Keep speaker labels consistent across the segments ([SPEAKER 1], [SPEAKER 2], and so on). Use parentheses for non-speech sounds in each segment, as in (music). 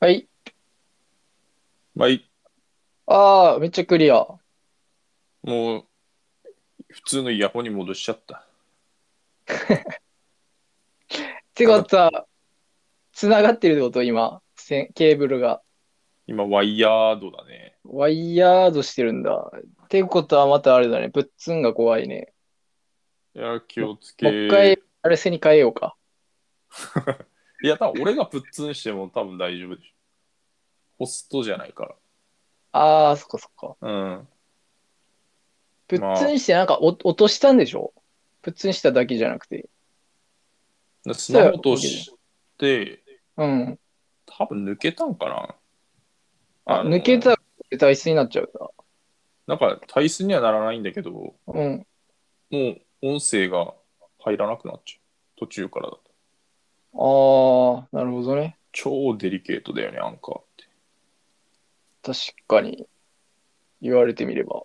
[SPEAKER 1] はい。
[SPEAKER 2] まあ、い
[SPEAKER 1] ああ、めっちゃクリア。
[SPEAKER 2] もう、普通のイヤホンに戻しちゃった。
[SPEAKER 1] て
[SPEAKER 2] なん
[SPEAKER 1] こ
[SPEAKER 2] か、
[SPEAKER 1] とは、つながってるってこと今、せんケーブルが。
[SPEAKER 2] 今、ワイヤードだね。
[SPEAKER 1] ワイヤードしてるんだ。てことはまたあれだね。ぶっつんが怖いね。
[SPEAKER 2] いや、気
[SPEAKER 1] も、
[SPEAKER 2] をつ
[SPEAKER 1] もう一
[SPEAKER 2] け。
[SPEAKER 1] 回、あれ背に変えようか。
[SPEAKER 2] いや、多分俺がプッツンしても多分大丈夫でしょ。ホストじゃないか
[SPEAKER 1] ああ、そっかそっか。
[SPEAKER 2] ら。うん。
[SPEAKER 1] ぶっつ
[SPEAKER 2] ま
[SPEAKER 1] んしてなんかお落としたんでしょぶっつんしただけじゃなくて。
[SPEAKER 2] あ、
[SPEAKER 1] そ
[SPEAKER 2] スマ
[SPEAKER 1] う
[SPEAKER 2] ホ
[SPEAKER 1] や
[SPEAKER 2] 落と
[SPEAKER 1] わけじゃん。
[SPEAKER 2] して、
[SPEAKER 1] うん。
[SPEAKER 2] 多分抜けたんかな。
[SPEAKER 1] あ、
[SPEAKER 2] あ
[SPEAKER 1] 抜けた
[SPEAKER 2] の、
[SPEAKER 1] ら体質になっちゃうな。
[SPEAKER 2] なんか体質にはならないんだけど、も
[SPEAKER 1] うん。
[SPEAKER 2] う音声が入らなくなっちゃう。途中からだと。
[SPEAKER 1] ああ、なるほどね。
[SPEAKER 2] 超デリケートだよね、アンカーって。
[SPEAKER 1] 確かに、言われてみれば。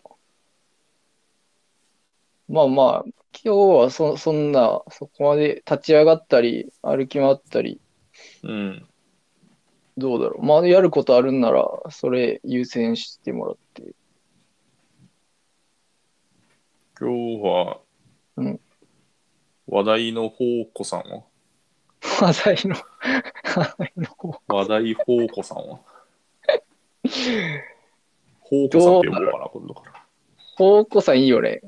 [SPEAKER 1] まあまあ、今日はそ、そんな、そこまで立ち上がったり、歩き回ったり、
[SPEAKER 2] うん。
[SPEAKER 1] どうだろう。まあ、やることあるんなら、それ優先してもらって。 (laughs)
[SPEAKER 2] 今日は
[SPEAKER 1] うん。
[SPEAKER 2] 話題の宝庫さんは
[SPEAKER 1] 話題の話題の方向
[SPEAKER 2] 話
[SPEAKER 1] 性
[SPEAKER 2] 題宝庫さん
[SPEAKER 1] (laughs)
[SPEAKER 2] は宝庫さんっ
[SPEAKER 1] どう
[SPEAKER 2] て呼
[SPEAKER 1] だ
[SPEAKER 2] ぼう
[SPEAKER 1] ろ
[SPEAKER 2] かな、今度から。
[SPEAKER 1] う。方向さんいいよね。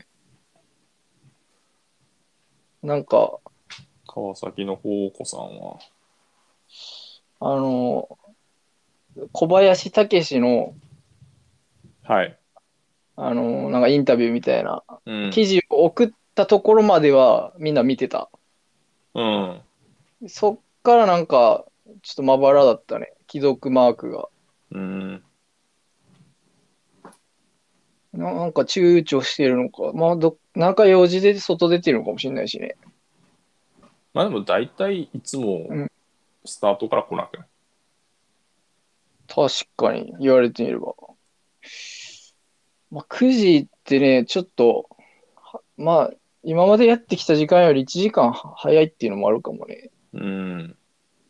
[SPEAKER 1] なんか、
[SPEAKER 2] 川崎の宝庫さんは。
[SPEAKER 1] あの、小林武史の、
[SPEAKER 2] はい。
[SPEAKER 1] あの、なんかインタビューみたいな、
[SPEAKER 2] うん。
[SPEAKER 1] 記事を送ったところまでは、みんな見てた。
[SPEAKER 2] うん。
[SPEAKER 1] そっからなんか、ちょっとまばらだったね。既読マークが。
[SPEAKER 2] うん。
[SPEAKER 1] な、なんか躊躇してるのか。まあ、ど、なんか用事で外出てるのかもしれないしね。
[SPEAKER 2] まあでも大体いつも
[SPEAKER 1] うん。
[SPEAKER 2] スタートから来なくない
[SPEAKER 1] 確かに、言われてみれば。まあ、9時ってね、ちょっと、はまあ、今までやってきた時間より1時間は早いっていうのもあるかもね。
[SPEAKER 2] うん。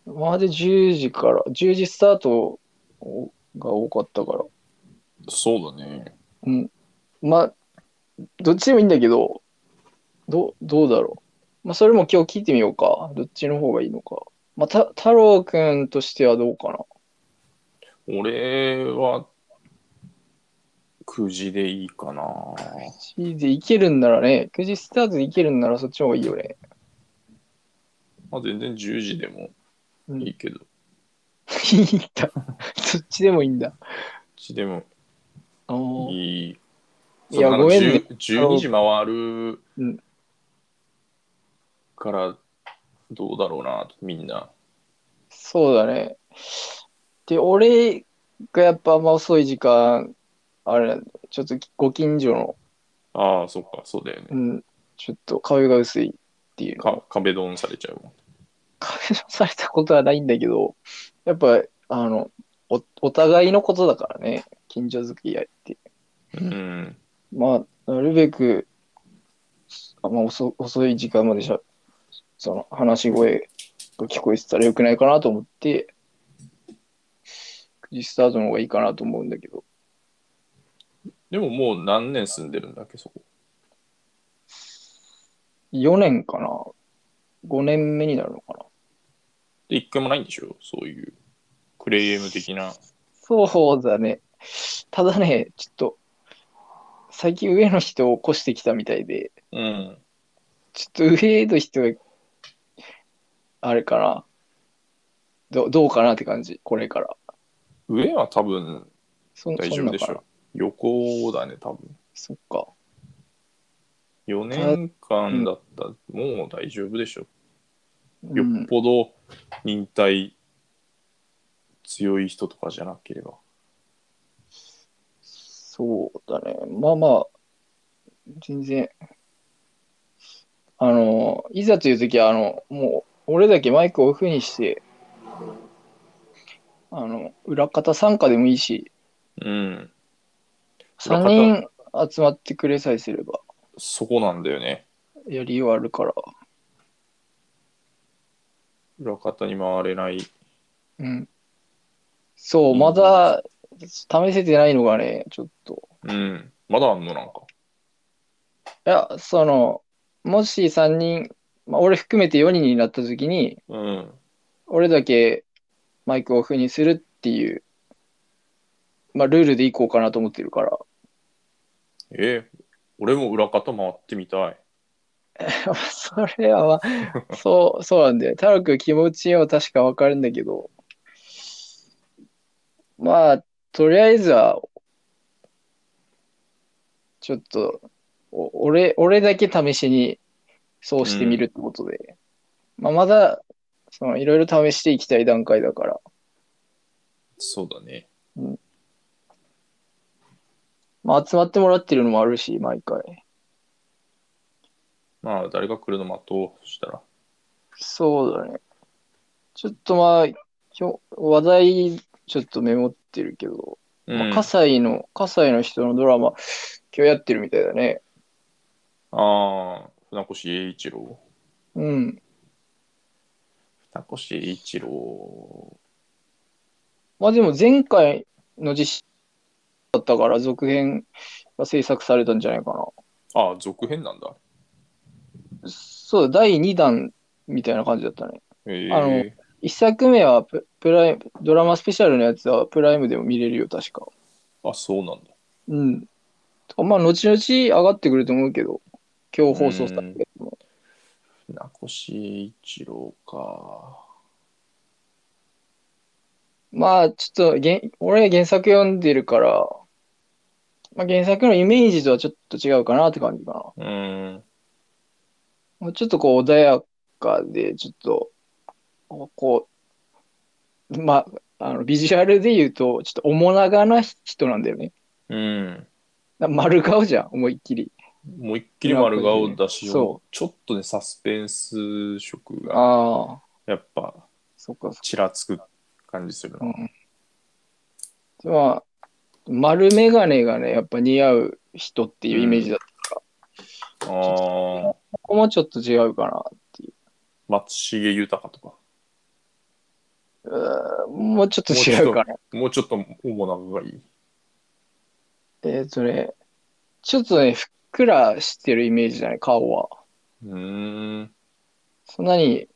[SPEAKER 1] 今まで10時から、10時スタートをが多かったから。
[SPEAKER 2] そうだね。
[SPEAKER 1] うん。まあ、どっちでもいいんだけど、どう、どうだろう。まあ、それも今日聞いてみようか。どっちの方がいいのか。まあ、た、太郎くんとしてはどうかな。
[SPEAKER 2] 俺は9時でいいかな。
[SPEAKER 1] 9時でいけるんならね、9時スタートでいけるんならそっちの方がいいよね。 (laughs)
[SPEAKER 2] まあ全然10時でも
[SPEAKER 1] う
[SPEAKER 2] い
[SPEAKER 1] ん。
[SPEAKER 2] いけど。どっ
[SPEAKER 1] いいんだ。そっちでもいいんだ。
[SPEAKER 2] ちでも
[SPEAKER 1] あー
[SPEAKER 2] いい。
[SPEAKER 1] い
[SPEAKER 2] その
[SPEAKER 1] や、
[SPEAKER 2] なんか
[SPEAKER 1] ごめんね。
[SPEAKER 2] 10
[SPEAKER 1] 太
[SPEAKER 2] 12
[SPEAKER 1] 郎
[SPEAKER 2] 時回る
[SPEAKER 1] うん。
[SPEAKER 2] からどうだろうなと、みんな。
[SPEAKER 1] そうだね。で、俺がやっぱあんま遅い時間、あれなんだよちょっとご近所の、
[SPEAKER 2] ああ、そっか、そうだよね。
[SPEAKER 1] うん、ちょっと壁が薄いっていうの
[SPEAKER 2] か
[SPEAKER 1] を。
[SPEAKER 2] 壁ドンされちゃうもん。
[SPEAKER 1] 解消されたことはないんだけど、やっぱ、あの、お、お互いのことだからね、近所付き合いって。
[SPEAKER 2] うん。
[SPEAKER 1] まあ、なるべく、あまあ、遅、遅い時間までしゃ、その、話し声が聞こえてたらよくないかなと思って、9時スタートの方がいいかなと思うんだけど、
[SPEAKER 2] でももう何年住んでるんだっけ、そこ。
[SPEAKER 1] 4年かな ?5 年目になるのかな
[SPEAKER 2] で、一回もないんでしょそういうクレーム的な。
[SPEAKER 1] そうだね。ただね、ちょっと、最近上の人を起こしてきたみたいで、
[SPEAKER 2] うん。
[SPEAKER 1] ちょっと上の人が、あれかな、ど、どうかなって感じ、これから。
[SPEAKER 2] 上は多分
[SPEAKER 1] そ、
[SPEAKER 2] 大
[SPEAKER 1] そん
[SPEAKER 2] 丈夫
[SPEAKER 1] な
[SPEAKER 2] で
[SPEAKER 1] か
[SPEAKER 2] し
[SPEAKER 1] な。
[SPEAKER 2] ょ。横だね、多分。
[SPEAKER 1] そっか。
[SPEAKER 2] 4
[SPEAKER 1] た、
[SPEAKER 2] 年
[SPEAKER 1] う
[SPEAKER 2] 間
[SPEAKER 1] ん、
[SPEAKER 2] だったらもう大丈夫でしょ。
[SPEAKER 1] う
[SPEAKER 2] よっ
[SPEAKER 1] ん。
[SPEAKER 2] ぽど忍耐強い人とかじゃなければ。
[SPEAKER 1] そうだね。まあまあ、全然、あの、いざという時は、あの、もう、俺だけマイクをオフにして、あの、裏方参加でもいいし、
[SPEAKER 2] うん。裏
[SPEAKER 1] 3
[SPEAKER 2] 方、
[SPEAKER 1] 人集まってくれさえすれば、
[SPEAKER 2] そこなんだよね。
[SPEAKER 1] やりようあるから、
[SPEAKER 2] 裏方に回れない。
[SPEAKER 1] うん。そう、
[SPEAKER 2] うん
[SPEAKER 1] まだ試せてないのがね、ちょっと。
[SPEAKER 2] うん。まだあんのなんか。
[SPEAKER 1] いや、その、もし3人、まあ、俺含めて4人になった時に、
[SPEAKER 2] うん。
[SPEAKER 1] 俺だけマイクオフにするっていう、まあ、ルールでいこうかなと思ってるから。
[SPEAKER 2] えー俺も裏方回ってみたい。
[SPEAKER 1] それは、まあ、そう、そうなんだよ。太郎くん気持ちは確かわかるんだけど、まあ、とりあえずは、ちょっと、お俺、俺だけ試しに、そうしてみるってことで、まあ、まだ、その、いろいろ試していきたい段階だから、
[SPEAKER 2] そうだね。
[SPEAKER 1] まあ、集まってもらってるのもあるし、毎回。
[SPEAKER 2] まあ、誰が来るの待とう。そしたら。
[SPEAKER 1] そうだね。ちょっとまあ、今日、話題、ちょっとメモってるけど、
[SPEAKER 2] う
[SPEAKER 1] ま
[SPEAKER 2] ん
[SPEAKER 1] あ、葛西の、葛西の人のドラマ、今日やってるみたいだね。
[SPEAKER 2] ああ、船越英一郎。
[SPEAKER 1] うん。
[SPEAKER 2] 船越英一郎。
[SPEAKER 1] まあでも前回の実施だったから続編が制作されたんじゃないか
[SPEAKER 2] ああ、続編なんだ。
[SPEAKER 1] な。そうだ、第2弾みたいな感じだったね。
[SPEAKER 2] え
[SPEAKER 1] あの
[SPEAKER 2] え
[SPEAKER 1] 1作目はププライム、ドラマスペシャルのやつはプライムでも見れるよ、確か。
[SPEAKER 2] あそうなんだ。
[SPEAKER 1] うん。まあ、後々上がってくると思うけど、今日放送されたやつも。
[SPEAKER 2] 船越英一郎か。
[SPEAKER 1] まあ、ちょっとげん、俺原作読んでるから、まあ、原作のイメージとはちょっと違うかなって感じかな。
[SPEAKER 2] うん。
[SPEAKER 1] もうちょっとこう穏やかで、ちょっと、こう、まあ、あのビジュアルで言うと、ちょっと面長な人なんだよね。
[SPEAKER 2] うん。
[SPEAKER 1] な丸顔じゃん、思いっきり。
[SPEAKER 2] もう一気に丸顔だし、
[SPEAKER 1] そ
[SPEAKER 2] ちょっとね、サスペンス色が、
[SPEAKER 1] ああ、
[SPEAKER 2] やっぱ、
[SPEAKER 1] そっかそ
[SPEAKER 2] ちらつく感じするな。
[SPEAKER 1] っか。うん。まあ、丸眼鏡がね、やっぱ似合う人っていうイメージだった。
[SPEAKER 2] ああ、
[SPEAKER 1] ここもちょっと違うかな。
[SPEAKER 2] 松重豊とか。
[SPEAKER 1] うーんもうちょっと違うかな。
[SPEAKER 2] もうちょっと主な部がいい。
[SPEAKER 1] えっ、とね、ちょっとね、ふっくらしてるイメージだね、顔は。
[SPEAKER 2] うーん。
[SPEAKER 1] そんなに、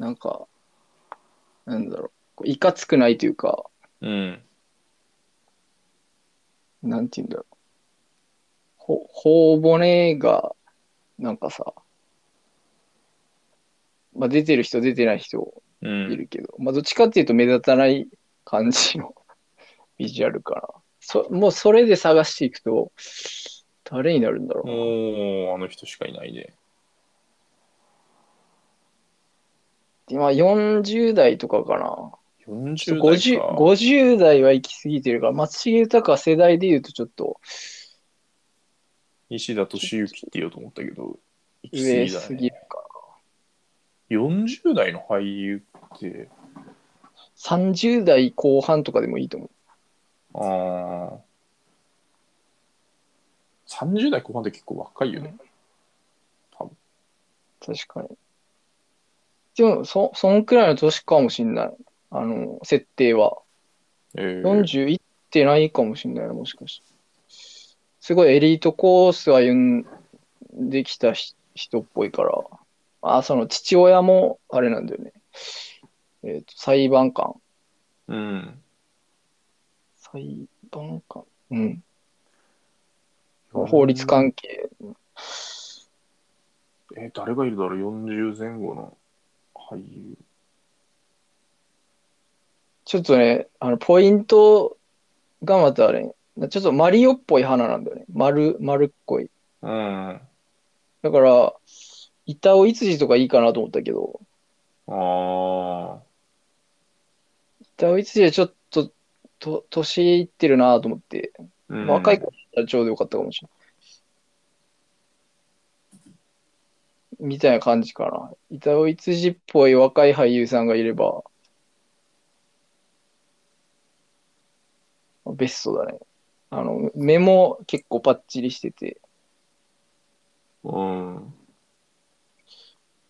[SPEAKER 1] なんか、なんだろうこう、いかつくないというか、
[SPEAKER 2] うん。
[SPEAKER 1] なんて言うんだろう。ほ、頬骨が、なんかさ、まあ出てる人出てない人い
[SPEAKER 2] うん。
[SPEAKER 1] るけど、まあどっちかっていうと目立たない感じの (laughs) ビジュアルかな。そ、もうそれで探していくと、誰になるんだろうな。
[SPEAKER 2] おー、あの人しかいないね。
[SPEAKER 1] 今40代とかかな。ちょ
[SPEAKER 2] 40
[SPEAKER 1] っと50
[SPEAKER 2] 代か。
[SPEAKER 1] 50代は行き過ぎてるから、松重豊世代で言うとちょっと
[SPEAKER 2] 西田敏行って言おうと思ったけど、行き
[SPEAKER 1] 上
[SPEAKER 2] 過
[SPEAKER 1] す
[SPEAKER 2] ぎ
[SPEAKER 1] ぎ
[SPEAKER 2] だね。
[SPEAKER 1] るか。
[SPEAKER 2] 40代の俳優って、
[SPEAKER 1] 30代後半とかでもいいと思う。
[SPEAKER 2] あー30代後半って結構若いよね。
[SPEAKER 1] 確かに。でも、そ、そんくらいの年かもしんない。あの、設定は。
[SPEAKER 2] えー、
[SPEAKER 1] 40いってないかもしんないな、もしかして。すごいエリートコース歩んできたひ人っぽいから。あ、その父親も、あれなんだよね。えっ、と、裁判官。
[SPEAKER 2] うん。
[SPEAKER 1] 裁判官うん。法律関係。
[SPEAKER 2] えー誰がいるだろう ?40 前後の俳優。
[SPEAKER 1] ちょっとね、あの、ポイントがまたあれ、ちょっとマリオっぽい花なんだよね。丸、丸っこい。
[SPEAKER 2] うん。
[SPEAKER 1] だから、板尾いつじとかいいかなと思ったけど、
[SPEAKER 2] あ
[SPEAKER 1] 板尾いつじはちょっと、と、年いってるなと思って、
[SPEAKER 2] あ、うん
[SPEAKER 1] 若い子だったらちょうどよかったかもしれない。みたいな感じかな。板尾いつじっぽい若い俳優さんがいれば、ベストだね。あの、目も結構パッチリしてて、
[SPEAKER 2] うん。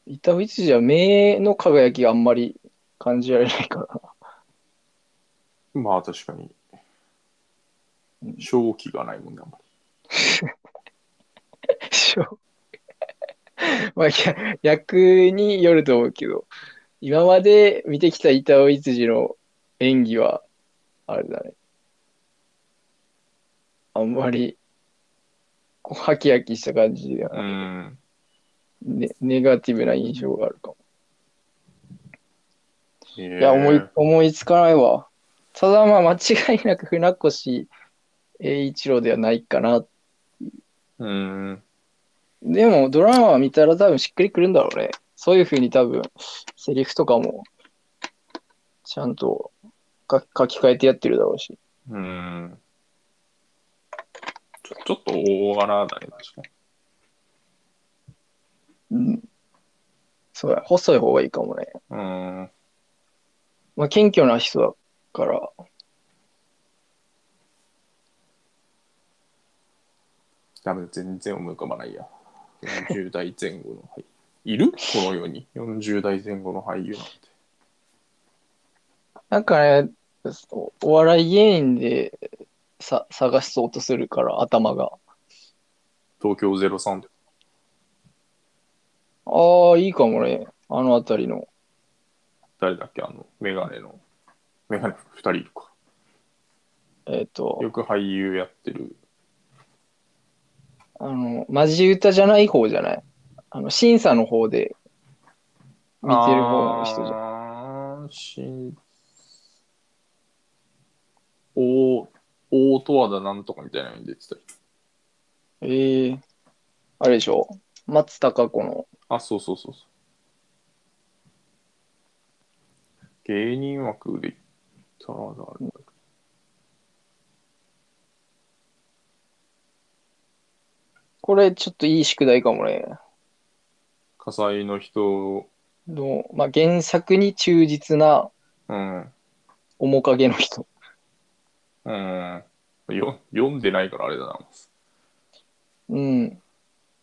[SPEAKER 1] 板尾いつじは目の輝きがあんまり感じられないから。
[SPEAKER 2] まあ確かに
[SPEAKER 1] うん。
[SPEAKER 2] 正気がないもんね、あんま
[SPEAKER 1] しょまあ、や役によると思うけど、今まで見てきた板尾一次の演技は、あれだね。あんまり、こうハキハキした感じでは
[SPEAKER 2] り。う
[SPEAKER 1] なく
[SPEAKER 2] ん。
[SPEAKER 1] ね、ネガティブな印象があるかも。
[SPEAKER 2] い
[SPEAKER 1] いや、思い、思いつかないわ。ただまあ、間違いなく船越英一郎ではないかな。
[SPEAKER 2] うん。
[SPEAKER 1] でも、ドラマ見たら多分しっくりくるんだろうね。そういうふうに多分、セリフとかも、ちゃんと書き書き換えてやってるだろうし。
[SPEAKER 2] うん。ちょちょっと大柄だね、確か
[SPEAKER 1] う
[SPEAKER 2] に。
[SPEAKER 1] ん。そうや、細い方がいいかもね。
[SPEAKER 2] うん。
[SPEAKER 1] まあ、謙虚な人だから。
[SPEAKER 2] ダメだ、全然思い浮かばないや。40代前後の俳優。いるこの世に。40代前後の俳優なんて。
[SPEAKER 1] なんかね、おお笑い芸人でさ探しそうとするから、頭が。
[SPEAKER 2] 東京03で。
[SPEAKER 1] ああ、いいかもね。あのあたりの。
[SPEAKER 2] 誰だっけあの、メガネの。メガネ2人いるか。
[SPEAKER 1] えっ、と。
[SPEAKER 2] よく俳優やってる。
[SPEAKER 1] あの、マジ歌じゃない方じゃない。あの、審査の方で見てる方の人じゃん。
[SPEAKER 2] ゃん。しん。大、大十和田なんとかみたいなのに出てたり。
[SPEAKER 1] ええあれでしょ松たか子の。
[SPEAKER 2] あ、そうそうそうそう。芸人枠で言ったら誰だっけ
[SPEAKER 1] これちょっといい宿題かもね。
[SPEAKER 2] 火災の人、
[SPEAKER 1] の、まあ、原作に忠実な
[SPEAKER 2] うん。
[SPEAKER 1] 面影の人。
[SPEAKER 2] うん。よ読んでないからあれだな。
[SPEAKER 1] うん。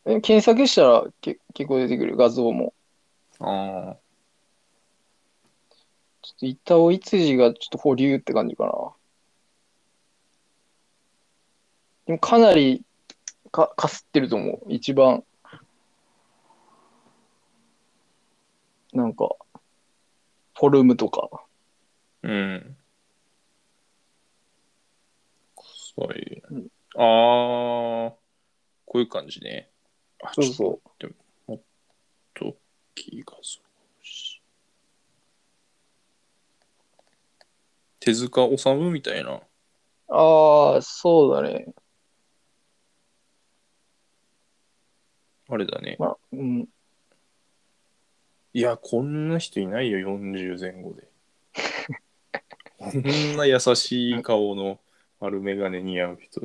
[SPEAKER 1] え検索したらけ結構出てくる画像も。
[SPEAKER 2] ああ。
[SPEAKER 1] ちょっと板尾一次がちょっと保留って感じかな。でもかなりかかすってると思う。一番。なんか、フォルムとか。
[SPEAKER 2] うん。そういうう。ああ。こういう感じね。あ
[SPEAKER 1] そうそう。
[SPEAKER 2] ちょっと気がするし。手塚治虫みたいな。
[SPEAKER 1] ああ、そうだね。
[SPEAKER 2] あれだね。
[SPEAKER 1] まあ、うん。
[SPEAKER 2] いや、こんな人いないよ、40前後で。こんな優しい顔の丸眼鏡似合う人。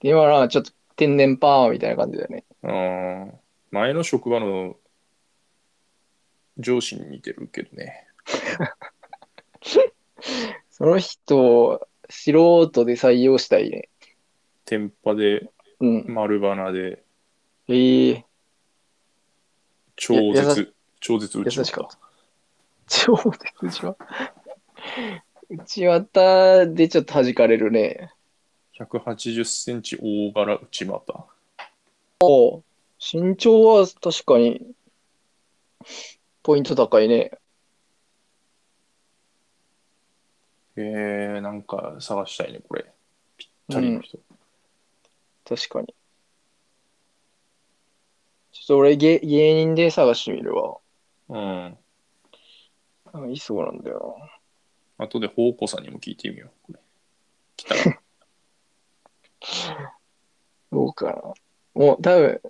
[SPEAKER 1] で今のはちょっと天然パーマみたいな感じだよね。
[SPEAKER 2] あー前の職場の上司に似てるけどね。
[SPEAKER 1] その人、素人で採用したいね。
[SPEAKER 2] 天パで
[SPEAKER 1] うん。
[SPEAKER 2] 丸鼻で
[SPEAKER 1] ええ
[SPEAKER 2] 超
[SPEAKER 1] いや優
[SPEAKER 2] 絶、超絶うち
[SPEAKER 1] 優
[SPEAKER 2] わ
[SPEAKER 1] しかった。超絶内輪。内股でちょっと弾かれるね。
[SPEAKER 2] 180センチ大柄内股。
[SPEAKER 1] おう身長は確かにポイント高いね。
[SPEAKER 2] えー、なんか探したいね、これ。ぴったりの人。
[SPEAKER 1] 確かに。ちょっと俺芸芸人で探してみるわ。
[SPEAKER 2] うん。
[SPEAKER 1] あいそうなんだよな。
[SPEAKER 2] 後で宝庫さんにも聞いてみよう。これ来たら
[SPEAKER 1] どうかな。もう多分、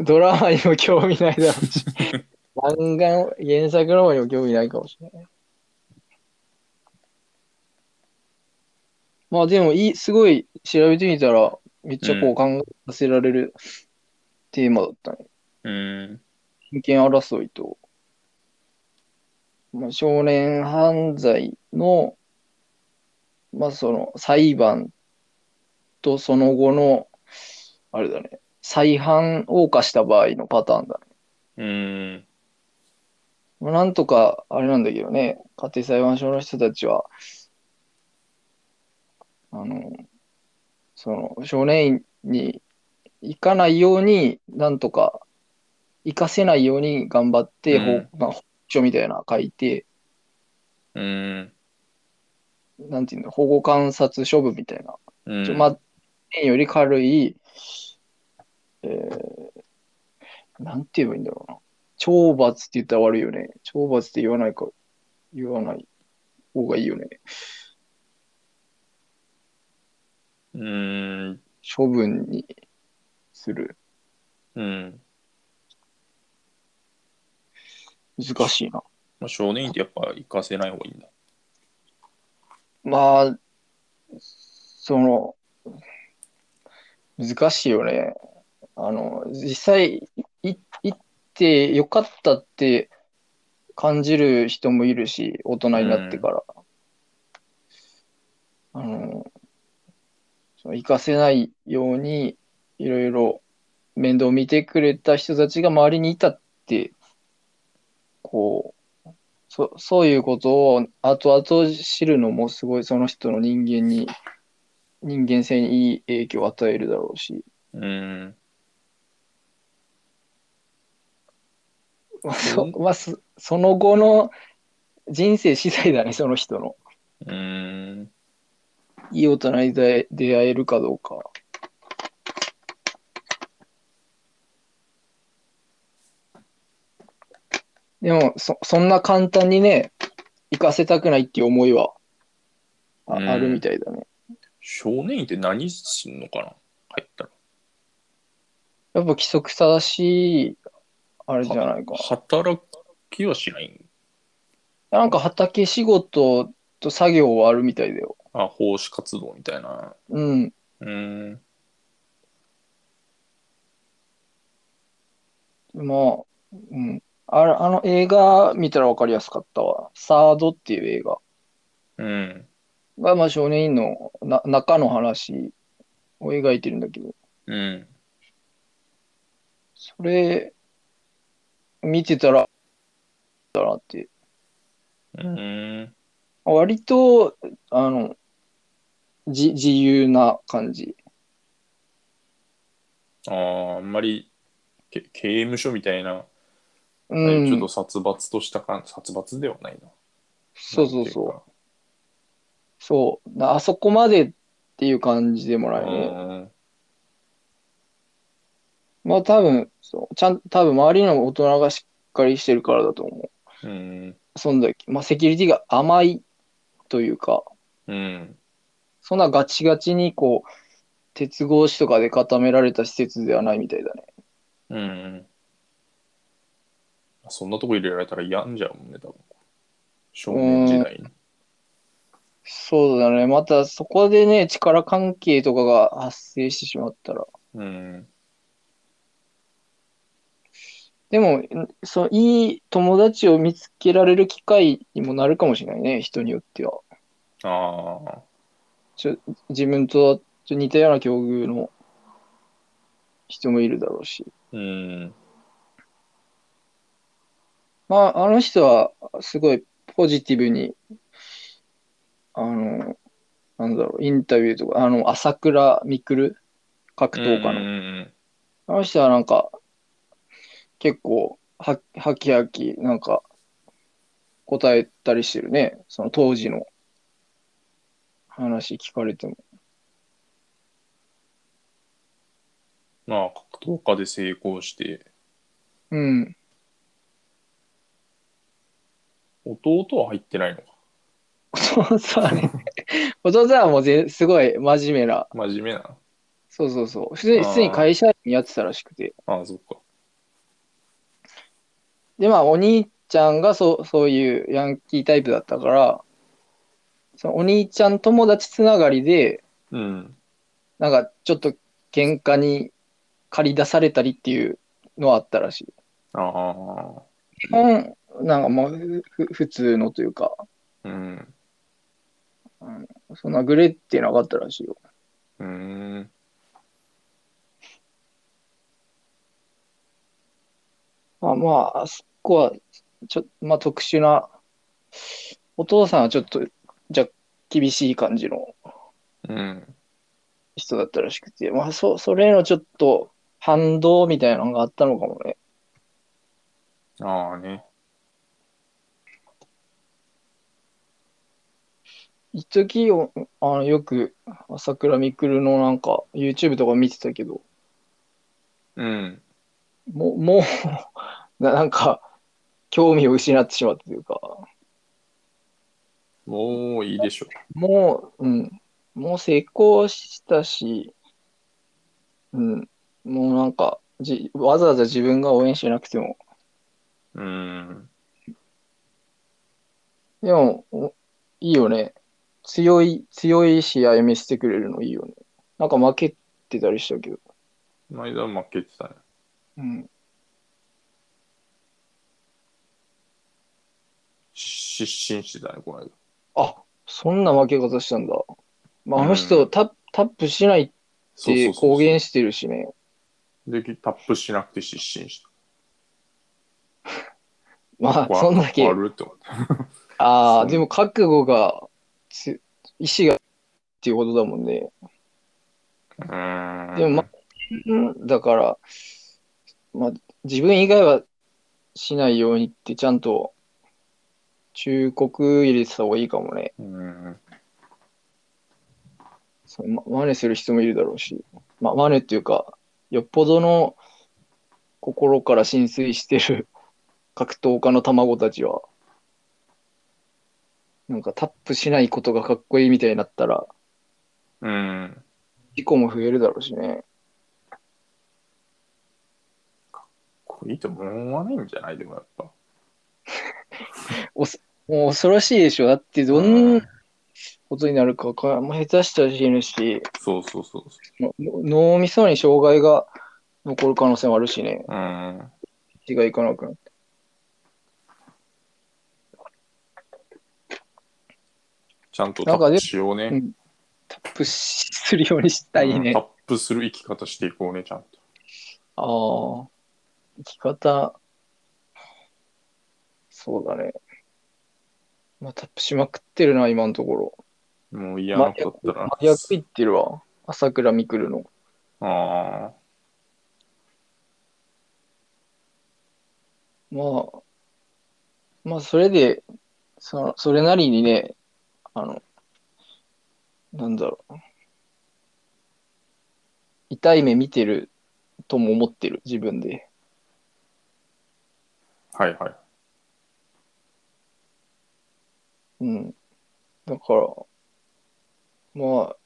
[SPEAKER 1] ドラマにも興味ないだろうし、漫画の原作の方にも興味ないかもしれない。まあでもいい、すごい調べてみたら、めっちゃこう考えさせられるテーマだったね。
[SPEAKER 2] うん。
[SPEAKER 1] 人権争いと、まあ、少年犯罪の、まあ、その裁判とその後の、あれだね、再犯を犯した場合のパターンだね。
[SPEAKER 2] うん。
[SPEAKER 1] まあなんとか、あれなんだけどね、家庭裁判所の人たちは、あの、その、少年院に行かないように、なんとか、行かせないように頑張って、
[SPEAKER 2] うん
[SPEAKER 1] ほまあ、報告書みたいなの書いて、
[SPEAKER 2] うん。
[SPEAKER 1] なんていうの、保護観察処分みたいな、
[SPEAKER 2] うん
[SPEAKER 1] ちょまあ、年より軽い、えー、なんて言えばいいんだろうな。懲罰って言ったら悪いよね。懲罰って言わないか、言わない方がいいよね。
[SPEAKER 2] うん。
[SPEAKER 1] 処分にする。
[SPEAKER 2] うん。
[SPEAKER 1] 難しいな。
[SPEAKER 2] まあ、少年院ってやっぱ行かせない方がいいんだ。
[SPEAKER 1] まあ、その、難しいよね。あの、実際、い行ってよかったって感じる人もいるし、大人になってから。あの、その行かせないように、いろいろ面倒見てくれた人たちが周りにいたって、こう、そそういうことを後々知るのもすごいその人の人間に人間性にいい影響を与えるだろうし、
[SPEAKER 2] うん。
[SPEAKER 1] まあそまあ、そその後の人生次第だねその人の
[SPEAKER 2] うん。
[SPEAKER 1] いい大人に出出会えるかどうかでもそそんな簡単にね行かせたくないっていう思いはあ,、
[SPEAKER 2] うん
[SPEAKER 1] あるみたいだね
[SPEAKER 2] 少年院って何すんのかな入ったら。
[SPEAKER 1] やっぱ規則正しい、あれじゃないか。
[SPEAKER 2] 働きはしないん
[SPEAKER 1] なんか畑仕事と作業はあるみたいだよ。
[SPEAKER 2] あ、奉仕活動みたいな。
[SPEAKER 1] うん。
[SPEAKER 2] うん。
[SPEAKER 1] まあ、うん。あれあの映画見たらわかりやすかったわ。サードっていう映画
[SPEAKER 2] うん。
[SPEAKER 1] が、まあ少年院のな中の話を描いてるんだけど、
[SPEAKER 2] うん。
[SPEAKER 1] それ見てたら、だなって
[SPEAKER 2] うん。
[SPEAKER 1] 割と、あの、じ自由な感じ。
[SPEAKER 2] ああ、あんまりけ刑務所みたいな、
[SPEAKER 1] うん。
[SPEAKER 2] ちょっと殺伐とした感じ、殺伐ではないな。
[SPEAKER 1] そうそうそう。そう、なあそこまでっていう感じでもら
[SPEAKER 2] なん
[SPEAKER 1] え
[SPEAKER 2] ていうか
[SPEAKER 1] ね。まあ多分、そうちゃん多分周りの大人がしっかりしてるからだと思
[SPEAKER 2] うん。うん。
[SPEAKER 1] う。そんだけ、まあセキュリティが甘いというか、
[SPEAKER 2] うん。
[SPEAKER 1] そんなガチガチにこう、鉄格子とかで固められた施設ではないみたいだね。
[SPEAKER 2] うん。そんなとこ入れられたら病んじゃうもんね、多分。少年時代に。
[SPEAKER 1] そうだね。またそこでね、力関係とかが発生してしまったら。
[SPEAKER 2] うん。
[SPEAKER 1] でも、んそう、いい友達を見つけられる機会にもなるかもしれないね、人によっては。
[SPEAKER 2] ああ。
[SPEAKER 1] 自分と似たような境遇の人もいるだろうし。
[SPEAKER 2] うん。
[SPEAKER 1] まあ、あの人はすごいポジティブに、あの、なんだろう、インタビューとか、あの、朝倉未来、格闘家
[SPEAKER 2] う
[SPEAKER 1] の。
[SPEAKER 2] ん
[SPEAKER 1] あの人はなんか、結構、は、はきはき、なんか、答えたりしてるね。その当時の話聞かれても。
[SPEAKER 2] まあ、格闘家で成功して、
[SPEAKER 1] うん。
[SPEAKER 2] 弟は入ってないのか。
[SPEAKER 1] そうそうね。弟はもうぜすごい真面目な。
[SPEAKER 2] 真面目な。
[SPEAKER 1] そうそうそう。普通に
[SPEAKER 2] あー
[SPEAKER 1] 普通に会社員やってたらしくて。
[SPEAKER 2] ああ、そっか。
[SPEAKER 1] で、まあ、お兄ちゃんがそうそういうヤンキータイプだったから、そのお兄ちゃん友達つながりで、
[SPEAKER 2] うん。
[SPEAKER 1] なんかちょっと喧嘩に駆り出されたりっていうのはあったらしい。
[SPEAKER 2] ああ。
[SPEAKER 1] 基本、なんかもうふふ普通のというか、
[SPEAKER 2] うん。
[SPEAKER 1] そんなグレってなかったらしいよ。
[SPEAKER 2] うん。
[SPEAKER 1] まあまあ、あそこはちょまあ特殊な、お父さんはちょっと、じゃ厳しい感じの
[SPEAKER 2] うん。
[SPEAKER 1] 人だったらしくて、まあそ、それのちょっと反動みたいなのがあったのかもね。
[SPEAKER 2] ああね。
[SPEAKER 1] 一時よあのよく朝倉未来のなんか YouTube とか見てたけど、
[SPEAKER 2] うん。
[SPEAKER 1] もう、もう (laughs) な、なんか、興味を失ってしまったというか、
[SPEAKER 2] もういいでしょ
[SPEAKER 1] もう、うん、もう成功したし、うん、もうなんか、じ、わざわざ自分が応援しなくても、
[SPEAKER 2] う。うん。
[SPEAKER 1] でも、おいいよね。強い、強い試合見せてくれるのいいよね。なんか負けてたりしたけど。
[SPEAKER 2] 前田は負けてたね。
[SPEAKER 1] うん。
[SPEAKER 2] 失神してたね、この間。
[SPEAKER 1] あ、そんな負け方したんだ。まあ、あの
[SPEAKER 2] う
[SPEAKER 1] 人
[SPEAKER 2] ん
[SPEAKER 1] タップ、タップしないっ
[SPEAKER 2] そうそ
[SPEAKER 1] て
[SPEAKER 2] うそう
[SPEAKER 1] 公言してるしね。
[SPEAKER 2] で、タップしなくて失神した。
[SPEAKER 1] まあ、
[SPEAKER 2] わ
[SPEAKER 1] そんだけ。
[SPEAKER 2] わるって思った
[SPEAKER 1] あ
[SPEAKER 2] そ
[SPEAKER 1] あ、
[SPEAKER 2] う
[SPEAKER 1] でも覚悟がつ、意志がっていうことだもんね。
[SPEAKER 2] うん。
[SPEAKER 1] でもまうんだから、まあ、自分以外はしないようにって、ちゃんと忠告入れてた方がいいかもね。
[SPEAKER 2] うん。
[SPEAKER 1] そのま真似する人もいるだろうし、まあ、真似っていうか、よっぽどの心から浸水してる格闘家の卵たちは、なんかタップしないことがかっこいいみたいになったら、
[SPEAKER 2] うん。
[SPEAKER 1] 事故も増えるだろうしね。
[SPEAKER 2] これいいと思わないんじゃないでもやっぱ。
[SPEAKER 1] もう恐ろしいでしょ。だってどんなことになるかわかんもう下手したら死ぬし、
[SPEAKER 2] そうそうそうそ
[SPEAKER 1] もう脳みそに障害が残る可能性もあるしね。
[SPEAKER 2] う。うん。
[SPEAKER 1] 血がいかなくなって。
[SPEAKER 2] ちゃんとタ
[SPEAKER 1] なんか
[SPEAKER 2] ッ
[SPEAKER 1] で
[SPEAKER 2] プしようね。
[SPEAKER 1] うんタップしするようにしたい
[SPEAKER 2] うん
[SPEAKER 1] ね
[SPEAKER 2] タ。ップする生き方していこうね、ちゃんと。
[SPEAKER 1] ああ、生き方、そうだね。まあ、タップしまくってるな、今のところ。
[SPEAKER 2] もう嫌なことだったら。
[SPEAKER 1] 真逆いってるわ。朝倉未来の。
[SPEAKER 2] ああ。
[SPEAKER 1] まあ、まあ、それで、その、それなりにね、あの、なんだろう。痛い目見てるとも思ってる、自分で。
[SPEAKER 2] はいはい。
[SPEAKER 1] うん。だから、まあ、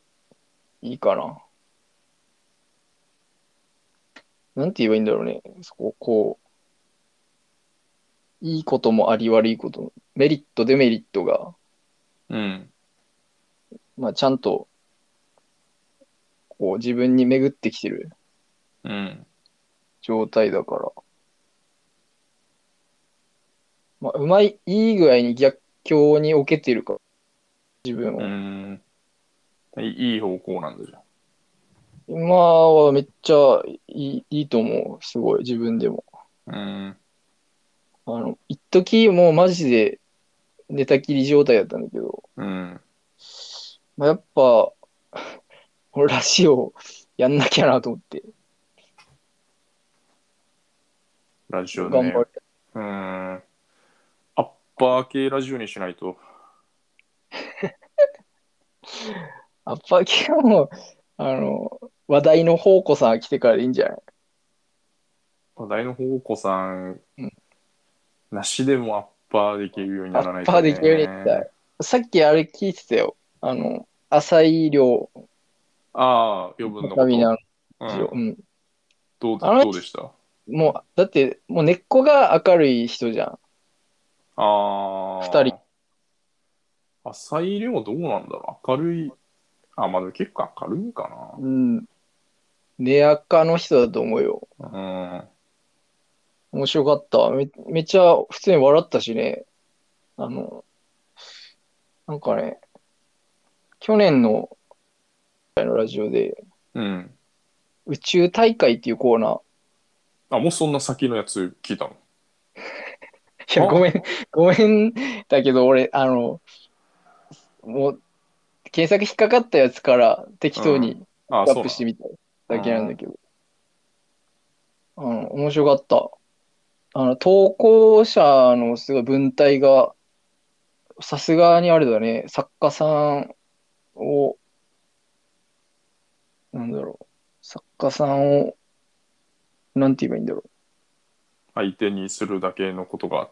[SPEAKER 1] いいかな。なんて言えばいいんだろうね。そこ、こう、いいこともあり悪いことも、メリット、デメリットが、
[SPEAKER 2] うん。
[SPEAKER 1] まあ、ちゃんと、こう、自分に巡ってきてる
[SPEAKER 2] うん。
[SPEAKER 1] 状態だから。まあ、うまい、いい具合に逆境に置けてるか、自分を
[SPEAKER 2] う。ん。いいい方向なんだじゃん。
[SPEAKER 1] 今はめっちゃいいいいと思う。すごい、自分でも。
[SPEAKER 2] うん。
[SPEAKER 1] あの、一時もうマジで寝たきり状態だったんだけど、
[SPEAKER 2] うん。
[SPEAKER 1] まあ、やっぱ、 (laughs) 俺ラジオやんなきゃなと思って、
[SPEAKER 2] ラジオ
[SPEAKER 1] 頑
[SPEAKER 2] ね
[SPEAKER 1] 張。る。
[SPEAKER 2] うん。アッパー系ラジオにしないと。
[SPEAKER 1] アッパー系はもう、あの、話題の宝庫さん来てからでいいんじゃない
[SPEAKER 2] 話題の方向さん
[SPEAKER 1] うん、
[SPEAKER 2] なしでもアッパーできるようにならな
[SPEAKER 1] ア
[SPEAKER 2] い
[SPEAKER 1] ッパーできるようになりたいさっきあれ聞いてたよ。あの、浅井亮
[SPEAKER 2] ああ、余分
[SPEAKER 1] の
[SPEAKER 2] な
[SPEAKER 1] 旅
[SPEAKER 2] こ
[SPEAKER 1] なん
[SPEAKER 2] と。
[SPEAKER 1] ですよ。
[SPEAKER 2] うん、
[SPEAKER 1] うん。
[SPEAKER 2] どう
[SPEAKER 1] あの
[SPEAKER 2] どうでした
[SPEAKER 1] もう、だって、もう根っこが明るい人じゃん。
[SPEAKER 2] ああ。
[SPEAKER 1] 二人。
[SPEAKER 2] 浅井亮どうなんだろう明るい。あ、まあでも結構明るいか
[SPEAKER 1] うん。根垢の人だと思うよ。
[SPEAKER 2] な。うん。
[SPEAKER 1] 面白かった。め、めっちゃ普通に笑ったしね。あの、なんかね、去年のラジオで
[SPEAKER 2] うん。
[SPEAKER 1] 宇宙大会っていうコーナー、
[SPEAKER 2] あ、もうそんな先のやつ聞いたの
[SPEAKER 1] いや、ごめん、ごめんだけど、俺、あの、もう、検索引っかかったやつから適当に
[SPEAKER 2] あ
[SPEAKER 1] ア
[SPEAKER 2] あ、そ
[SPEAKER 1] ッ
[SPEAKER 2] う
[SPEAKER 1] プ
[SPEAKER 2] な
[SPEAKER 1] してみただけなんだけど。あの、面白かった。あの、投稿者のすごい文体が、さすがにあれだね、作家さんを、なんだろう、作家さんを、なんて言えばいいんだろう。
[SPEAKER 2] 相手にするだけのことが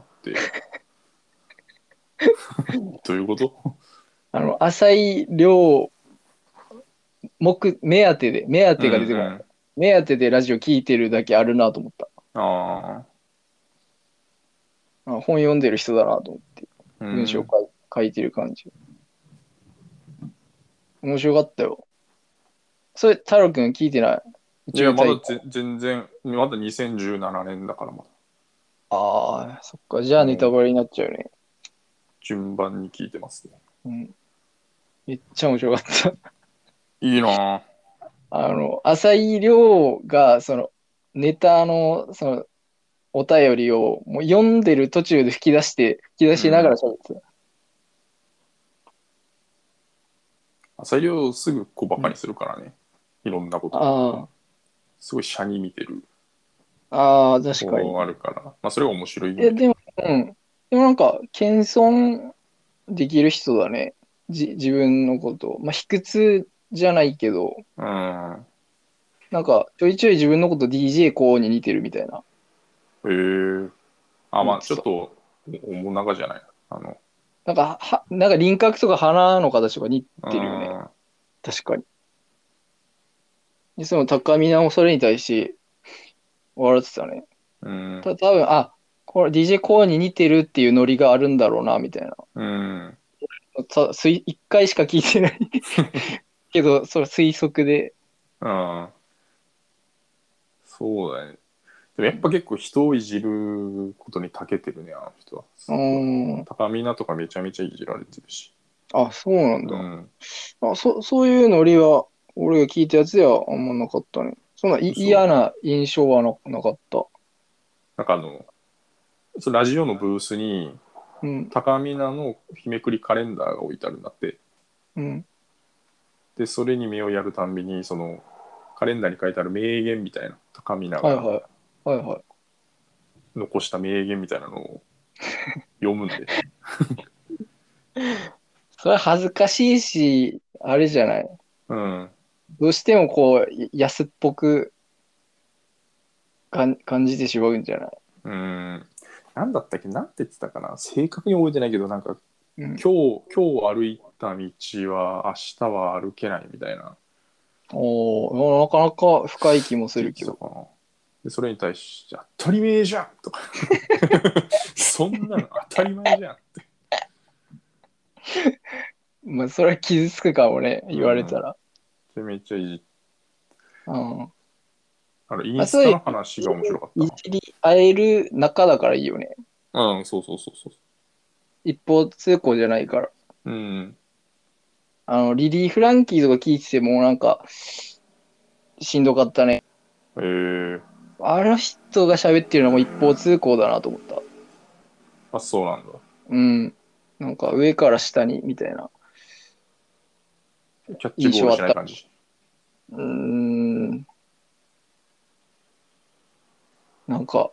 [SPEAKER 1] (laughs)
[SPEAKER 2] って。どういうこと
[SPEAKER 1] あの、浅い量、目、目当てで、目当てが出てこない。
[SPEAKER 2] うんうん
[SPEAKER 1] 目当てでラジオ聞いてるだけあるなと思った。
[SPEAKER 2] あ
[SPEAKER 1] あ本読んでる人だなと思って、
[SPEAKER 2] あ。うん
[SPEAKER 1] 文章書い,、書いてる感じ。面白かったよ。それ、太郎くん聞いてない
[SPEAKER 2] いや、まだ
[SPEAKER 1] 中退
[SPEAKER 2] ぜ全然、まだ2017年だから、まだ
[SPEAKER 1] ああ、そっか。じゃあネタバレになっちゃうね。
[SPEAKER 2] 順番に聞いてますね。
[SPEAKER 1] うん。めっちゃ面白かった。
[SPEAKER 2] いいなぁ。
[SPEAKER 1] あの、浅井亮が、その、ネタの、その、お便りを、もう読んでる途中で吹き出して、吹き出しながら喋ってた。
[SPEAKER 2] 朝量をすぐ小バカにするからね。いろんなこと。
[SPEAKER 1] あ
[SPEAKER 2] すごいシャに見てる。
[SPEAKER 1] あ、ああ、確かに。
[SPEAKER 2] こうあるから。まあ、それは面白い
[SPEAKER 1] え、でも、うん。でもなんか、謙遜できる人だね。じ、自分のこと。まあ、卑屈じゃないけど、
[SPEAKER 2] うん。
[SPEAKER 1] なんか、ちょいちょい自分のこと DJ こうに似てるみたいな。
[SPEAKER 2] へえあ、まあ、ち
[SPEAKER 1] そ
[SPEAKER 2] ょ
[SPEAKER 1] う
[SPEAKER 2] っと、おもなかじゃない。あの、
[SPEAKER 1] なんか、は、なんか輪郭とか鼻の形とか似てるよね。
[SPEAKER 2] うん
[SPEAKER 1] 確かに。で、その高見直それに対して笑ってたね。
[SPEAKER 2] うん。
[SPEAKER 1] た多分あこれ DJ コアに似てるっていうノリがあるんだろうな、みたいな。
[SPEAKER 2] うん。
[SPEAKER 1] た推一回しか聞いてない
[SPEAKER 2] (laughs)
[SPEAKER 1] けど、それ推測で。
[SPEAKER 2] うん。そうだね。でもやっぱ結構人をいじることに長けてるね、あの人は。
[SPEAKER 1] うーん。
[SPEAKER 2] 高見菜とかめちゃめちゃいじられてるし。
[SPEAKER 1] あ、そうなん
[SPEAKER 2] う
[SPEAKER 1] だ。
[SPEAKER 2] ん。
[SPEAKER 1] あそそういうノリは、俺が聞いたやつではあんまなかったね。そんない
[SPEAKER 2] 嘘
[SPEAKER 1] 嫌な印象はななかった。
[SPEAKER 2] なんかあの、そのラジオのブースに、
[SPEAKER 1] うん、
[SPEAKER 2] 高見菜の日めくりカレンダーが置いてあるんだって。
[SPEAKER 1] うん。
[SPEAKER 2] で、それに目をやるたんびに、その、カレンダーに書いてある名言みたいな、高見菜
[SPEAKER 1] はい
[SPEAKER 2] が
[SPEAKER 1] はい。はいはい。
[SPEAKER 2] 残した名言みたいなのを読むん
[SPEAKER 1] (laughs)
[SPEAKER 2] で。
[SPEAKER 1] それは恥ずかしいし、あれじゃない。
[SPEAKER 2] うん。
[SPEAKER 1] どうしてもこう、や安っぽくかん感じてしまうんじゃない、
[SPEAKER 2] うん。なんだったっけなんて言ってたかな正確に覚えてないけど、なんか、
[SPEAKER 1] うん
[SPEAKER 2] 今日、今日歩いた道は明日は歩けないみたいな。
[SPEAKER 1] おおなかなか深い気もするけ
[SPEAKER 2] 言
[SPEAKER 1] ど。
[SPEAKER 2] ってたかなで、それに対して、当たり前じゃん
[SPEAKER 1] (laughs)
[SPEAKER 2] とか。そんなの当たり前じゃんって。
[SPEAKER 1] まあ、それは傷つくかもね、言われたら。
[SPEAKER 2] でめっちゃいじっ
[SPEAKER 1] うん。
[SPEAKER 2] あの、インスタの話が面白かっ
[SPEAKER 1] いじり合える仲だからいいよね。
[SPEAKER 2] たな。うん、そうそうそうそ
[SPEAKER 1] 一方通行じゃないから。
[SPEAKER 2] う。うん。
[SPEAKER 1] あの、リリー・フランキーとか聞いててもなんか、しんどかったね。
[SPEAKER 2] えー、
[SPEAKER 1] あの人が喋ってるのも一方通行だなと思った。
[SPEAKER 2] あ、そうなんだ。
[SPEAKER 1] うん。なんか上から下にみたいな。
[SPEAKER 2] キャッチボールしない感じ。
[SPEAKER 1] うーんなんか、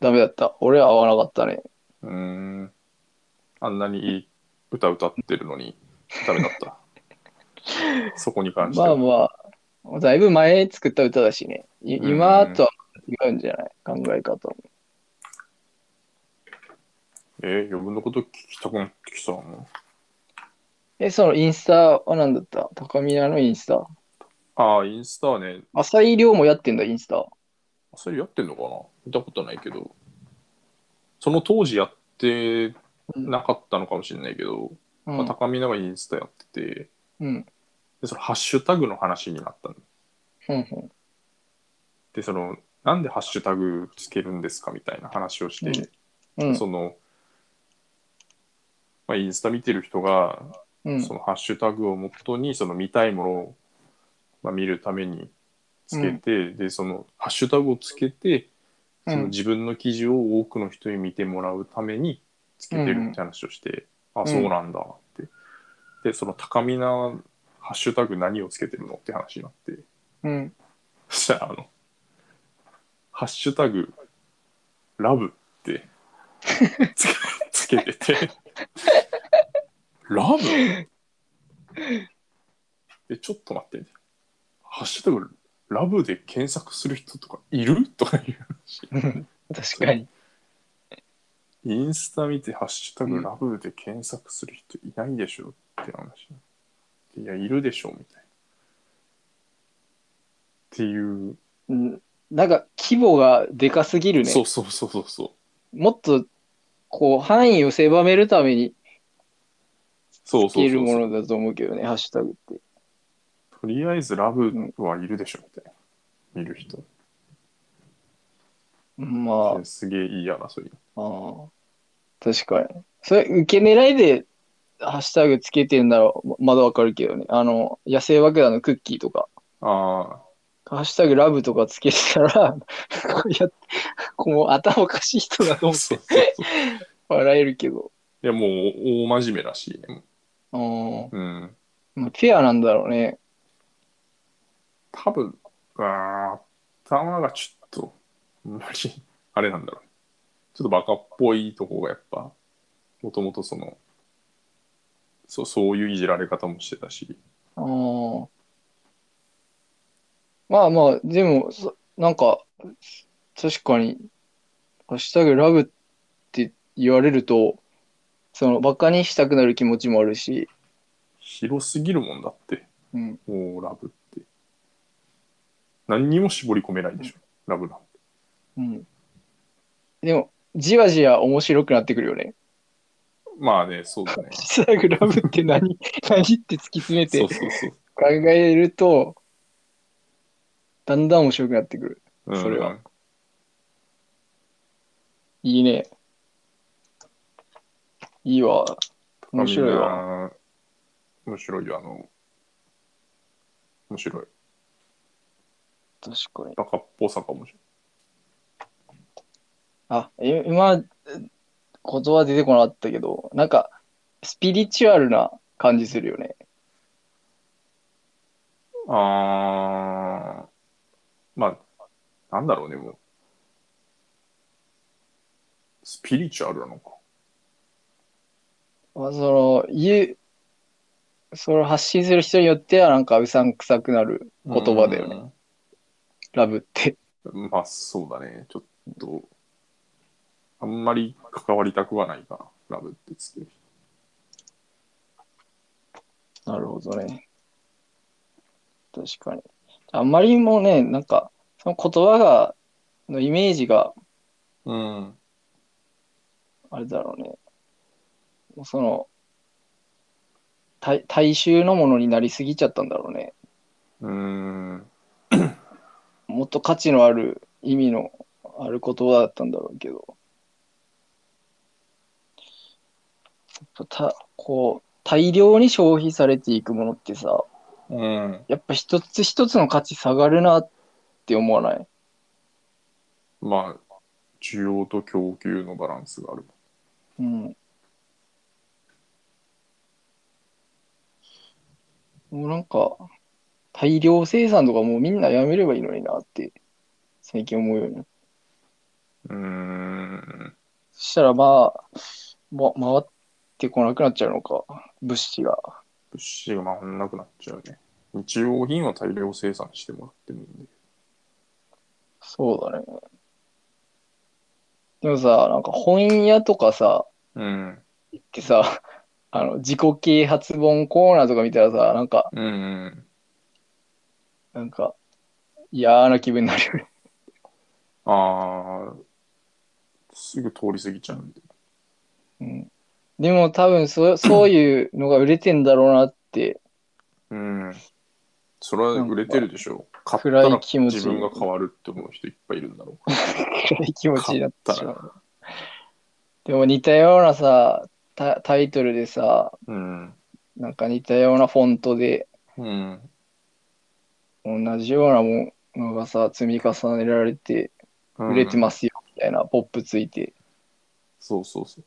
[SPEAKER 1] ダメだった。俺は合わなかったね。
[SPEAKER 2] うーん。あんなにいい歌歌ってるのに、ダメだ
[SPEAKER 1] (laughs)
[SPEAKER 2] った。そこに関して
[SPEAKER 1] まあ
[SPEAKER 2] は。
[SPEAKER 1] まあ、だいぶ前作った歌だしね。い
[SPEAKER 2] うん
[SPEAKER 1] 今とは違うんじゃない考え方も。
[SPEAKER 2] えー、余分なこと聞きたくなってきたの
[SPEAKER 1] え、そのインスタは何だった高見菜のインスタ。
[SPEAKER 2] ああ、インスタはね、
[SPEAKER 1] 浅井亮もやってんだ、インスタ。
[SPEAKER 2] それやってんのかな見たことないけど、その当時やってなかったのかもしれないけど、
[SPEAKER 1] う
[SPEAKER 2] まあ、
[SPEAKER 1] ん。
[SPEAKER 2] 高見菜がインスタやってて、
[SPEAKER 1] うん。
[SPEAKER 2] でそのハッシュタグの話になったの。
[SPEAKER 1] うん。
[SPEAKER 2] で、その、なんでハッシュタグつけるんですかみたいな話をして、
[SPEAKER 1] うん。
[SPEAKER 2] その、まあ、インスタ見てる人が、
[SPEAKER 1] うん
[SPEAKER 2] そのハッシュタグをもとに、その見たいものを、まあ、見るためにつけて、で、そのハッシュタグをつけて、そ
[SPEAKER 1] う
[SPEAKER 2] の
[SPEAKER 1] ん
[SPEAKER 2] 自分の記事を多くの人に見てもらうためにつけてるって話をして、あそうなんだって、でその高みなハッシュタグ何をつけてるのって話になって (laughs)
[SPEAKER 1] うん。
[SPEAKER 2] そしたらあの「ハッシュタグラブ」ってつけつけてて「ラブ?」えちょっと待ってハッシュタグラブで検索する人とかいるとかいう話
[SPEAKER 1] 確かに。
[SPEAKER 2] インスタ見て「ハッシュタグラブ」で検索する人いないでしょって話。いや、いるでしょみたいな。っていう。
[SPEAKER 1] うん。なんか規模がでかすぎるね。
[SPEAKER 2] そうそうそうそうそう。
[SPEAKER 1] もっと、こう、範囲を狭めるために
[SPEAKER 2] そう
[SPEAKER 1] つ
[SPEAKER 2] そう
[SPEAKER 1] け
[SPEAKER 2] そ
[SPEAKER 1] る
[SPEAKER 2] う
[SPEAKER 1] ものだと思うけどね、ハッシュタグって。
[SPEAKER 2] とりあえずラブはいるでしょみたいな。いる人。
[SPEAKER 1] まあ、
[SPEAKER 2] すげえいい争い。
[SPEAKER 1] ああ、確かに。それ、受け狙いで、ハッシュタグつけてんなら、ままだわかるけどね。あの、野生爆弾のクッキーとか、
[SPEAKER 2] あ
[SPEAKER 1] ハッシュタグラブとかつけてたら、 (laughs) こうやって、こうもう頭おかしい人だと
[SPEAKER 2] あ。
[SPEAKER 1] 思っ
[SPEAKER 2] そうそう
[SPEAKER 1] て
[SPEAKER 2] そう。
[SPEAKER 1] 笑えるけど。
[SPEAKER 2] いや、もう大真面目らしいね。
[SPEAKER 1] うん。
[SPEAKER 2] うん。
[SPEAKER 1] まあ、ペアなんだろうね。
[SPEAKER 2] 多分、あー頭がちょっと、あんまり、あれなんだろう。ちょっとバカっぽいとこがやっぱ、もともとその、そう、そういういじられ方もしてたし。
[SPEAKER 1] ああ。まあまあ、でも、そなんか、確かに、ハッシュタグラブって言われると、その、バカにしたくなる気持ちもあるし、
[SPEAKER 2] 広すぎるもんだって、
[SPEAKER 1] うん、
[SPEAKER 2] もうラブって。何にも絞り込めないでしょ、ラブなんて。
[SPEAKER 1] うん。でも、じわじわ面白くなってくるよね。
[SPEAKER 2] まあね、そうだね。
[SPEAKER 1] ハッシュタグラブって
[SPEAKER 2] (laughs)
[SPEAKER 1] 何何って突き詰め
[SPEAKER 2] そ
[SPEAKER 1] て
[SPEAKER 2] うそうそう。
[SPEAKER 1] 考えると、だんだん面白くなってくる。それは。いいね。いいわ。面白いわ。
[SPEAKER 2] わ。面白いよ、あの、面白い。
[SPEAKER 1] 確かに。
[SPEAKER 2] バカっぽさかもし
[SPEAKER 1] あ、い今、え言葉出てこなかったけど、なんか、スピリチュアルな感じするよね。
[SPEAKER 2] れない。あー、まあ、なんだろうね、もう。スピリチュアルなのか。
[SPEAKER 1] まあ、その、言う、それを発信する人によっては、なんか、うさんくさくなる言葉だよね。
[SPEAKER 2] ね。
[SPEAKER 1] ラブって。
[SPEAKER 2] まあ、そうだね。ちょっと、あんまり関わりたくはないかな、ラブってつける人
[SPEAKER 1] なるほどね。確かに。あんまりもね、なんか、その言葉が、のイメージが、
[SPEAKER 2] うん。
[SPEAKER 1] あれだろうね。もうその、大大衆のものになりすぎちゃったんだろうね。
[SPEAKER 2] うん。
[SPEAKER 1] もっと価値のある意味のある言葉だったんだろうけど、やっぱたこう大量に消費されていくものってさ、
[SPEAKER 2] うん。
[SPEAKER 1] やっぱ一つ一つの価値下がるなって思わない。
[SPEAKER 2] まあ、需要と供給のバランスがある。
[SPEAKER 1] うん。もうなんか、大量生産とかもうみんなやめればいいのになって、最近思うようになった
[SPEAKER 2] うーん。
[SPEAKER 1] そしたらまあ、ま、回ってこなくなっちゃうのか、物資が。
[SPEAKER 2] 物資が回んなくなっちゃうね。日用品は大量生産してもらってもいいんで。
[SPEAKER 1] そうだね。でもさ、なんか本屋とかさ、
[SPEAKER 2] うん。
[SPEAKER 1] 行ってさ、あの、自己啓発本コーナーとか見たらさ、なんか、
[SPEAKER 2] うんうん。
[SPEAKER 1] なんか、嫌な気分になるよね。
[SPEAKER 2] ああ、すぐ通り過ぎちゃうんで。
[SPEAKER 1] うん。でも多分そ、そういうのが売れてんだろうなって、
[SPEAKER 2] うん。それは売れてるでしょう。買った
[SPEAKER 1] 暗
[SPEAKER 2] ら
[SPEAKER 1] い気持ち
[SPEAKER 2] 自分が変わるって思う人いっぱいいるんだろうか
[SPEAKER 1] 暗い気持ちになってしま
[SPEAKER 2] 買
[SPEAKER 1] う。でも似たようなさ、タタイトルでさ、
[SPEAKER 2] ら。うん。
[SPEAKER 1] なんか似たようなフォントで、
[SPEAKER 2] うん。
[SPEAKER 1] 同じようなものがさ積み重ねられて
[SPEAKER 2] う
[SPEAKER 1] 売れて
[SPEAKER 2] うん
[SPEAKER 1] ますよ、みたいなポップついて。
[SPEAKER 2] そうそうそう。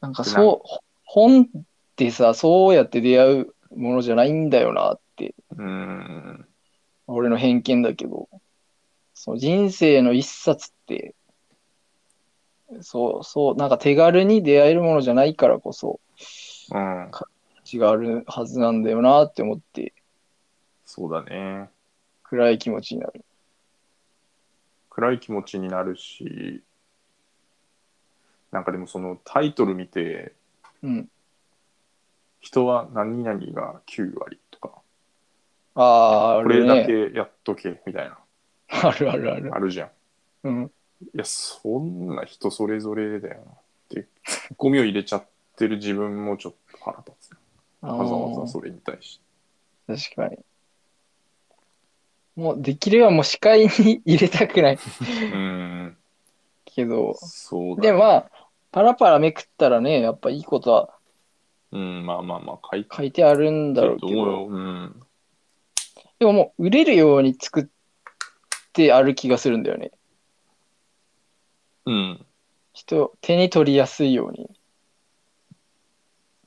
[SPEAKER 1] なんかそう、本ってさ、そうやって出会うものじゃないんだよなって、
[SPEAKER 2] うーん。
[SPEAKER 1] 俺の偏見だけど、その人生の一冊って、そうそう、なんか手軽に出会えるものじゃないからこそ、
[SPEAKER 2] うん。
[SPEAKER 1] 違があるはずなんだよなって思って、
[SPEAKER 2] そうだね。
[SPEAKER 1] 暗い気持ちになる。
[SPEAKER 2] 暗い気持ちになるし、なんかでもそのタイトル見て、
[SPEAKER 1] うん。
[SPEAKER 2] 人は何々が9割とか、
[SPEAKER 1] ああ、あ
[SPEAKER 2] これ
[SPEAKER 1] る
[SPEAKER 2] だけ
[SPEAKER 1] ね。
[SPEAKER 2] やっとけみたいな、
[SPEAKER 1] (laughs) あるあるある。
[SPEAKER 2] あるじゃん。
[SPEAKER 1] うん。
[SPEAKER 2] いや、そんな人それぞれだよなって、ツッコミを入れちゃってる自分もちょっと腹立つ。
[SPEAKER 1] あ
[SPEAKER 2] わざわざ
[SPEAKER 1] ー
[SPEAKER 2] それに対して。
[SPEAKER 1] 確かに。もう、できればもう視界に入れたく
[SPEAKER 2] (laughs)
[SPEAKER 1] ないう
[SPEAKER 2] ーん、
[SPEAKER 1] けど、
[SPEAKER 2] そうだ、ね。
[SPEAKER 1] でもまあ、パラパラめくったらね、やっぱいいことは
[SPEAKER 2] うん、まあまあまあ、書いて
[SPEAKER 1] 書いてあるんだろ
[SPEAKER 2] る
[SPEAKER 1] う
[SPEAKER 2] と
[SPEAKER 1] け
[SPEAKER 2] 思う
[SPEAKER 1] ど、
[SPEAKER 2] よ。うん。
[SPEAKER 1] でももう売れるように作ってある気がするんだよね。
[SPEAKER 2] うん。
[SPEAKER 1] 人、手に取りやすいように。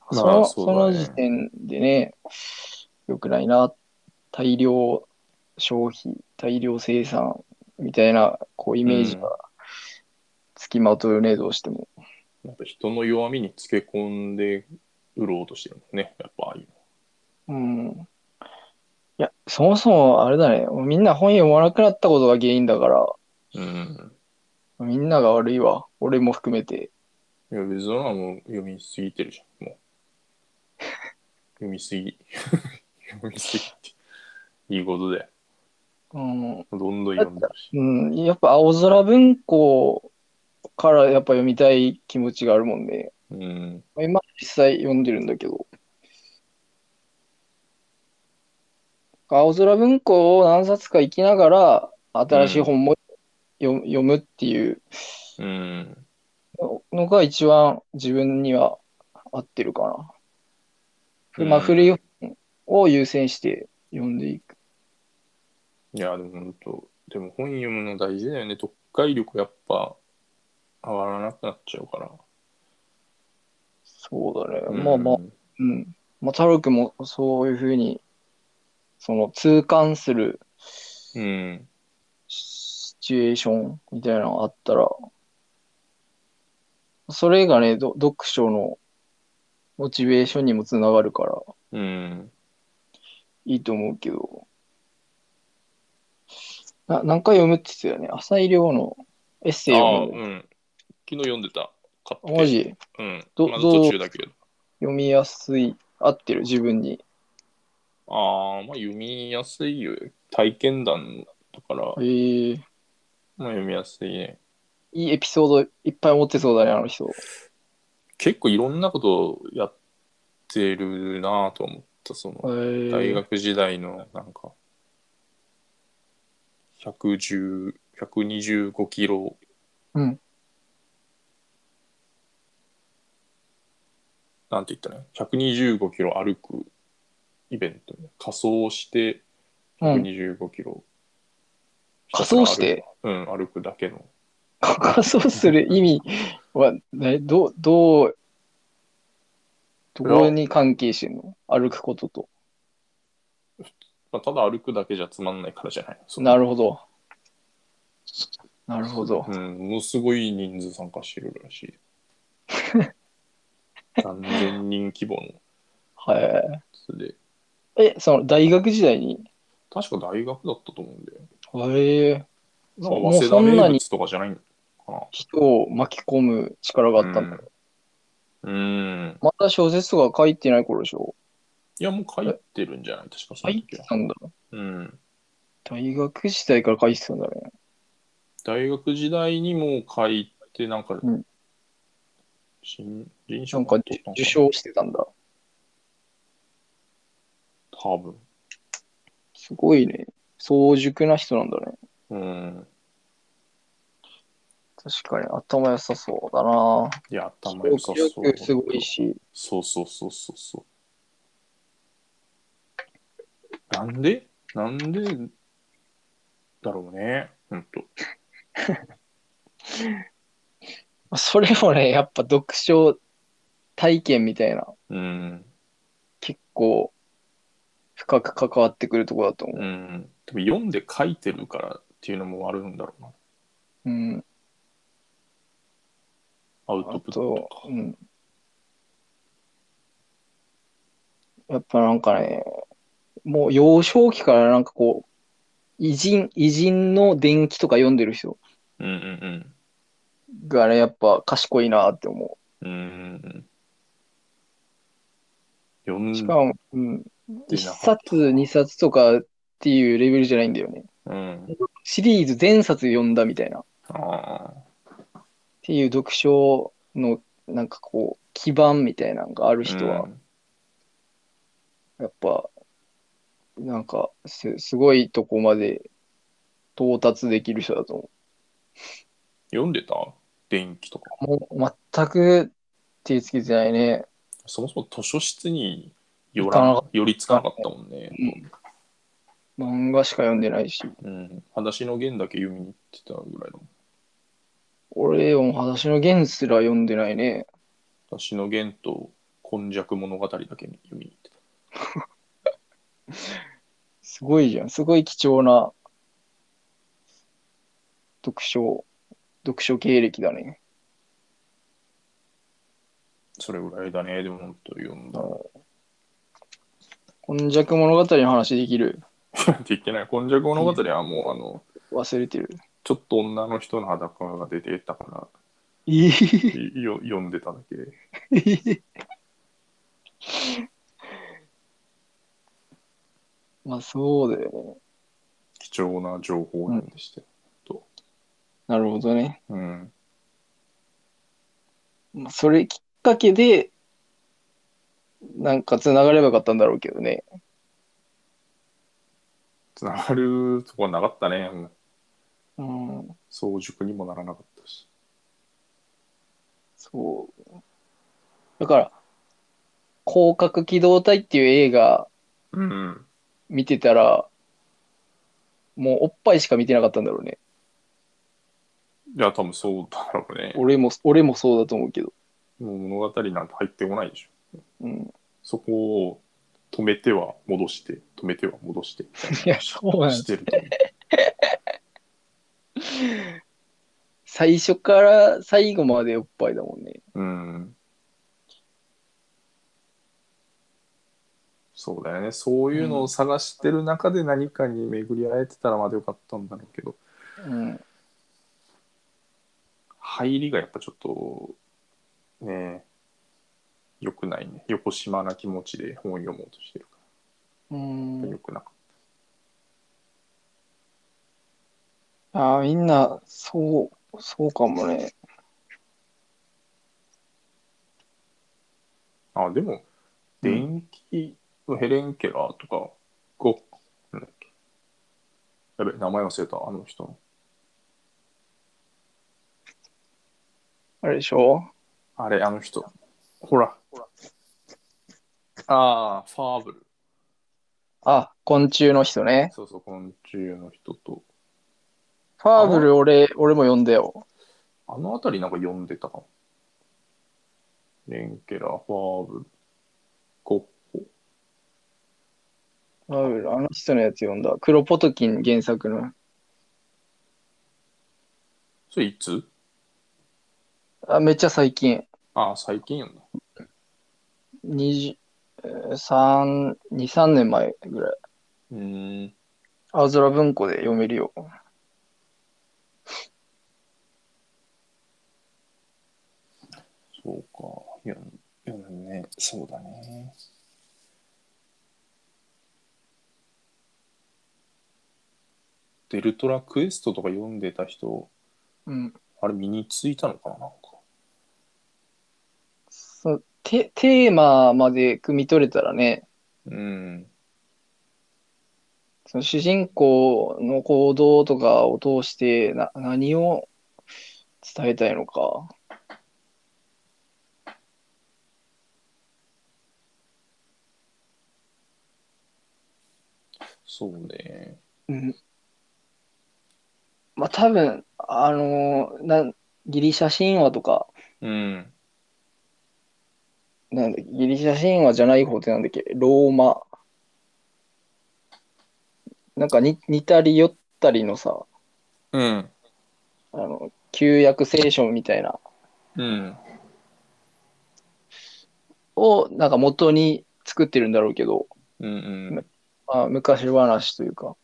[SPEAKER 2] あ
[SPEAKER 1] その
[SPEAKER 2] そ
[SPEAKER 1] そ
[SPEAKER 2] うだ
[SPEAKER 1] の
[SPEAKER 2] ね
[SPEAKER 1] 時点でね、良くないな。大量消費、大量生産みたいなこうイメージが付きまとうね、どうしても。
[SPEAKER 2] やっぱ人の弱みにつけ込んで売ろうとしてるもんね。やっぱああいう
[SPEAKER 1] うん。いや、そもそもあれだね、もうみんな本読まなくなったことが原因だから、
[SPEAKER 2] の。うん。
[SPEAKER 1] みんなが悪いわ。俺も含めて。
[SPEAKER 2] いや、別にはもう読みすぎてるじゃん。もう。 (laughs) 読みすぎ。 (laughs) 読みすぎって。いいことで。
[SPEAKER 1] うん。
[SPEAKER 2] どんどん読んでるし。
[SPEAKER 1] うん、やっぱ青空文庫からやっぱ読みたい気持ちがあるもんね。
[SPEAKER 2] うん。
[SPEAKER 1] 今実際読んでるんだけど。青空文庫を何冊か行きながら新しい本も読,、読むっていう
[SPEAKER 2] うん。
[SPEAKER 1] のが一番自分には合ってるかな。ふまあ
[SPEAKER 2] うん
[SPEAKER 1] 古い本を優先して読んでいく。
[SPEAKER 2] いや、でも本当、でも本読むの大事だよね。読解力やっぱ上がらなくなっちゃうから。
[SPEAKER 1] そうだね。
[SPEAKER 2] うん
[SPEAKER 1] まあまあ。うん。まあ、太郎くんもそういうふうに、その、痛感する
[SPEAKER 2] うん。
[SPEAKER 1] シチュエーションみたいなのがあったら、それがね、ど読書のモチベーションにもつながるから、
[SPEAKER 2] うん。
[SPEAKER 1] いいと思うけど。な何回読むって言ってたよね。浅井亮のエッセイ
[SPEAKER 2] あ
[SPEAKER 1] 読
[SPEAKER 2] あ、
[SPEAKER 1] むの。
[SPEAKER 2] うん。昨日読んでた。買って
[SPEAKER 1] 文字
[SPEAKER 2] うん。
[SPEAKER 1] ど
[SPEAKER 2] まだ
[SPEAKER 1] どう
[SPEAKER 2] 途中だけど。
[SPEAKER 1] 読みやすい、合ってる、自分に。
[SPEAKER 2] ああ、まあ読みやすいよ。体験談だから、まあ
[SPEAKER 1] えー、い
[SPEAKER 2] 読みやすいね。
[SPEAKER 1] いエピソードいっぱい持ってそうだね、あの人。
[SPEAKER 2] 結構いろんなことをやってるなぁと思った、そ
[SPEAKER 1] え
[SPEAKER 2] の、
[SPEAKER 1] ー、
[SPEAKER 2] 大学時代のなんか、110、125キロ
[SPEAKER 1] うん。
[SPEAKER 2] なんて言ったらいいの125キロ歩くイベント仮装して
[SPEAKER 1] うん
[SPEAKER 2] 125キロ、
[SPEAKER 1] 仮装して
[SPEAKER 2] うん歩くだけの
[SPEAKER 1] 仮装する意味は、ね、どう、どう、どこに関係してんの歩くことと。
[SPEAKER 2] まあ、ただ歩くだけじゃつまんないからじゃないその
[SPEAKER 1] なるほど。なるほど。
[SPEAKER 2] うん、ものすごい人数参加してるらし
[SPEAKER 1] (laughs)
[SPEAKER 2] い何千人規模のや
[SPEAKER 1] は
[SPEAKER 2] つで
[SPEAKER 1] い。え、その、大学時代に。
[SPEAKER 2] 確か大学だったと思うんで
[SPEAKER 1] へえ
[SPEAKER 2] なん
[SPEAKER 1] も
[SPEAKER 2] か
[SPEAKER 1] う
[SPEAKER 2] 早稲田
[SPEAKER 1] そんなに
[SPEAKER 2] 名物とかじゃないのかな
[SPEAKER 1] 人を巻き込む力があったんだ。
[SPEAKER 2] うん、うん
[SPEAKER 1] また小説とか書いてない頃でしょ
[SPEAKER 2] いやもう書いてるんじゃない確かそ
[SPEAKER 1] 書
[SPEAKER 2] の
[SPEAKER 1] い
[SPEAKER 2] 時
[SPEAKER 1] て
[SPEAKER 2] は、
[SPEAKER 1] たんだ。
[SPEAKER 2] うん、
[SPEAKER 1] 大学時代から書いてたんだね。
[SPEAKER 2] 大学時代にもう書いてなんか、
[SPEAKER 1] うん
[SPEAKER 2] 新人
[SPEAKER 1] な
[SPEAKER 2] 賞
[SPEAKER 1] んか
[SPEAKER 2] 取
[SPEAKER 1] 受
[SPEAKER 2] ったの
[SPEAKER 1] 受賞してたんだ。
[SPEAKER 2] 多分
[SPEAKER 1] すごいね。早熟な人なんだね。
[SPEAKER 2] うん
[SPEAKER 1] 確かに頭良さそうだな。
[SPEAKER 2] いや頭良さ
[SPEAKER 1] 記
[SPEAKER 2] そ
[SPEAKER 1] 憶
[SPEAKER 2] う
[SPEAKER 1] すごいし。
[SPEAKER 2] そうそうそうそうそうなんでなんでだろうねほんと
[SPEAKER 1] それもね、やっぱ読書体験みたいな、
[SPEAKER 2] うん。
[SPEAKER 1] 結構深く関わってくるところだと思う。
[SPEAKER 2] うん。でも読んで書いてるからっていうのもあるんだろうな。
[SPEAKER 1] うん。
[SPEAKER 2] アウ
[SPEAKER 1] あ
[SPEAKER 2] トプットと
[SPEAKER 1] と
[SPEAKER 2] か、。
[SPEAKER 1] うん。やっぱなんかね、もう幼少期からなんかこう、偉人、偉人の伝記とか読んでる人
[SPEAKER 2] うんうん
[SPEAKER 1] がね、やっぱ賢いなって思
[SPEAKER 2] うん。うんうんうん。
[SPEAKER 1] う。し
[SPEAKER 2] 読ん
[SPEAKER 1] かも、うん、
[SPEAKER 2] で
[SPEAKER 1] 1
[SPEAKER 2] なかっ
[SPEAKER 1] 冊、2冊とかっていうレベルじゃないんだよね。
[SPEAKER 2] うん。
[SPEAKER 1] シリーズ全冊読んだみたいな。
[SPEAKER 2] ああ。
[SPEAKER 1] っていう読書のなんかこう基盤みたいなのがある人は
[SPEAKER 2] うん
[SPEAKER 1] やっぱなんかすすごいとこまで到達できる人だと思
[SPEAKER 2] 読んでた電気とか。
[SPEAKER 1] う。もう全く手つけてないね。
[SPEAKER 2] そもそも図書室に寄
[SPEAKER 1] 行かな
[SPEAKER 2] ら
[SPEAKER 1] か
[SPEAKER 2] ん寄りつかなかったもんね。
[SPEAKER 1] 漫画しか読んでないし。
[SPEAKER 2] うん。裸足の弦だけ読みに行ってたぐらいだもん。
[SPEAKER 1] 俺も裸足の弦すら読んでないね。
[SPEAKER 2] 裸足の弦と今昔物語だけ読みに行ってた。
[SPEAKER 1] すごいじゃん。すごい貴重な読書、読書経歴だね。
[SPEAKER 2] それぐらいだね。でも本当読んだ。
[SPEAKER 1] 今昔物語の話できる。
[SPEAKER 2] できてない。今昔物語はもうあの、
[SPEAKER 1] 忘れてる。
[SPEAKER 2] ちょっと女の人の裸が出てたからい (laughs) よ読んでただけ。
[SPEAKER 1] (laughs) まあそうだよね。
[SPEAKER 2] 貴重な情報なんでして。
[SPEAKER 1] なるほどね。
[SPEAKER 2] うん。
[SPEAKER 1] まあ、それきっかけで、なんか繋がればよかったんだろうけどね。
[SPEAKER 2] つながるとこはなかったね。
[SPEAKER 1] うん、
[SPEAKER 2] 早熟にもならなかったし。
[SPEAKER 1] そう。だから、広角機動隊っていう映画
[SPEAKER 2] うん。
[SPEAKER 1] 見てたら、もうおっぱいしか見てなかったんだろうね。
[SPEAKER 2] いや、多分そうだろうね。
[SPEAKER 1] 俺も、俺もそうだと思うけど。
[SPEAKER 2] もう物語なんて入ってこないでしょ。
[SPEAKER 1] うん。
[SPEAKER 2] そこを止めては戻して、止めては戻して、みたい
[SPEAKER 1] (laughs) いや、そう
[SPEAKER 2] な
[SPEAKER 1] なん
[SPEAKER 2] してると思う。
[SPEAKER 1] 最初から最後までおっぱいだもんね。
[SPEAKER 2] うん。そうだよね。そういうのを探してる中で何かに巡り合えてたらまだよかったんだろうけど、
[SPEAKER 1] うん。
[SPEAKER 2] 入りがやっぱちょっと、ねえ、良くないね。横島な気持ちで本読もうとしてるか
[SPEAKER 1] う
[SPEAKER 2] ら、
[SPEAKER 1] ん
[SPEAKER 2] 良くなかっ
[SPEAKER 1] ああ、みんな、そう、そうかもね。
[SPEAKER 2] た。あ、でも、電気のヘレン・ケラーとか、ご、なんだっけ。やべ、名前忘れた、あの人の。
[SPEAKER 1] あれでしょ
[SPEAKER 2] あれ、あの人。ほら。ああ、ファーブル。
[SPEAKER 1] あ、昆虫の人ね。
[SPEAKER 2] そうそう、昆虫の人と。
[SPEAKER 1] ファーブル、俺、俺も読んだよ。
[SPEAKER 2] あの辺りなんか読んでたかも。レンケラー、ファーブル、ゴッホ。
[SPEAKER 1] ファーブル、あの人のやつ読んだ。クロポトキン原作の。
[SPEAKER 2] それいつ
[SPEAKER 1] あ、めっちゃ最近。
[SPEAKER 2] ああ、最近読んだ。
[SPEAKER 1] 20えー三2、3年前ぐらい。
[SPEAKER 2] うーん。
[SPEAKER 1] 青空文庫で読めるよ。
[SPEAKER 2] そうか。読ん読むね。そうだね。デルトラクエストとか読んでた人、
[SPEAKER 1] うん。
[SPEAKER 2] あれ身についたのかななんか。
[SPEAKER 1] そうテテーマまで汲み取れたらね、
[SPEAKER 2] うん。
[SPEAKER 1] その主人公の行動とかを通してな何を伝えたいのか。
[SPEAKER 2] そうね。
[SPEAKER 1] うんまあ多分、あのーなん、ギリシャ神話とか、
[SPEAKER 2] うん。
[SPEAKER 1] なんだっけギリシャ神話じゃない方ってなんだっけローマ。なんかに似たり寄ったりのさ、
[SPEAKER 2] うん。
[SPEAKER 1] あの、旧約聖書みたいな、
[SPEAKER 2] うん。
[SPEAKER 1] をなんか元に作ってるんだろうけど、
[SPEAKER 2] うんうん。
[SPEAKER 1] まあ、昔話というか。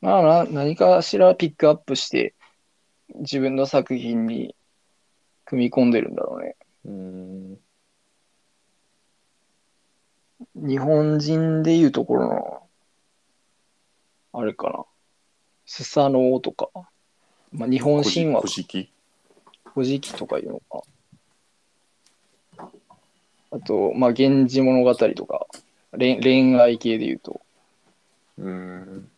[SPEAKER 1] まあな、何かしらピックアップして、自分の作品に組み込んでるんだろうね。
[SPEAKER 2] うん。
[SPEAKER 1] 日本人でいうところの、あれかな。スサノオとか、まあ、日本神話
[SPEAKER 2] 古、事記。
[SPEAKER 1] 古事記とかいうのか。あと、まあ、源氏物語とか、恋恋愛系でいうと。
[SPEAKER 2] うん。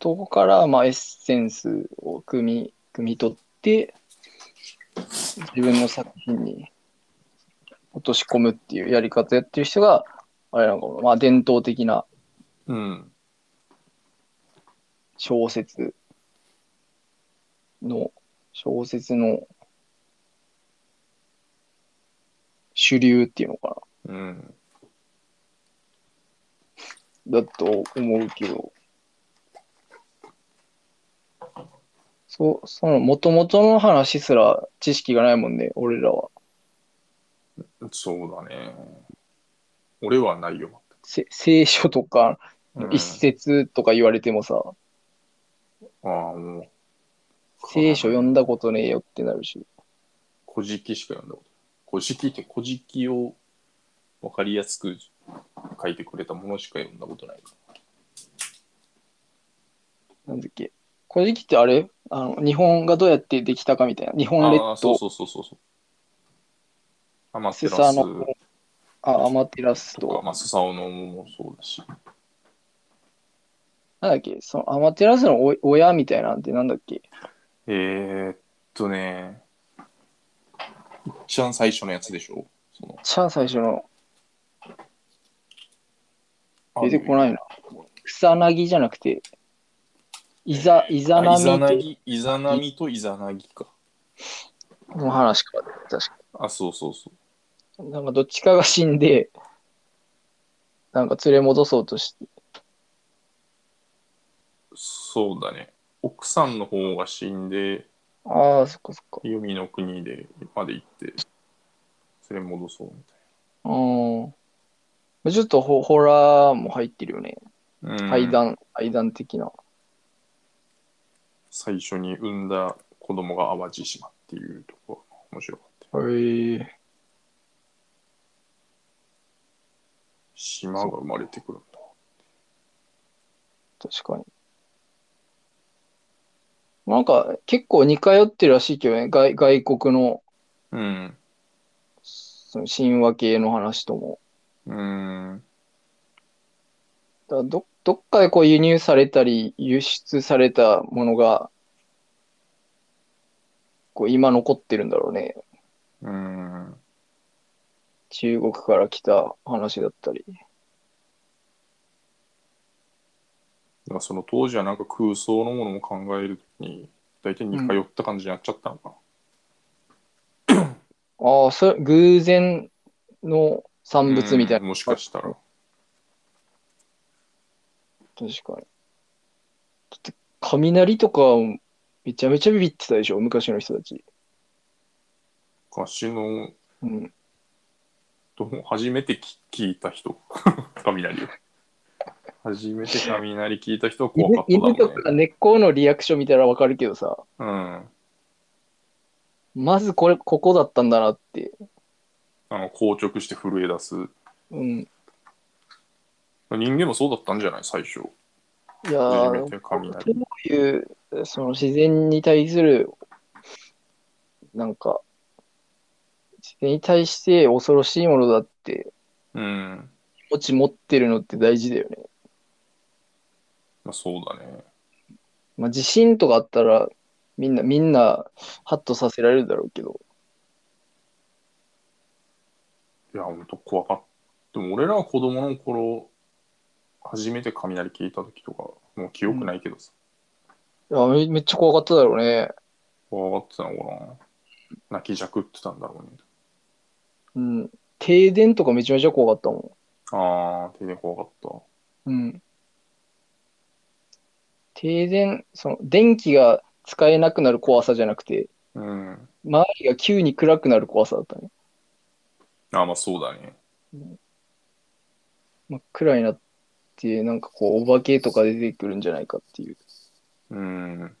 [SPEAKER 1] そこから、まあ、エッセンスを汲み、汲み取って、自分の作品に落とし込むっていうやり方やってる人が、あれなのかな、まあ、伝統的な
[SPEAKER 2] うん。
[SPEAKER 1] 小説の、小説の主流っていうのか
[SPEAKER 2] うん。
[SPEAKER 1] な、だと思うけど、そう、その、元々の話すら知識がないもんね、俺らは。
[SPEAKER 2] そうだね。俺はないよ。
[SPEAKER 1] せ聖書とか
[SPEAKER 2] うん
[SPEAKER 1] 一節とか言われてもさ、
[SPEAKER 2] ああ、もう。
[SPEAKER 1] 聖書読んだことねえよってなるし、
[SPEAKER 2] 古事記しか読んだことない。古事記って古事記を分かりやすく書いてくれたものしか読んだことないか
[SPEAKER 1] なんだっけ。古事記ってあれあの日本がどうやってできたかみたいな。日本列
[SPEAKER 2] ら。ああ、そ
[SPEAKER 1] 島、
[SPEAKER 2] うそうそうそうそう。アマ
[SPEAKER 1] ス
[SPEAKER 2] テラ
[SPEAKER 1] サ
[SPEAKER 2] ス
[SPEAKER 1] ノオあアマテラス
[SPEAKER 2] とか、
[SPEAKER 1] と、
[SPEAKER 2] まあ、スサオノオもそうだし。
[SPEAKER 1] なんだっけ、そのアマテラスのお親みたいなんてなんだっけ。
[SPEAKER 2] えー、っとね、一番最初のやつでしょその
[SPEAKER 1] じゃあ最初の
[SPEAKER 2] あ
[SPEAKER 1] 出てこないな。草薙じゃなくて、イザ、イザナ
[SPEAKER 2] あイザナ
[SPEAKER 1] ミ
[SPEAKER 2] ギ、イザナミとイザナギか。
[SPEAKER 1] の話か、確か。
[SPEAKER 2] あ、そうそうそう。
[SPEAKER 1] なんかどっちかが死んで、なんか連れ戻そうとして、
[SPEAKER 2] そうだね。奥さんの方が死んで、
[SPEAKER 1] ああ、そっかそっか。
[SPEAKER 2] 弓の国でまで行って、連れ戻そうみ
[SPEAKER 1] うん。ちょっとホホラーも入ってるよね。
[SPEAKER 2] たいな。
[SPEAKER 1] 階
[SPEAKER 2] うん
[SPEAKER 1] 段、階段的な。
[SPEAKER 2] 最初に産んだ子供が淡路島っていうところが面白かったよ。
[SPEAKER 1] へ
[SPEAKER 2] 島が生まれてくるんだ。
[SPEAKER 1] 確かに。なんか結構似通ってるらしいけどね。外外国の
[SPEAKER 2] うん。
[SPEAKER 1] その神話系の話とも。
[SPEAKER 2] うん。
[SPEAKER 1] だからどどっかでこう輸入されたり輸出されたものがこう今残ってるんだろうね。
[SPEAKER 2] うん。
[SPEAKER 1] 中国から来た話だったり。
[SPEAKER 2] だからその当時はなんか空想のものも考えるときに大体似通った感じになっちゃったのか
[SPEAKER 1] ああ、それ偶然の
[SPEAKER 2] な。
[SPEAKER 1] 産物みたいな。
[SPEAKER 2] うんもしかしたら。
[SPEAKER 1] 確かに。だって、雷とか、めちゃめちゃビビってたでしょ、昔の人たち。
[SPEAKER 2] 昔の
[SPEAKER 1] うん。
[SPEAKER 2] どう初めてき聞いた人。 (laughs) 雷を。初めて雷聞いた人は怖か
[SPEAKER 1] 犬
[SPEAKER 2] っただ
[SPEAKER 1] 犬
[SPEAKER 2] ろう
[SPEAKER 1] と
[SPEAKER 2] ね。
[SPEAKER 1] か根っこのリアクション見たらわかるけどさ、
[SPEAKER 2] うん。
[SPEAKER 1] まずこれ、ここだったんだなって。
[SPEAKER 2] あの硬直して震え出す。
[SPEAKER 1] うん。い
[SPEAKER 2] 人間もそうだったんじゃない最初。
[SPEAKER 1] や
[SPEAKER 2] 初め
[SPEAKER 1] ー、
[SPEAKER 2] て
[SPEAKER 1] ど
[SPEAKER 2] 雷。
[SPEAKER 1] ういう、その自然に対する、なんか、自然に対して恐ろしいものだって、
[SPEAKER 2] うん。
[SPEAKER 1] 気持ち持ってるのって大事だよね。
[SPEAKER 2] まあ、そうだね。
[SPEAKER 1] まあ、地震とかあったら、みんな、みんな、ハッとさせられるだろうけど。
[SPEAKER 2] いや、ほんと怖かった。でも俺らは子供の頃、初めて雷聞いた時とか、もう記憶ないけどさ、
[SPEAKER 1] いやめめっちゃ怖かっただろうね。
[SPEAKER 2] 怖がってたのかな。泣きじゃくってたんだろうね。
[SPEAKER 1] うん。停電とかめちゃめちゃ怖かったも
[SPEAKER 2] ああ、停電怖かった。
[SPEAKER 1] ん。うん。停電、その、電気が使えなくなる怖さじゃなくて、
[SPEAKER 2] うん。
[SPEAKER 1] 周りが急に暗くなる怖さだったね。
[SPEAKER 2] ああ、まあそうだね。
[SPEAKER 1] 真っ暗になって、なんかこう、お化けとか出てくるんじゃないかっていう。
[SPEAKER 2] うん。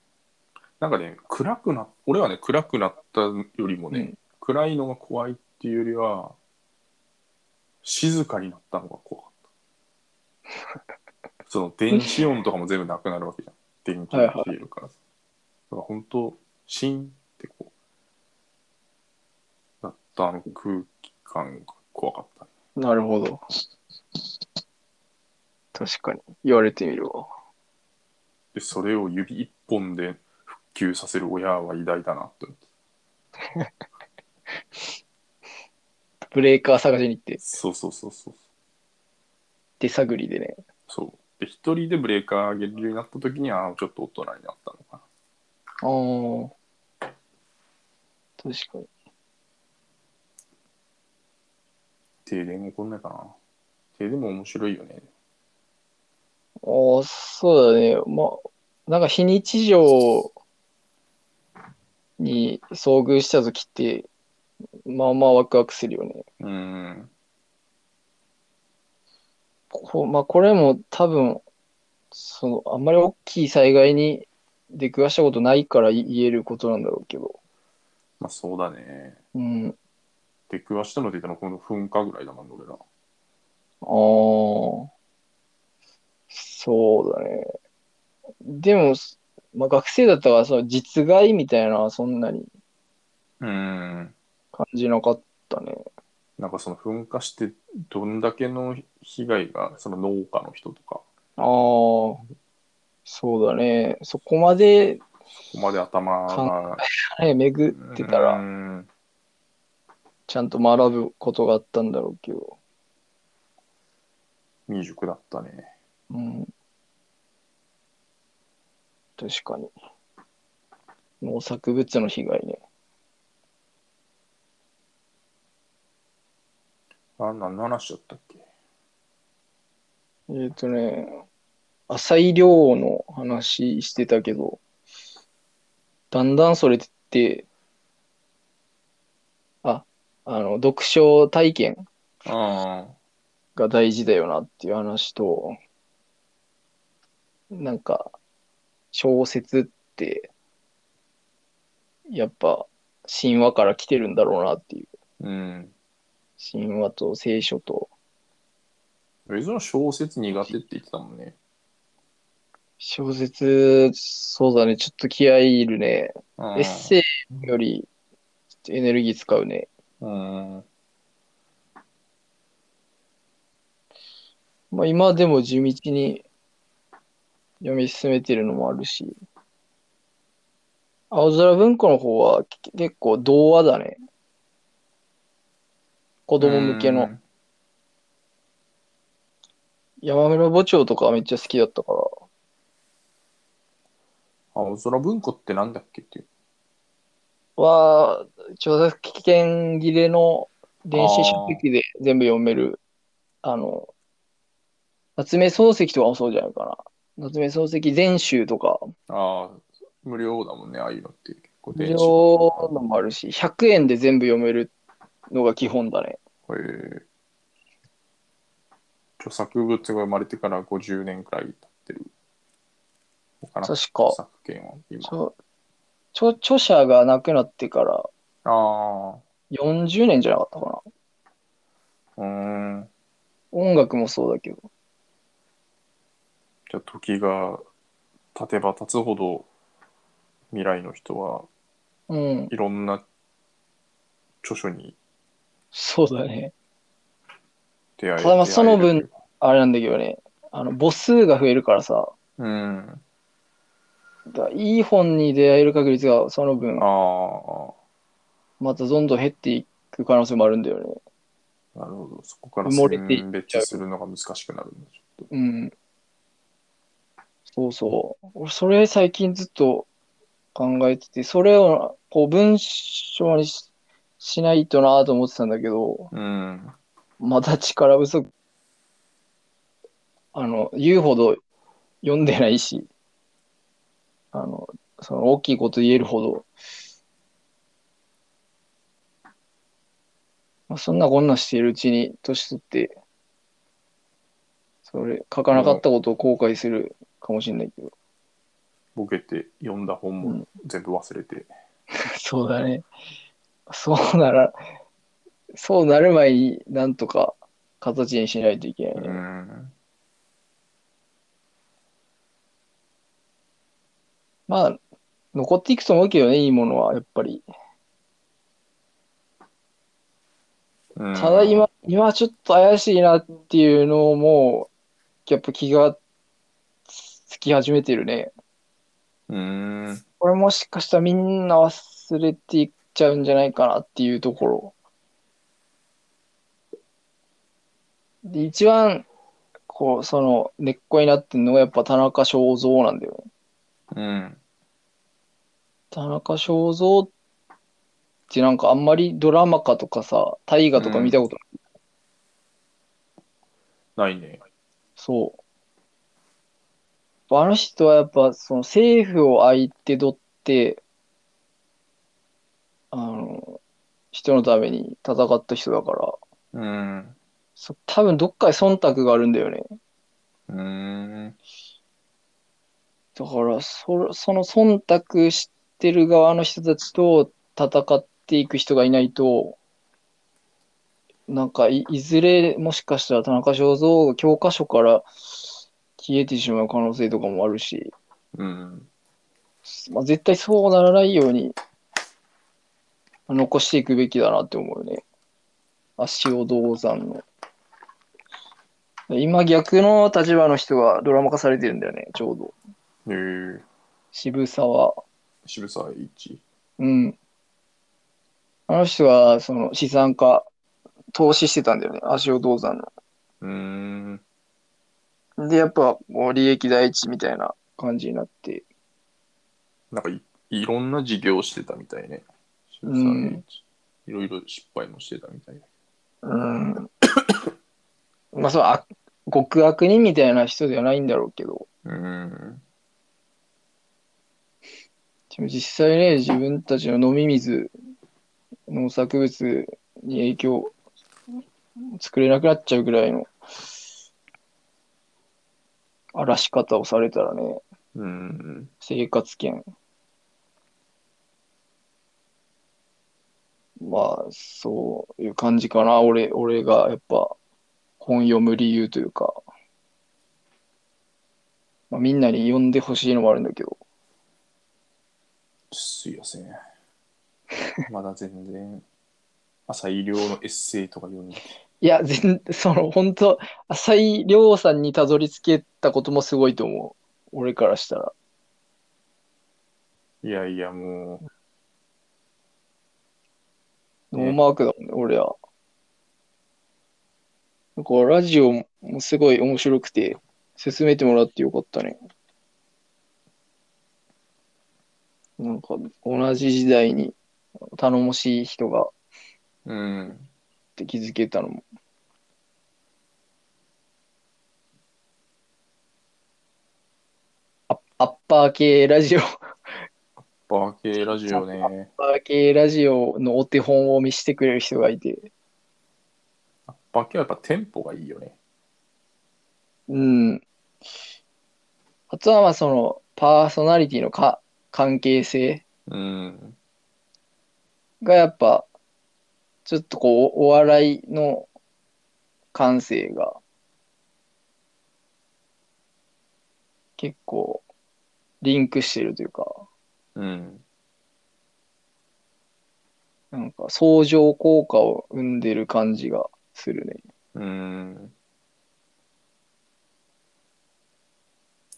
[SPEAKER 2] なんかね、暗くな、俺はね、暗くなったよりもね、
[SPEAKER 1] うん
[SPEAKER 2] 暗いのが怖いっていうよりは、静かになったのが怖かった。その電子音とかも全部なくなるわけじゃん。電気が消えるからさ。だから本当、シーンってこう、なったあの空気感が怖かったね。
[SPEAKER 1] なるほど。確かに。言われてみるわ。
[SPEAKER 2] で、それを指一本で復旧させる親は偉大だなって思って。
[SPEAKER 1] ブレーカー探しに行って、
[SPEAKER 2] そうそうそうそう。
[SPEAKER 1] 手探りでね。
[SPEAKER 2] そう。で、一人でブレーカー上げるようになった時に、ああ、ちょっと大人になったの
[SPEAKER 1] あ
[SPEAKER 2] か
[SPEAKER 1] あ。確かに。
[SPEAKER 2] な。停電起こんないかな。停電も面白いよね。
[SPEAKER 1] ああ、そうだね。まあ、なんか非日常に遭遇した時って、まあまあワクワクするよね。
[SPEAKER 2] うーん。
[SPEAKER 1] こまあ、これも多分、その、あんまり大きい災害に出くわしたことないから言えることなんだろうけど。
[SPEAKER 2] まあそうだね。
[SPEAKER 1] うん。あ
[SPEAKER 2] 出くわしたので言ったら、この噴火ぐらいだもんね、俺ら。
[SPEAKER 1] あ。そうだね。でも、まあ、学生だったからさ、実害みたいなのはそんなに
[SPEAKER 2] うーん。
[SPEAKER 1] 感じなかったね。
[SPEAKER 2] なんかその噴火して、どんだけの被害が、その農家の人とか、
[SPEAKER 1] ああ、そうだね。そこまで、
[SPEAKER 2] ここまで頭が。
[SPEAKER 1] ね、巡ってた
[SPEAKER 2] うー
[SPEAKER 1] ら、
[SPEAKER 2] ん
[SPEAKER 1] ちゃんと学ぶことがあったんだろうけど。
[SPEAKER 2] 未熟だったね。
[SPEAKER 1] うん。確かに。農作物の被害ね。
[SPEAKER 2] あ、何の話だったっけ
[SPEAKER 1] えっ、とね、浅い量の話してたけど、だんだんそれって、あ、あの、読書体験
[SPEAKER 2] あ
[SPEAKER 1] が大事だよなっていう話と、なんか、小説って、やっぱ神話から来てるんだろうなっていう。
[SPEAKER 2] あ。うん。
[SPEAKER 1] 神話と聖書と、
[SPEAKER 2] 別の小説苦手って言ってたもんね。
[SPEAKER 1] 小説、そうだね、ちょっと気合いいるね。エ
[SPEAKER 2] エ
[SPEAKER 1] ッセイより、ちょっとエネルギー使うね。
[SPEAKER 2] うん。
[SPEAKER 1] まあ今でも地道に読み進めてるのもあるし、青空文庫の方はけ結構童話だね。子供向けの。山村墓長とかめっちゃ好きだったから、
[SPEAKER 2] 青空文庫ってなんだっけっていう。
[SPEAKER 1] は、著作権切れの電子書籍で全部読める、あの、夏目漱石とかもそうじゃないかな。夏目漱石全集とか、
[SPEAKER 2] ああ、無料だもんね、ああいうのって。結構
[SPEAKER 1] 無
[SPEAKER 2] 電子
[SPEAKER 1] 料のもあるし、100円で全部読めるのが基本だね。
[SPEAKER 2] へえ著作物が生まれてから50年くらい経ってる。他の
[SPEAKER 1] 確
[SPEAKER 2] 著
[SPEAKER 1] か、
[SPEAKER 2] 作権は今。
[SPEAKER 1] 著著著者が亡くなってから
[SPEAKER 2] あ
[SPEAKER 1] 40年じゃなかったかな。
[SPEAKER 2] あ、うーん。
[SPEAKER 1] 音楽もそうだけど。
[SPEAKER 2] じゃあ時が経てば経つほど未来の人は
[SPEAKER 1] うん、
[SPEAKER 2] いろんな著書に
[SPEAKER 1] そうだね。
[SPEAKER 2] 出会え
[SPEAKER 1] ただまあ
[SPEAKER 2] 出会える
[SPEAKER 1] その分。あれなんだけどね、あの母数が増えるからさ、
[SPEAKER 2] うん。
[SPEAKER 1] だいい本に出会える確率がその分
[SPEAKER 2] あ、あ。
[SPEAKER 1] またどんどん減っていく可能性もあるんだよね。
[SPEAKER 2] なるほど。そこから
[SPEAKER 1] 埋もれていっ
[SPEAKER 2] 選別するのが難しくなるんでしょ
[SPEAKER 1] うん。そうそう。俺、それ最近ずっと考えてて、それをこう文章にし、しないとなと思ってたんだけど、
[SPEAKER 2] うん。
[SPEAKER 1] まだ力不足。あの、言うほど読んでないし、あの、その大きいこと言えるほど、まあ、そんなこんなしているうちに年取って、それ、書かなかったことを後悔するかもしれないけど。
[SPEAKER 2] ボケて読んだ本
[SPEAKER 1] う
[SPEAKER 2] も
[SPEAKER 1] ん
[SPEAKER 2] 全部忘れて。
[SPEAKER 1] (laughs) そうだね。そうなら、そうなる前になんとか形にしないといけな
[SPEAKER 2] う
[SPEAKER 1] いね。
[SPEAKER 2] ん。
[SPEAKER 1] まあ、残っていくと思うけどね、いいものは、やっぱり。
[SPEAKER 2] うん
[SPEAKER 1] ただ今、今ちょっと怪しいなっていうのをもう、やっぱ気がつき始めてるね。
[SPEAKER 2] うん。
[SPEAKER 1] これもしかしたらみんな忘れていっちゃうんじゃないかなっていうところ。で、一番、こう、その、根っこになってるのがやっぱ田中正造なんだよね。
[SPEAKER 2] うん。
[SPEAKER 1] 田中正造ってなんかあんまりドラマ化とかさ、大河とか見たことない。
[SPEAKER 2] ないね。
[SPEAKER 1] そう。あの人はやっぱその政府を相手取って、あの、人のために戦った人だから、
[SPEAKER 2] うん。
[SPEAKER 1] そ多分どっかに忖度があるんだよね。
[SPEAKER 2] うん。
[SPEAKER 1] だからそ、その忖度してる側の人たちと戦っていく人がいないと、なんかい、いずれもしかしたら田中正造が教科書から消えてしまう可能性とかもあるし、
[SPEAKER 2] うん。
[SPEAKER 1] まあ、絶対そうならないように残していくべきだなって思うね。足尾銅山の。今逆の立場の人がドラマ化されてるんだよね、ちょうど。
[SPEAKER 2] えー、
[SPEAKER 1] 渋沢。
[SPEAKER 2] 渋沢栄一。
[SPEAKER 1] うん。あの人は、その資産家、投資してたんだよね、足尾銅山
[SPEAKER 2] うん。
[SPEAKER 1] の。で、やっぱ、もう利益第一みたいな感じになって。
[SPEAKER 2] なんかいいろんな事業してたみたいね。渋沢栄一。いろいろ失敗もしてたみたい。
[SPEAKER 1] うん。まあ、そのあ、極悪人みたいな人ではないんだろうけど、
[SPEAKER 2] うん。
[SPEAKER 1] でも実際ね、自分たちの飲み水、農作物に影響、作れなくなっちゃうぐらいの、荒らし方をされたらね、
[SPEAKER 2] うん。
[SPEAKER 1] 生活圏。まあ、そういう感じかな。俺、俺がやっぱ本読む理由というか、まあ、みんなに読んでほしいのもあるんだけど、
[SPEAKER 2] すいません。まだ全然。朝医療のエッセイとか読んで。
[SPEAKER 1] いや、全、その、本当浅井亮さんにたどり着けたこともすごいと思う。俺からしたら。
[SPEAKER 2] いやいや、もう。
[SPEAKER 1] ノーマークだもんね、俺は。なんかラジオもすごい面白くて、進めてもらってよかったね。なんか、同じ時代に頼もしい人がっ
[SPEAKER 2] うん。
[SPEAKER 1] て気づけたのも。アッアッパー系ラジオ、アッ
[SPEAKER 2] バー系ラジオね。
[SPEAKER 1] パー系ラジオのお手本を見せてくれる人がいて、
[SPEAKER 2] バー系はやっぱテンポがいいよね。
[SPEAKER 1] うん。あとはまあそのパーソナリティのか関係性
[SPEAKER 2] うん。
[SPEAKER 1] がやっぱちょっとこうおお笑いの感性が結構リンクしてるというか
[SPEAKER 2] うん。
[SPEAKER 1] なんか相乗効果を生んでる感じがするね。
[SPEAKER 2] うん。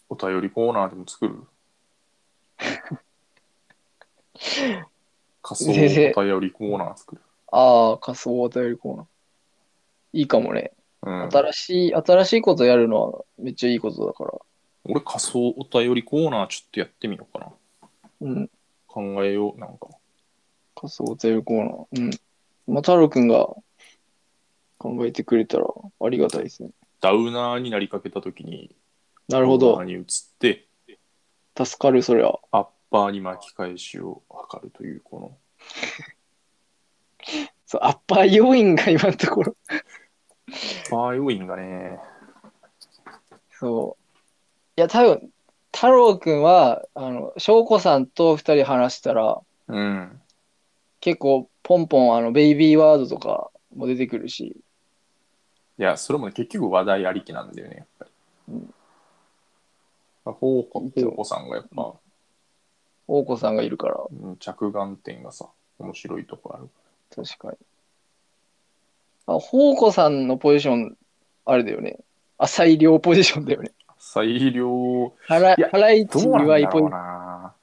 [SPEAKER 2] お便りコーナーでも作る
[SPEAKER 1] (laughs)
[SPEAKER 2] 仮想お便りコーナー作る。
[SPEAKER 1] ああ、仮想お便りコーナー。いいかもね。
[SPEAKER 2] うん、
[SPEAKER 1] 新しい、新しいことやるのはめっちゃいいことだから。
[SPEAKER 2] 俺仮想お便りコーナーちょっとやってみようかな。
[SPEAKER 1] うん。
[SPEAKER 2] 考えよう、なんか。
[SPEAKER 1] 仮想テレコーナー。うん。まあ、太郎くんが考えてくれたらありがたいですね。
[SPEAKER 2] ダウナーになりかけた時に、
[SPEAKER 1] なるほ
[SPEAKER 2] コーナー
[SPEAKER 1] ど。
[SPEAKER 2] に移って、
[SPEAKER 1] 助かる、そりゃ。
[SPEAKER 2] アッパーに巻き返しを図るという、この。
[SPEAKER 1] そう、アッパー要因が今のところ。
[SPEAKER 2] アッパー要因がね、
[SPEAKER 1] そう。いや、多分、太郎くんは、あの、翔子さんと二人話したら、
[SPEAKER 2] うん。
[SPEAKER 1] 結構、ポンポン、あの、ベイビーワードとかも出てくるし、
[SPEAKER 2] いや、それもね、結局話題ありきなんだよね、やっぱり。
[SPEAKER 1] うん
[SPEAKER 2] まあほうこ、ほうこさんがやっぱ、
[SPEAKER 1] 王子さんがいるから、
[SPEAKER 2] うん着眼点がさ、面白いとこある。
[SPEAKER 1] 確かに。あ、宝子さんのポジション、あれだよね。浅い量ポジションだよね。
[SPEAKER 2] 裁量、
[SPEAKER 1] 腹
[SPEAKER 2] いや
[SPEAKER 1] 腹い
[SPEAKER 2] ど
[SPEAKER 1] ち
[SPEAKER 2] うなん
[SPEAKER 1] 岩
[SPEAKER 2] だ
[SPEAKER 1] 井ポ
[SPEAKER 2] ろ
[SPEAKER 1] ジ
[SPEAKER 2] うな。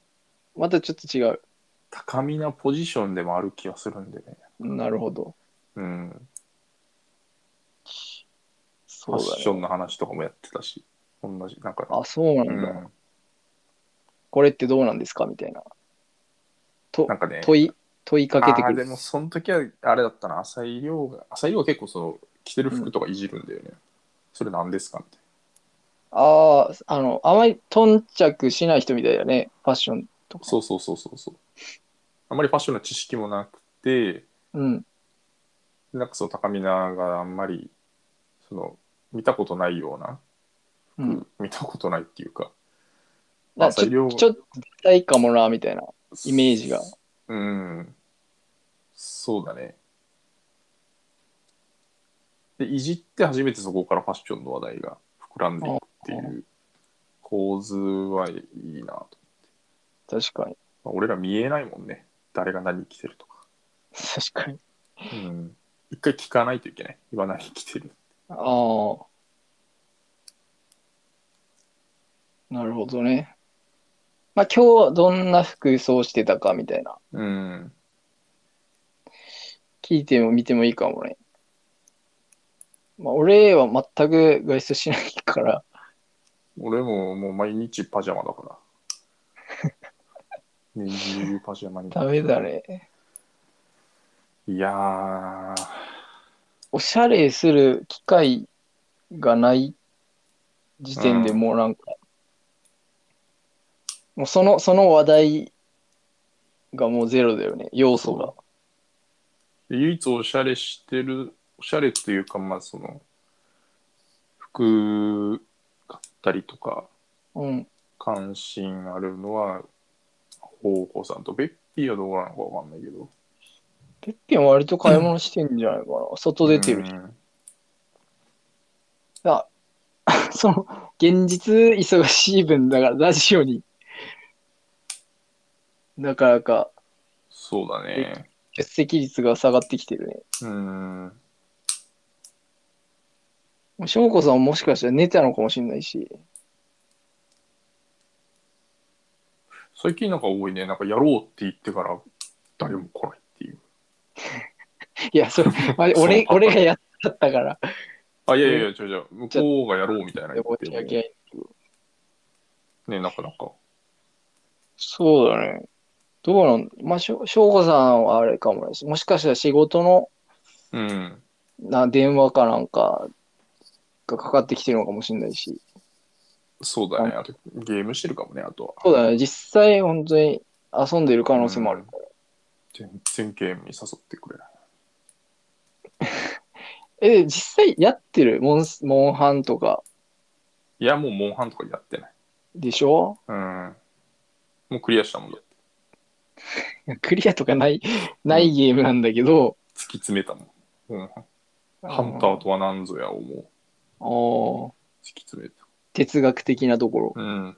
[SPEAKER 1] またちょっと違う。
[SPEAKER 2] 高みなポジションでもある気がするんでね。
[SPEAKER 1] なるほど。
[SPEAKER 2] うん。フ
[SPEAKER 1] そ
[SPEAKER 2] ァ
[SPEAKER 1] う
[SPEAKER 2] ッ
[SPEAKER 1] だ
[SPEAKER 2] ショ
[SPEAKER 1] ね。
[SPEAKER 2] ンの話とかもやってたし、同じ、なんか、
[SPEAKER 1] あ、そうなん
[SPEAKER 2] う
[SPEAKER 1] だ。
[SPEAKER 2] ん、
[SPEAKER 1] これってどうなんですかみたいな。と
[SPEAKER 2] なんかね、
[SPEAKER 1] 問い、問いかけてく
[SPEAKER 2] あーで
[SPEAKER 1] る
[SPEAKER 2] も、。その時は、あれだったな、浅井亮が、浅井亮は結構その、着てる服とかいじるんだよね。それなんですかみたい
[SPEAKER 1] ああ、あの、あまり頓着しない人みたいだよね。ファッションと
[SPEAKER 2] な。
[SPEAKER 1] か。
[SPEAKER 2] そうそうそうそうそう。あまりファッションの知識もなくて、
[SPEAKER 1] うん。
[SPEAKER 2] なんかその高見ながあんまり、その、見たことないような、
[SPEAKER 1] うん。
[SPEAKER 2] 見たことないっていうか、
[SPEAKER 1] だから
[SPEAKER 2] 浅井
[SPEAKER 1] ちょ
[SPEAKER 2] 亮
[SPEAKER 1] っと、ちょっと、痛いかもな、みたいな。イメージが。
[SPEAKER 2] うん。そうだね。で、いじって初めてそこからファッションの話題が膨らんでいくっていう構図はいいなと。
[SPEAKER 1] 確かに。 (laughs)
[SPEAKER 2] まあ、俺ら見えないもんね。誰が何着てるとか。
[SPEAKER 1] 確かに。
[SPEAKER 2] うん。一回聞かないといけない。今何着てる。
[SPEAKER 1] ああ。なるほどね。まあ今日はどんな服装してたかみたいな。
[SPEAKER 2] うん。
[SPEAKER 1] 聞いても見てもいいかもね。まあ俺は全く外出しないから、
[SPEAKER 2] 俺ももう毎日パジャマだ
[SPEAKER 1] (laughs)
[SPEAKER 2] から。年中パジャマに。
[SPEAKER 1] ダメだ。ね。
[SPEAKER 2] いやー、
[SPEAKER 1] おしゃれする機会がない時点で
[SPEAKER 2] うん
[SPEAKER 1] もうなんか、もうその、その話題がもうゼロだよね。要素が。
[SPEAKER 2] で唯一おしゃれしてるおしゃれっていうかまあその服買ったりとか
[SPEAKER 1] うん。
[SPEAKER 2] 関心あるのは方向さんとベッピーはどうなのかわかんないけど
[SPEAKER 1] ペッピンは割と買い物してんじゃないかな。外出てるし。
[SPEAKER 2] うん
[SPEAKER 1] あ、その、現実忙しい分だから、ラジオに、なかなか
[SPEAKER 2] そうだね
[SPEAKER 1] 出席率が下がってきてるね。
[SPEAKER 2] うん
[SPEAKER 1] もう翔子さんはもしかしたら寝たのかもしれないし。
[SPEAKER 2] 最近なんか多いねなんかやろうって言ってから誰も来ないっていう
[SPEAKER 1] いや、それ、まあ
[SPEAKER 2] (laughs) そう
[SPEAKER 1] 俺、俺がやったったから、
[SPEAKER 2] あいやいやいや違う違う向こうがやろうみたいな
[SPEAKER 1] 申
[SPEAKER 2] 言って
[SPEAKER 1] し訳な
[SPEAKER 2] ね
[SPEAKER 1] い。
[SPEAKER 2] ねなかなか
[SPEAKER 1] そうだね。どうなんまあ、しょ翔子さんはあれかもね。もしかしたら仕事の
[SPEAKER 2] うん
[SPEAKER 1] な電話かなんかがかかってきてるのかもしれないし。
[SPEAKER 2] そうだねあとゲームしてるかもねあとは
[SPEAKER 1] そうだね、実際本当に遊んでる可能性もあるから。
[SPEAKER 2] 全然ゲームに誘ってくれない
[SPEAKER 1] え、実際やってるモンスモンハンとか
[SPEAKER 2] いやもうモンハンとかやってない
[SPEAKER 1] でしょ (laughs)
[SPEAKER 2] うん。もうクリアしたもんだって。
[SPEAKER 1] いやクリアとかない、ないゲームなんだけど。
[SPEAKER 2] 突き詰めたもん。うん、ハンターとは何ぞやをも
[SPEAKER 1] あ
[SPEAKER 2] う
[SPEAKER 1] あ、
[SPEAKER 2] 突き詰めた。
[SPEAKER 1] 哲学的なところ。
[SPEAKER 2] うん。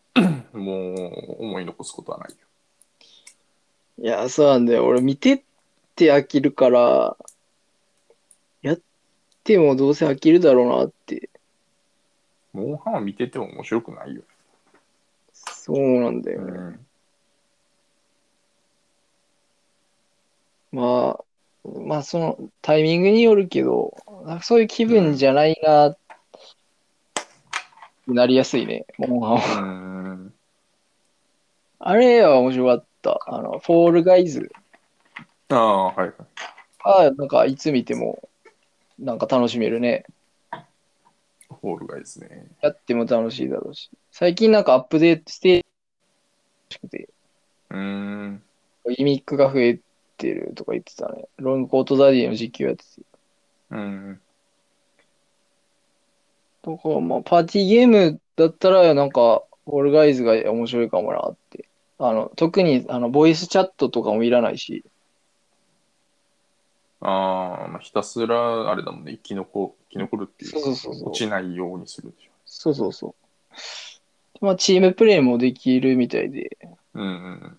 [SPEAKER 2] (coughs) もう思い残すことはないよ。
[SPEAKER 1] いや、そうなんだよ。俺見てって飽きるから、やってもどうせ飽きるだろうなって。
[SPEAKER 2] モンハンは見てても面白くないよ。
[SPEAKER 1] そうなんだよね。
[SPEAKER 2] ん。
[SPEAKER 1] まあ、まあそのタイミングによるけど、なんかそういう気分じゃないな、なりやすいね、モンハンは
[SPEAKER 2] うーん。
[SPEAKER 1] あれは面白かった。あの、フォールガイズ
[SPEAKER 2] ああ、はい。
[SPEAKER 1] は、なんかいつ見ても、なんか楽しめるね。
[SPEAKER 2] ホールがいいですね。
[SPEAKER 1] やっても楽しいだろうし。最近なんかアップデートして、しくて、
[SPEAKER 2] うーん。
[SPEAKER 1] ギミックが増えてるとか言ってたね。ロングコートダディの実況やってて。
[SPEAKER 2] うん。
[SPEAKER 1] とか、まあ、パーティーゲームだったら、なんか、フォールガイズが面白いかもなって。あの、特に、あの、ボイスチャットとかもいらないし、
[SPEAKER 2] ああ、まあ、ひたすら、あれだもんね、生き残生き残るっていうか
[SPEAKER 1] そうそうそうそう
[SPEAKER 2] 落ちないようにするでし
[SPEAKER 1] そうそうそう。まあ、チームプレイもできるみたいで、
[SPEAKER 2] ょ。うんうん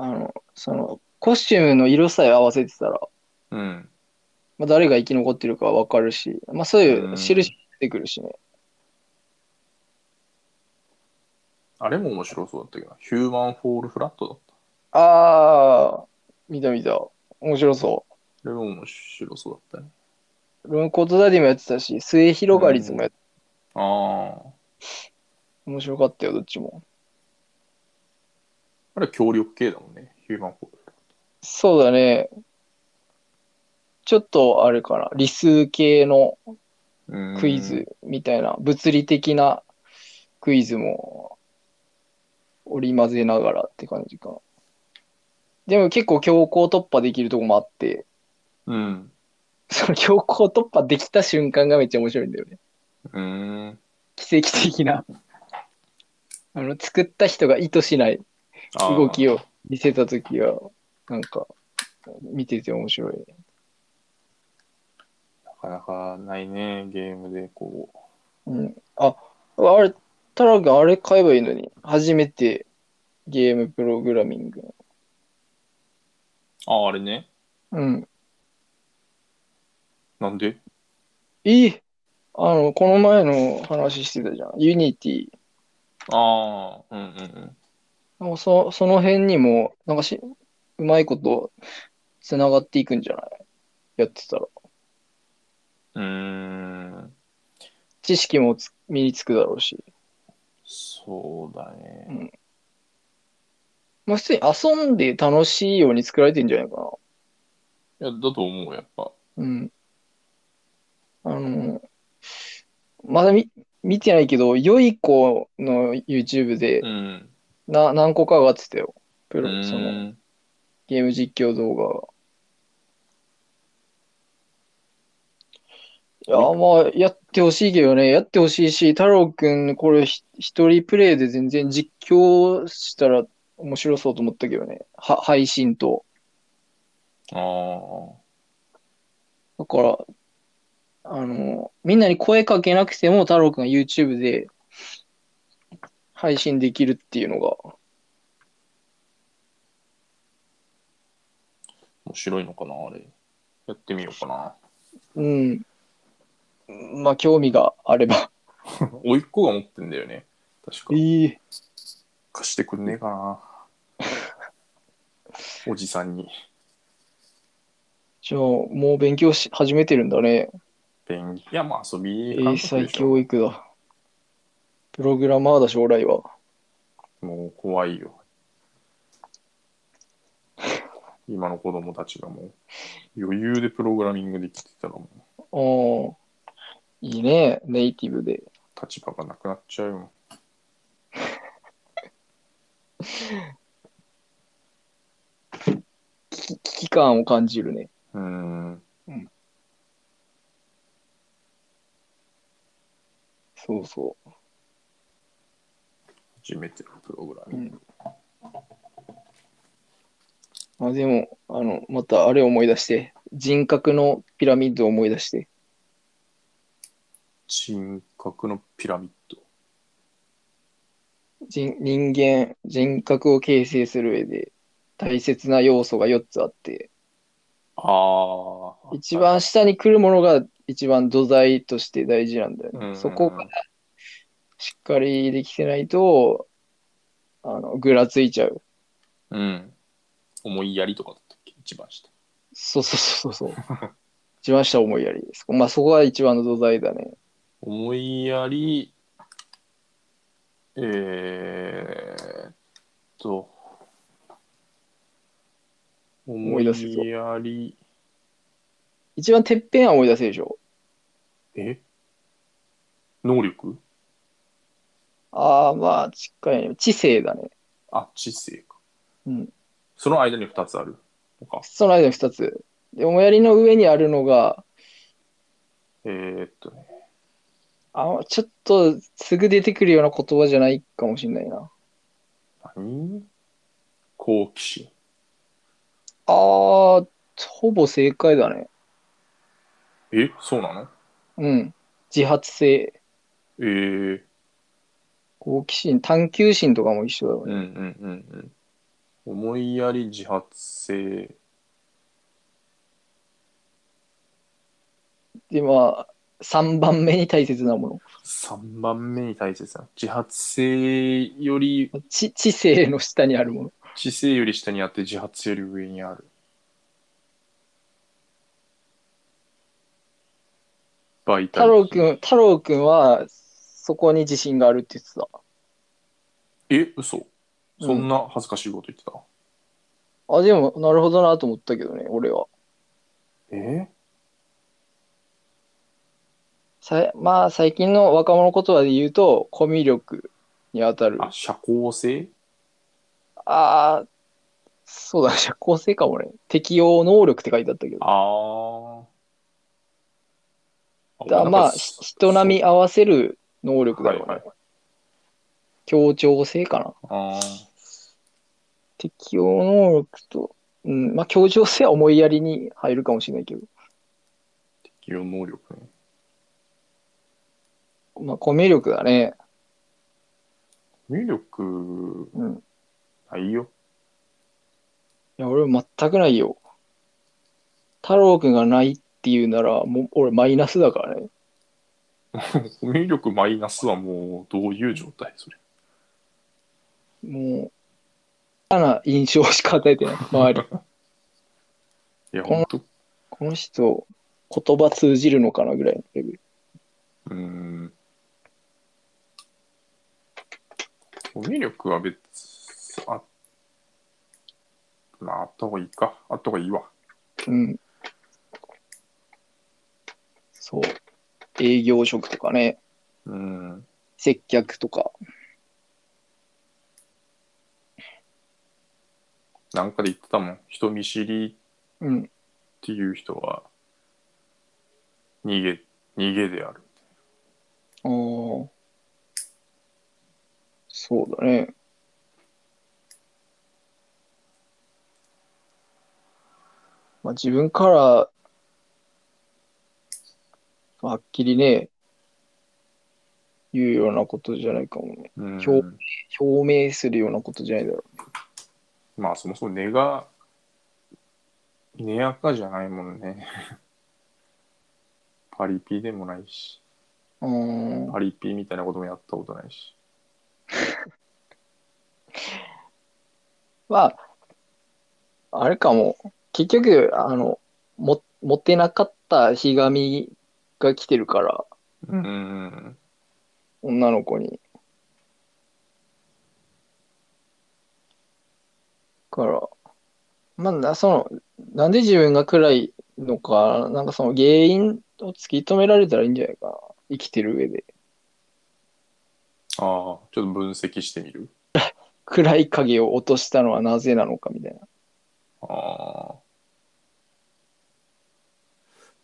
[SPEAKER 1] あの、その、コスチュームの色さえ合わせてたら、
[SPEAKER 2] うん。うん。
[SPEAKER 1] まあ、誰が生き残ってるかわかるし、まあ、そういううん印出てくるしね。
[SPEAKER 2] あれも面白そうだったけどな、ヒューマンフォールフラットだった。
[SPEAKER 1] あー、見た見た。面白そ
[SPEAKER 2] あれも面白そうだったね。
[SPEAKER 1] う。ロングコートダディもやってたし、末広がりズもやっ
[SPEAKER 2] ああ。
[SPEAKER 1] 面白かったよ、どっちも。
[SPEAKER 2] あれは協力系だもんね、ヒューマンフォールフラット。
[SPEAKER 1] そうだね。ちょっと、あれかな、理数系の
[SPEAKER 2] うーん
[SPEAKER 1] クイズみたいな、物理的なクイズも織り交ぜながらって感じかな。でも結構強行突破できるとこもあって、 (laughs)
[SPEAKER 2] うん。
[SPEAKER 1] その強行突破できた瞬間がめっちゃ面白いんだよね。
[SPEAKER 2] うーん。
[SPEAKER 1] 奇跡的な。あの、作った人が意図しない
[SPEAKER 2] あー
[SPEAKER 1] 動きを見せたときは、なんか、見てて面白いね。
[SPEAKER 2] なかなかないね、ゲームでこ
[SPEAKER 1] うん。あ、あれ、タラ君あれ買えばいいのに。初めてゲームプログラミング。
[SPEAKER 2] う。ああ、あれね。
[SPEAKER 1] うん。
[SPEAKER 2] なんで
[SPEAKER 1] いいあの、この前の話してたじゃん。ユニティ。
[SPEAKER 2] ああ、うんうんうん。
[SPEAKER 1] なんかそその辺にも、なんかし、うまいこと、つながっていくんじゃないやってたら。
[SPEAKER 2] うーん、
[SPEAKER 1] 知識もつ身につくだろうし。
[SPEAKER 2] そうだね。
[SPEAKER 1] まあ、普通に遊んで楽しいように作られてんじゃないか
[SPEAKER 2] いや、だと思う、やっぱ。
[SPEAKER 1] な。うん。あの、まだ見、見てないけど、良い子の YouTube で
[SPEAKER 2] うん。
[SPEAKER 1] な、何個か上がってたよ。プ
[SPEAKER 2] う
[SPEAKER 1] ロ、その、
[SPEAKER 2] ん。
[SPEAKER 1] ゲーム実況動画が。いや、まあ、やってほしいけどね、やってほしいし、太郎くん、これひ、一人プレイで全然実況したら面白そうと思ったけどね、は配信と。
[SPEAKER 2] ああ。
[SPEAKER 1] だから、あの、みんなに声かけなくても、太郎くんが YouTube で配信できるっていうのが、
[SPEAKER 2] 面白いのかな、あれ。やってみようかな。
[SPEAKER 1] うん、まあ、興味があれば。
[SPEAKER 2] 甥いっ子が持ってんだよね。確か。
[SPEAKER 1] いい。
[SPEAKER 2] 貸してくんねえかな。おじさんに。
[SPEAKER 1] じゃあ、もう勉強し始めてるんだね。
[SPEAKER 2] 便宜。いや、まあ遊び
[SPEAKER 1] 英才教育だ。プログラマーだ、将来は。
[SPEAKER 2] もう怖い (laughs) よ。今の子供たちがもう余裕でプログラミングできてたらもう
[SPEAKER 1] おいいね、ネイティブで。
[SPEAKER 2] 立場がなくなっちゃうよ。
[SPEAKER 1] 危機危機感を感じるね。
[SPEAKER 2] うーん。
[SPEAKER 1] そうそ
[SPEAKER 2] 初めてのプログラ
[SPEAKER 1] う。う
[SPEAKER 2] ミング。
[SPEAKER 1] ん、まあでも、あの、またあれを思い出して、人格のピラミッドを思い出して、
[SPEAKER 2] 人格のピラミッド。
[SPEAKER 1] 人人間、人格を形成する上で、大切な要素が4つあって、
[SPEAKER 2] ああ。
[SPEAKER 1] 一番下に来るものが一番土台として大事なんだよね。
[SPEAKER 2] うん
[SPEAKER 1] そこがしっかりできてないと、あの、ぐらついちゃう。
[SPEAKER 2] うん。思いやりとかだったっけ一番下。 (laughs)
[SPEAKER 1] そうそうそうそう。一番下思いやりです。まあそこが一番の土台だね。
[SPEAKER 2] 思いやり、えー、っと、思
[SPEAKER 1] い出せそう
[SPEAKER 2] いやり、
[SPEAKER 1] 一番てっぺんは思い出せるでしょ。
[SPEAKER 2] え能力
[SPEAKER 1] ああ、まあ近いね。知性だね。
[SPEAKER 2] あ、知性か。
[SPEAKER 1] うん。
[SPEAKER 2] その間に2つあるのか。
[SPEAKER 1] その間に二つ。で、思いやりの上にあるのが、
[SPEAKER 2] えー、っとね、
[SPEAKER 1] あちょっとすぐ出てくるような言葉じゃないかもしれないな。
[SPEAKER 2] 何好奇心。
[SPEAKER 1] あー、ほぼ正解だね。
[SPEAKER 2] えそうなの
[SPEAKER 1] うん。自発性、
[SPEAKER 2] えー、
[SPEAKER 1] 好奇心、探求心とかも一緒だよ
[SPEAKER 2] うんう
[SPEAKER 1] ね。
[SPEAKER 2] んうんうん。思いやり、自発性、
[SPEAKER 1] で、まあ、3番目に大切なも
[SPEAKER 2] 3番目に大切な。自発性より
[SPEAKER 1] の。知知性の下にあるもの。
[SPEAKER 2] 知性より下にあって自発より上にあるバイタ
[SPEAKER 1] 太
[SPEAKER 2] リ
[SPEAKER 1] 郎
[SPEAKER 2] テ
[SPEAKER 1] く
[SPEAKER 2] ィ
[SPEAKER 1] ん、太郎くんは、そこに自信があるって言ってた。
[SPEAKER 2] え嘘そんな恥ずかしいこと言ってた、
[SPEAKER 1] あ、でも、なるほどなと思ったけどね、俺は。
[SPEAKER 2] え
[SPEAKER 1] さいまあ、最近の若者言葉で言うと、コミュ力にあたる。
[SPEAKER 2] あ社交性
[SPEAKER 1] ああ、そうだね、社交性かもね。適応能力って書いてあったけど。
[SPEAKER 2] あー
[SPEAKER 1] だまあ、ひ人並み合わせる能力だろうね。
[SPEAKER 2] はいはい
[SPEAKER 1] 協調性かな。
[SPEAKER 2] あー
[SPEAKER 1] 適応能力と、うん、まあ、協調性は思いやりに入るかもしれないけど、
[SPEAKER 2] 適応能力ね
[SPEAKER 1] まあ、コミュ力だね。
[SPEAKER 2] 魅力
[SPEAKER 1] うん。い
[SPEAKER 2] ないよ
[SPEAKER 1] や、俺は全くないよ。太郎くんがないっていうなら、もう、俺マイナスだからね。
[SPEAKER 2] 魅力マイナスはもうどういう状態それ
[SPEAKER 1] もう、嫌な印象しか与えてない。周り。
[SPEAKER 2] いや本当
[SPEAKER 1] この人、言葉通じるのかなぐらいのレベル。
[SPEAKER 2] うーん。魅力は別、あ、まあ、あった方がいいか。あった方がいいわ。
[SPEAKER 1] うん。そう。営業職とかね。
[SPEAKER 2] うん。
[SPEAKER 1] 接客とか。
[SPEAKER 2] なんかで言ってたもん。人見知り
[SPEAKER 1] うん。
[SPEAKER 2] っていう人は、逃げ、逃げである。
[SPEAKER 1] ああ。そうだね。まあ自分から、はっきりね、言うようなことじゃないかもね。
[SPEAKER 2] うん。
[SPEAKER 1] 今日表明するようなことじゃないだろ
[SPEAKER 2] まあ、そもそも根が、根やかじゃないもんね。パリピでもないし、
[SPEAKER 1] う。うん。
[SPEAKER 2] パリピみたいなこともやったことないし。
[SPEAKER 1] まあ、あれかも。結局、あの、も、持ってなかったひがみが来てるから、
[SPEAKER 2] うん。
[SPEAKER 1] 女の子に。から、まあな、その、なんで自分が暗いのか、なんかその原因を突き止められたらいいんじゃないかな。生きてる上で。
[SPEAKER 2] ああ、ちょっと分析してみる。
[SPEAKER 1] 暗い影を落としたのはなぜなのかみたいな。
[SPEAKER 2] ああ。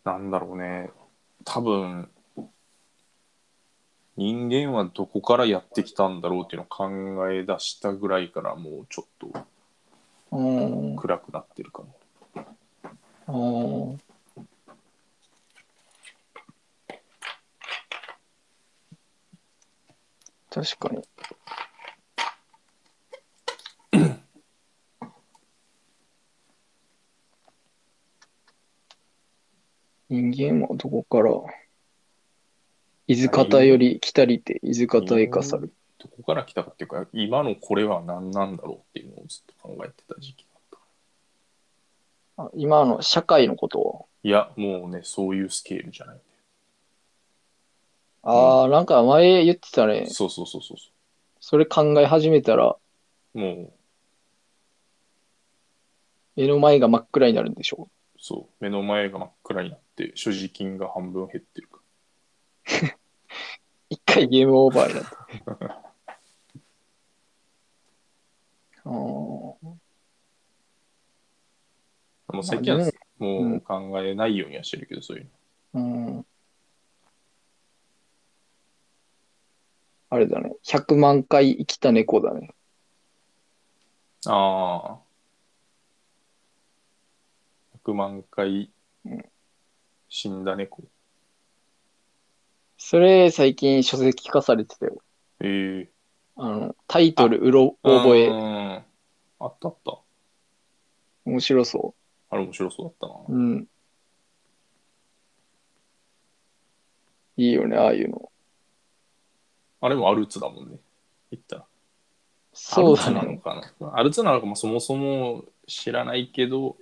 [SPEAKER 2] なんだろうね。多分、人間はどこからやってきたんだろうっていうのを考え出したぐらいからもうちょっと
[SPEAKER 1] うん。
[SPEAKER 2] 暗くなってるかも。
[SPEAKER 1] うん確かに。 (coughs) 人間はどこから伊豆方より来たりて伊豆方へかさる。
[SPEAKER 2] どこから来たかっていうか、今のこれは何なんだろうっていうのをずっと考えてた時期だった。
[SPEAKER 1] あ今の社会のことを。
[SPEAKER 2] いや、もうね、そういうスケールじゃないんだよ
[SPEAKER 1] ああ、なんか前言ってたね。
[SPEAKER 2] そうそうそうそうそ
[SPEAKER 1] それ考え始めたら、
[SPEAKER 2] う。もう、
[SPEAKER 1] 目の前が真っ暗になるんでしょ
[SPEAKER 2] そう、目の前が真っ暗になって、所持金が半分減ってるか
[SPEAKER 1] 一回ゲームオーバーになった。 (laughs) ああ、
[SPEAKER 2] ら。もう最近は
[SPEAKER 1] まあね
[SPEAKER 2] もう考えないようにはしてるけど、そういうの。
[SPEAKER 1] うん。あれだね。100万回生きた猫だね。
[SPEAKER 2] ああ。100万回
[SPEAKER 1] うん
[SPEAKER 2] 死んだ猫。
[SPEAKER 1] それ、最近書籍化されてたよ。
[SPEAKER 2] ええ
[SPEAKER 1] あの、タイトル、うろ、覚え。
[SPEAKER 2] え。あったあった。
[SPEAKER 1] 面白そ
[SPEAKER 2] あれ面白そうだったな。
[SPEAKER 1] う。うん。いいよね、ああいうの。
[SPEAKER 2] あれもアルツだもんね。言ったら。
[SPEAKER 1] そうだ
[SPEAKER 2] アルツなの
[SPEAKER 1] ね。
[SPEAKER 2] かな。アルツなのかもそもそも知らないけど、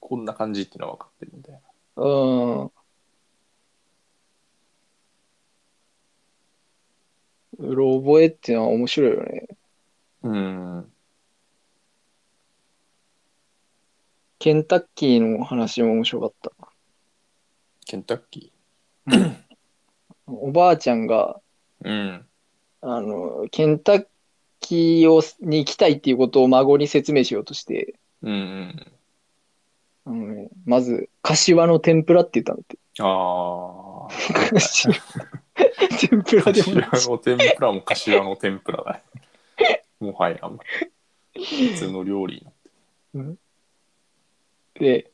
[SPEAKER 2] こんな感じっていうのは分かってるみたいな。
[SPEAKER 1] うん。うろ覚えっていうのは面白いよね。
[SPEAKER 2] うん。
[SPEAKER 1] ケンタッキーの話も面白かった。
[SPEAKER 2] ケンタッキ
[SPEAKER 1] おばあちゃんが、
[SPEAKER 2] ー。うん。
[SPEAKER 1] あの、ケンタッキーをに行きたいっていうことを孫に説明しようとして、
[SPEAKER 2] うん
[SPEAKER 1] あ
[SPEAKER 2] うん。
[SPEAKER 1] のねまず、柏の天ぷらって言ったんだって。
[SPEAKER 2] ああ。
[SPEAKER 1] 柏 (laughs) 天ぷらでもない
[SPEAKER 2] 柏の天ぷらも柏の天ぷ
[SPEAKER 1] (laughs)
[SPEAKER 2] らだね。もはや、別の料理。
[SPEAKER 1] で、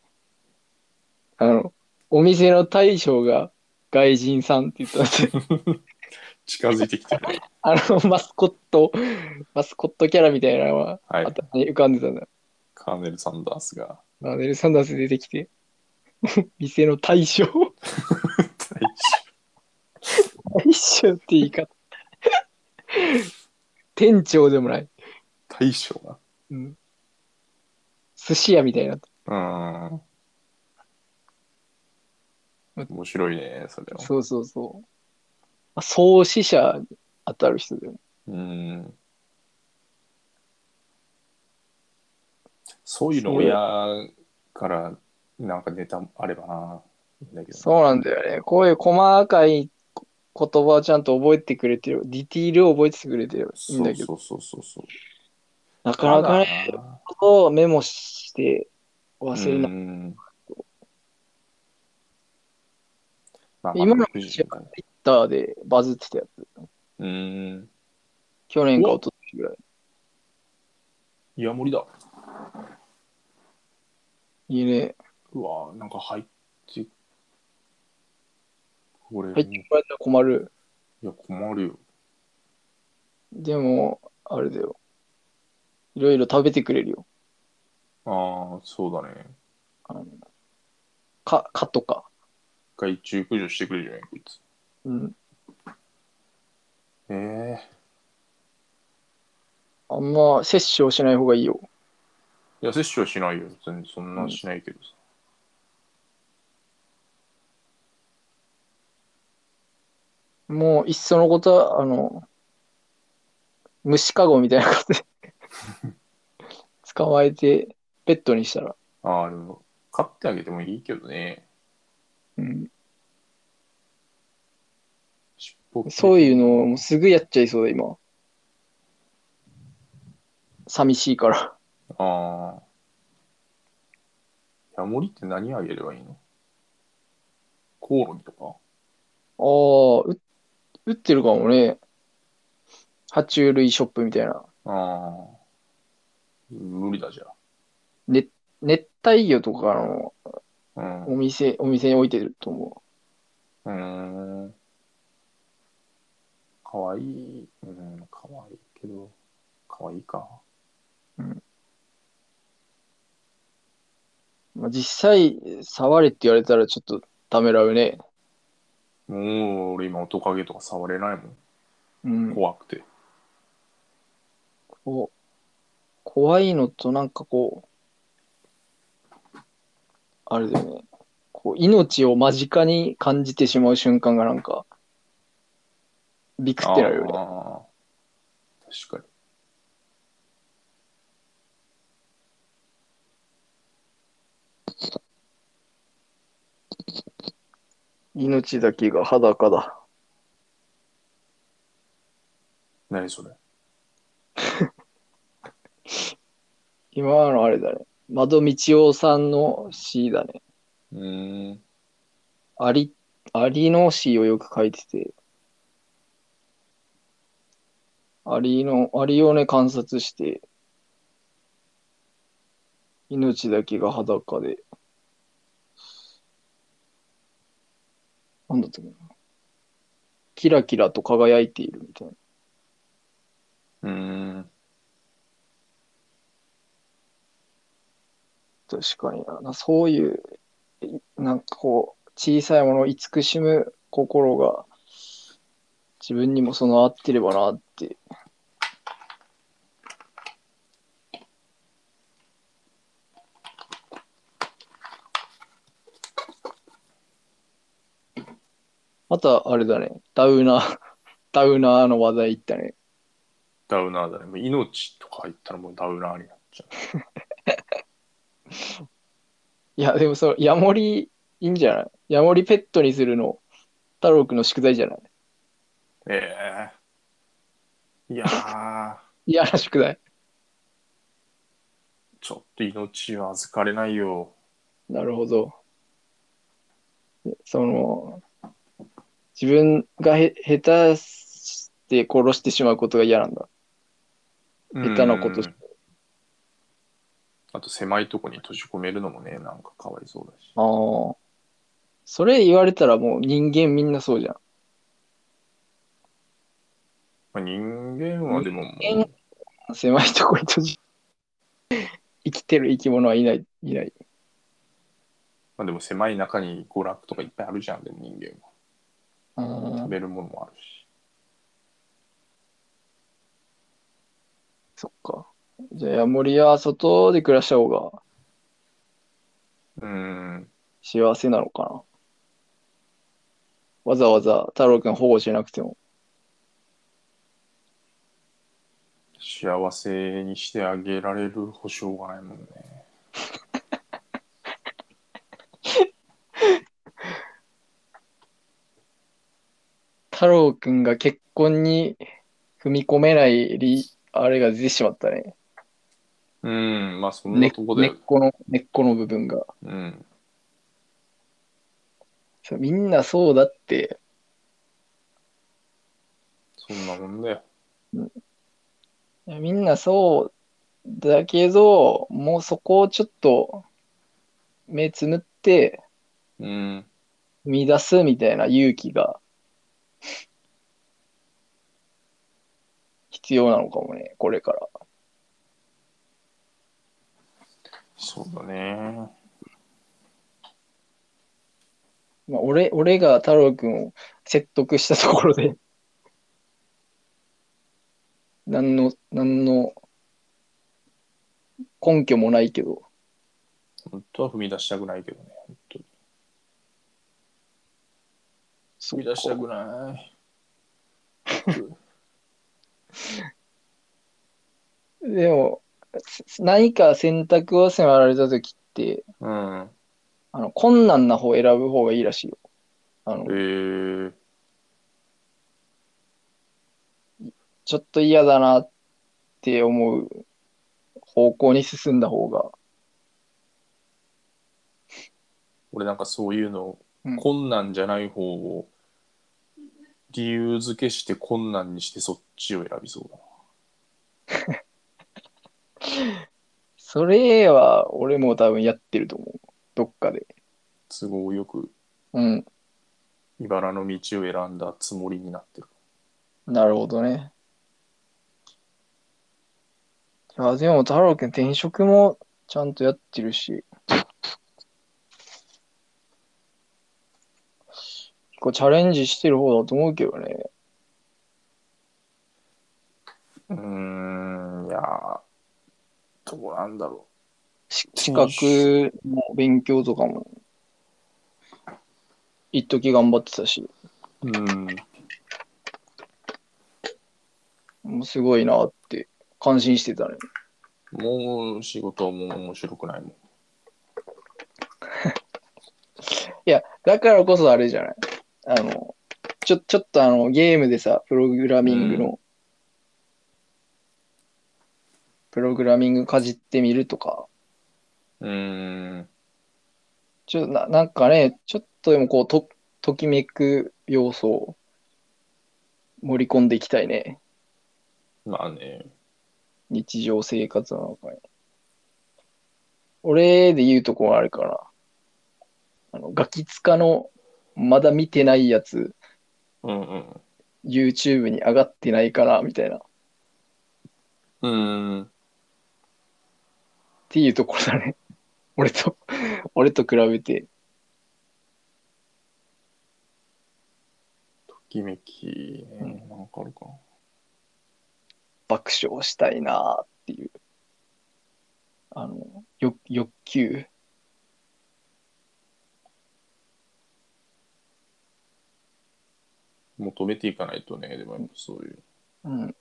[SPEAKER 1] あの、お店の大将が外人さんって言ったんで、
[SPEAKER 2] 近づいてき
[SPEAKER 1] (laughs)
[SPEAKER 2] てるね。
[SPEAKER 1] あの、マスコット、マスコットキャラみたいなのは
[SPEAKER 2] はい。
[SPEAKER 1] 頭に浮かんでたんだ。
[SPEAKER 2] カーネル・サンダースが。
[SPEAKER 1] あネル・サンダース出てきて、 (laughs) 店の大将、大将って言い方。店長でもない。
[SPEAKER 2] 大将が。
[SPEAKER 1] うん寿司屋みたいな。
[SPEAKER 2] うん。面白いね、それは。
[SPEAKER 1] そうそうそう。あ創始者に当たる人だよね。
[SPEAKER 2] うん。そういうの親からなんかネタあればな。いいんだけどね
[SPEAKER 1] そうなんだよね。こういう細かいこ言葉をちゃんと覚えてくれてる。ディティールを覚えてくれてる。いいんだけど。
[SPEAKER 2] そうそうそうそう。
[SPEAKER 1] なかなかね、
[SPEAKER 2] ただな
[SPEAKER 1] ことをメモして忘れない。
[SPEAKER 2] うんまあ
[SPEAKER 1] 今の
[SPEAKER 2] まあ
[SPEAKER 1] 話はツイッターでバズってたやつ。
[SPEAKER 2] うん。
[SPEAKER 1] 去年か一昨年ぐらい。
[SPEAKER 2] ヤモリだ。
[SPEAKER 1] いいね。
[SPEAKER 2] うわなんか入って。これ、
[SPEAKER 1] 入ってもらえたら困る。
[SPEAKER 2] いや、困るよ。
[SPEAKER 1] でも、あれだよ。いろいろ食べてくれるよ。
[SPEAKER 2] ああ、そうだね。
[SPEAKER 1] あのか、かとか。
[SPEAKER 2] 害虫駆除してくれるじゃない、こいつ。
[SPEAKER 1] うん。
[SPEAKER 2] ええ
[SPEAKER 1] あんま摂取をしない方がいいよ。
[SPEAKER 2] いや、摂取はしないよ。全然そんなしないけどさ。
[SPEAKER 1] もう、いっそのことは、あの、虫かごみたいな感じで捕まえて、ペットにしたら。
[SPEAKER 2] ああ、でも、飼ってあげてもいいけどね。
[SPEAKER 1] うん、
[SPEAKER 2] 尻尾。
[SPEAKER 1] そういううのをもうすぐやっちゃいそうだ、今。寂しいから。
[SPEAKER 2] ああ。ヤモリって何あげればいいのコオロギとか
[SPEAKER 1] ああ、う打ってるかもね。爬虫類ショップみたいな。
[SPEAKER 2] ああ。無理だじゃ
[SPEAKER 1] ね、熱帯魚とかの
[SPEAKER 2] あ。
[SPEAKER 1] お店、お店に置いてると思
[SPEAKER 2] うん。うーん。かわいい。うん、かわいいけど、かわいいか。
[SPEAKER 1] う。まあ、実際、触れって言われたらちょっとためらうね。
[SPEAKER 2] もう、俺今、トカゲとか触れないも
[SPEAKER 1] うん
[SPEAKER 2] ん。。怖くて。
[SPEAKER 1] こう怖いのとなんかこうあれだよね。こう、命を間近に感じてしまう瞬間がなんか、ビクってなるよね。
[SPEAKER 2] あー確か
[SPEAKER 1] 命だけが裸だ。
[SPEAKER 2] に。何それ。
[SPEAKER 1] 今のあれだね。窓道夫さんの詩だね。
[SPEAKER 2] うーん。
[SPEAKER 1] アリ、アリの詩をよく書いてて。アリの、アリをね、観察して、命だけが裸で。なんだったっけな。キラキラと輝いているみたいな。
[SPEAKER 2] うーん。
[SPEAKER 1] 確かにな。そういう、いなんかこう、小さいものを慈しむ心が、自分にも備わってればなって。また、あれだね。ダウナー、 (laughs) ダウナーの話題いったね。
[SPEAKER 2] ダウナーだね。もう命とか言ったらもうダウナーになっちゃう。
[SPEAKER 1] いや、でもその、ヤモリ、いいんじゃないヤモリペットにするの、太郎くんの宿題じゃない
[SPEAKER 2] ええいやー、
[SPEAKER 1] いやらしくない
[SPEAKER 2] ちょっと命は預かれないよ。
[SPEAKER 1] なるほど。でその、自分がへ下手して殺してしまうことが嫌なんだ。
[SPEAKER 2] 下
[SPEAKER 1] 手なことして
[SPEAKER 2] あと狭いとこに閉じ込めるのもね、なんかかわいそうだし。
[SPEAKER 1] ああ。それ言われたらもう人間みんなそうじゃん。
[SPEAKER 2] まあ、人間はでももう
[SPEAKER 1] 人間狭いとこに閉じ、生きてる生き物はいない、いない。
[SPEAKER 2] まあ、でも狭い中に娯楽とかいっぱいあるじゃん、でも人間は。
[SPEAKER 1] うん
[SPEAKER 2] 食べるものもあるし。
[SPEAKER 1] そっか。じゃあ、ヤモリは外で暮らした方が
[SPEAKER 2] うーん。
[SPEAKER 1] 幸せなのかな。わざわざ太郎くん保護しなくても。
[SPEAKER 2] 幸せにしてあげられる保証がないもんね。
[SPEAKER 1] 太郎くんが結婚に踏み込めない理あれが出てしまったね。
[SPEAKER 2] うん、まあそん
[SPEAKER 1] 根
[SPEAKER 2] な
[SPEAKER 1] っ
[SPEAKER 2] とこだ
[SPEAKER 1] 根
[SPEAKER 2] よ
[SPEAKER 1] っ。この、根っこの部分が。
[SPEAKER 2] うん。
[SPEAKER 1] そうみんなそうだって、
[SPEAKER 2] そんなもんだよ。
[SPEAKER 1] いやみんなそうだけど、もうそこをちょっと目つむって
[SPEAKER 2] うん。
[SPEAKER 1] 踏み出すみたいな勇気が必要なのかもね、これから。
[SPEAKER 2] そうだね。
[SPEAKER 1] まあ、俺、俺が太郎くんを説得したところで、何の、何の根拠もないけど、
[SPEAKER 2] 本当は踏み出したくないけどね。本当に
[SPEAKER 1] そ
[SPEAKER 2] 踏
[SPEAKER 1] う
[SPEAKER 2] み出したく
[SPEAKER 1] か
[SPEAKER 2] ない。
[SPEAKER 1] でも、す何か選択を迫られた時って、
[SPEAKER 2] うん。
[SPEAKER 1] あの、困難な方を選ぶ方がいいらしいよ。あの
[SPEAKER 2] え、ー、
[SPEAKER 1] ちょっと嫌だなって思う方向に進んだ方が、
[SPEAKER 2] 俺なんかそういうの、
[SPEAKER 1] うん
[SPEAKER 2] 困難じゃない方を理由付けして困難にしてそっちを選びそうだな。
[SPEAKER 1] それは俺も多分やってると思う。どっかで。
[SPEAKER 2] 都合よく
[SPEAKER 1] うん。
[SPEAKER 2] 茨の道を選んだつもりになってる。
[SPEAKER 1] なるほどね。いや、でも太郎くん転職もちゃんとやってるし。結構チャレンジしてる方だと思うけどね。
[SPEAKER 2] うーん、いやー、どうなんだろ
[SPEAKER 1] し資格の勉強とかも、一時頑張ってたし、
[SPEAKER 2] うん。
[SPEAKER 1] もうすごいなって、感心してたね。
[SPEAKER 2] もう仕事はもう面白くないもん。
[SPEAKER 1] いや、だからこそあれじゃない。あの、ちょ、ちょっとあの、ゲームでさ、プログラミングの、プログラミングかじってみるとか、
[SPEAKER 2] うん。
[SPEAKER 1] ちょっとな、なんかね、ちょっとでもこう、と、ときめく要素を盛り込んでいきたいね。
[SPEAKER 2] まあね。
[SPEAKER 1] 日常生活の中に。俺で言うとこはあれかな。あの、ガキツカのまだ見てないやつ、
[SPEAKER 2] うんうん。
[SPEAKER 1] YouTube に上がってないかな、みたいな。っ
[SPEAKER 2] うん。
[SPEAKER 1] ていうところだね。 (laughs) 俺と、俺と比べて。
[SPEAKER 2] ときめき、ね、なんかあるかな。
[SPEAKER 1] 爆笑したいなっていう、あの、欲欲求。
[SPEAKER 2] 求めていかないとね、でもやっぱそういう。
[SPEAKER 1] うん。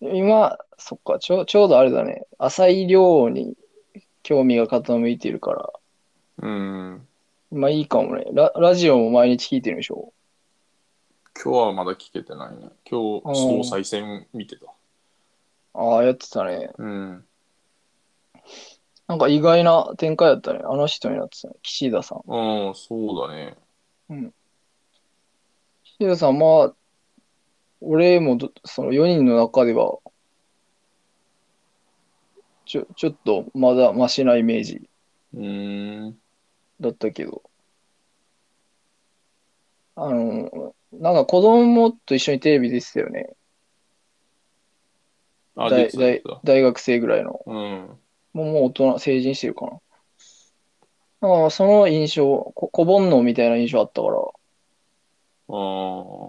[SPEAKER 1] 今、そっか、ちょう、ちょうどあれだね。浅い量に興味が傾いてるから、
[SPEAKER 2] うん。
[SPEAKER 1] まあいいかもね。ラ、ラジオも毎日聞いてるんでしょ
[SPEAKER 2] 今日はまだ聞けてないね。今日、総裁選見てた。
[SPEAKER 1] ああ、やってたね。
[SPEAKER 2] うん。
[SPEAKER 1] なんか意外な展開だったね。あの人になってたね。岸田さん。
[SPEAKER 2] うん、そうだね。
[SPEAKER 1] 岸田さん、まあ、俺もど、その4人の中では、ちょ、ちょっとまだマシなイメージ
[SPEAKER 2] うん。
[SPEAKER 1] だったけど、あの、なんか子供と一緒にテレビ出てたよね。
[SPEAKER 2] あ、
[SPEAKER 1] 大
[SPEAKER 2] 出てた
[SPEAKER 1] 大
[SPEAKER 2] 出てた。
[SPEAKER 1] 大学生ぐらいの。
[SPEAKER 2] うん。
[SPEAKER 1] もうもう大人、成人してるかな。なんかその印象、こ小煩悩みたいな印象あったから、
[SPEAKER 2] ああ。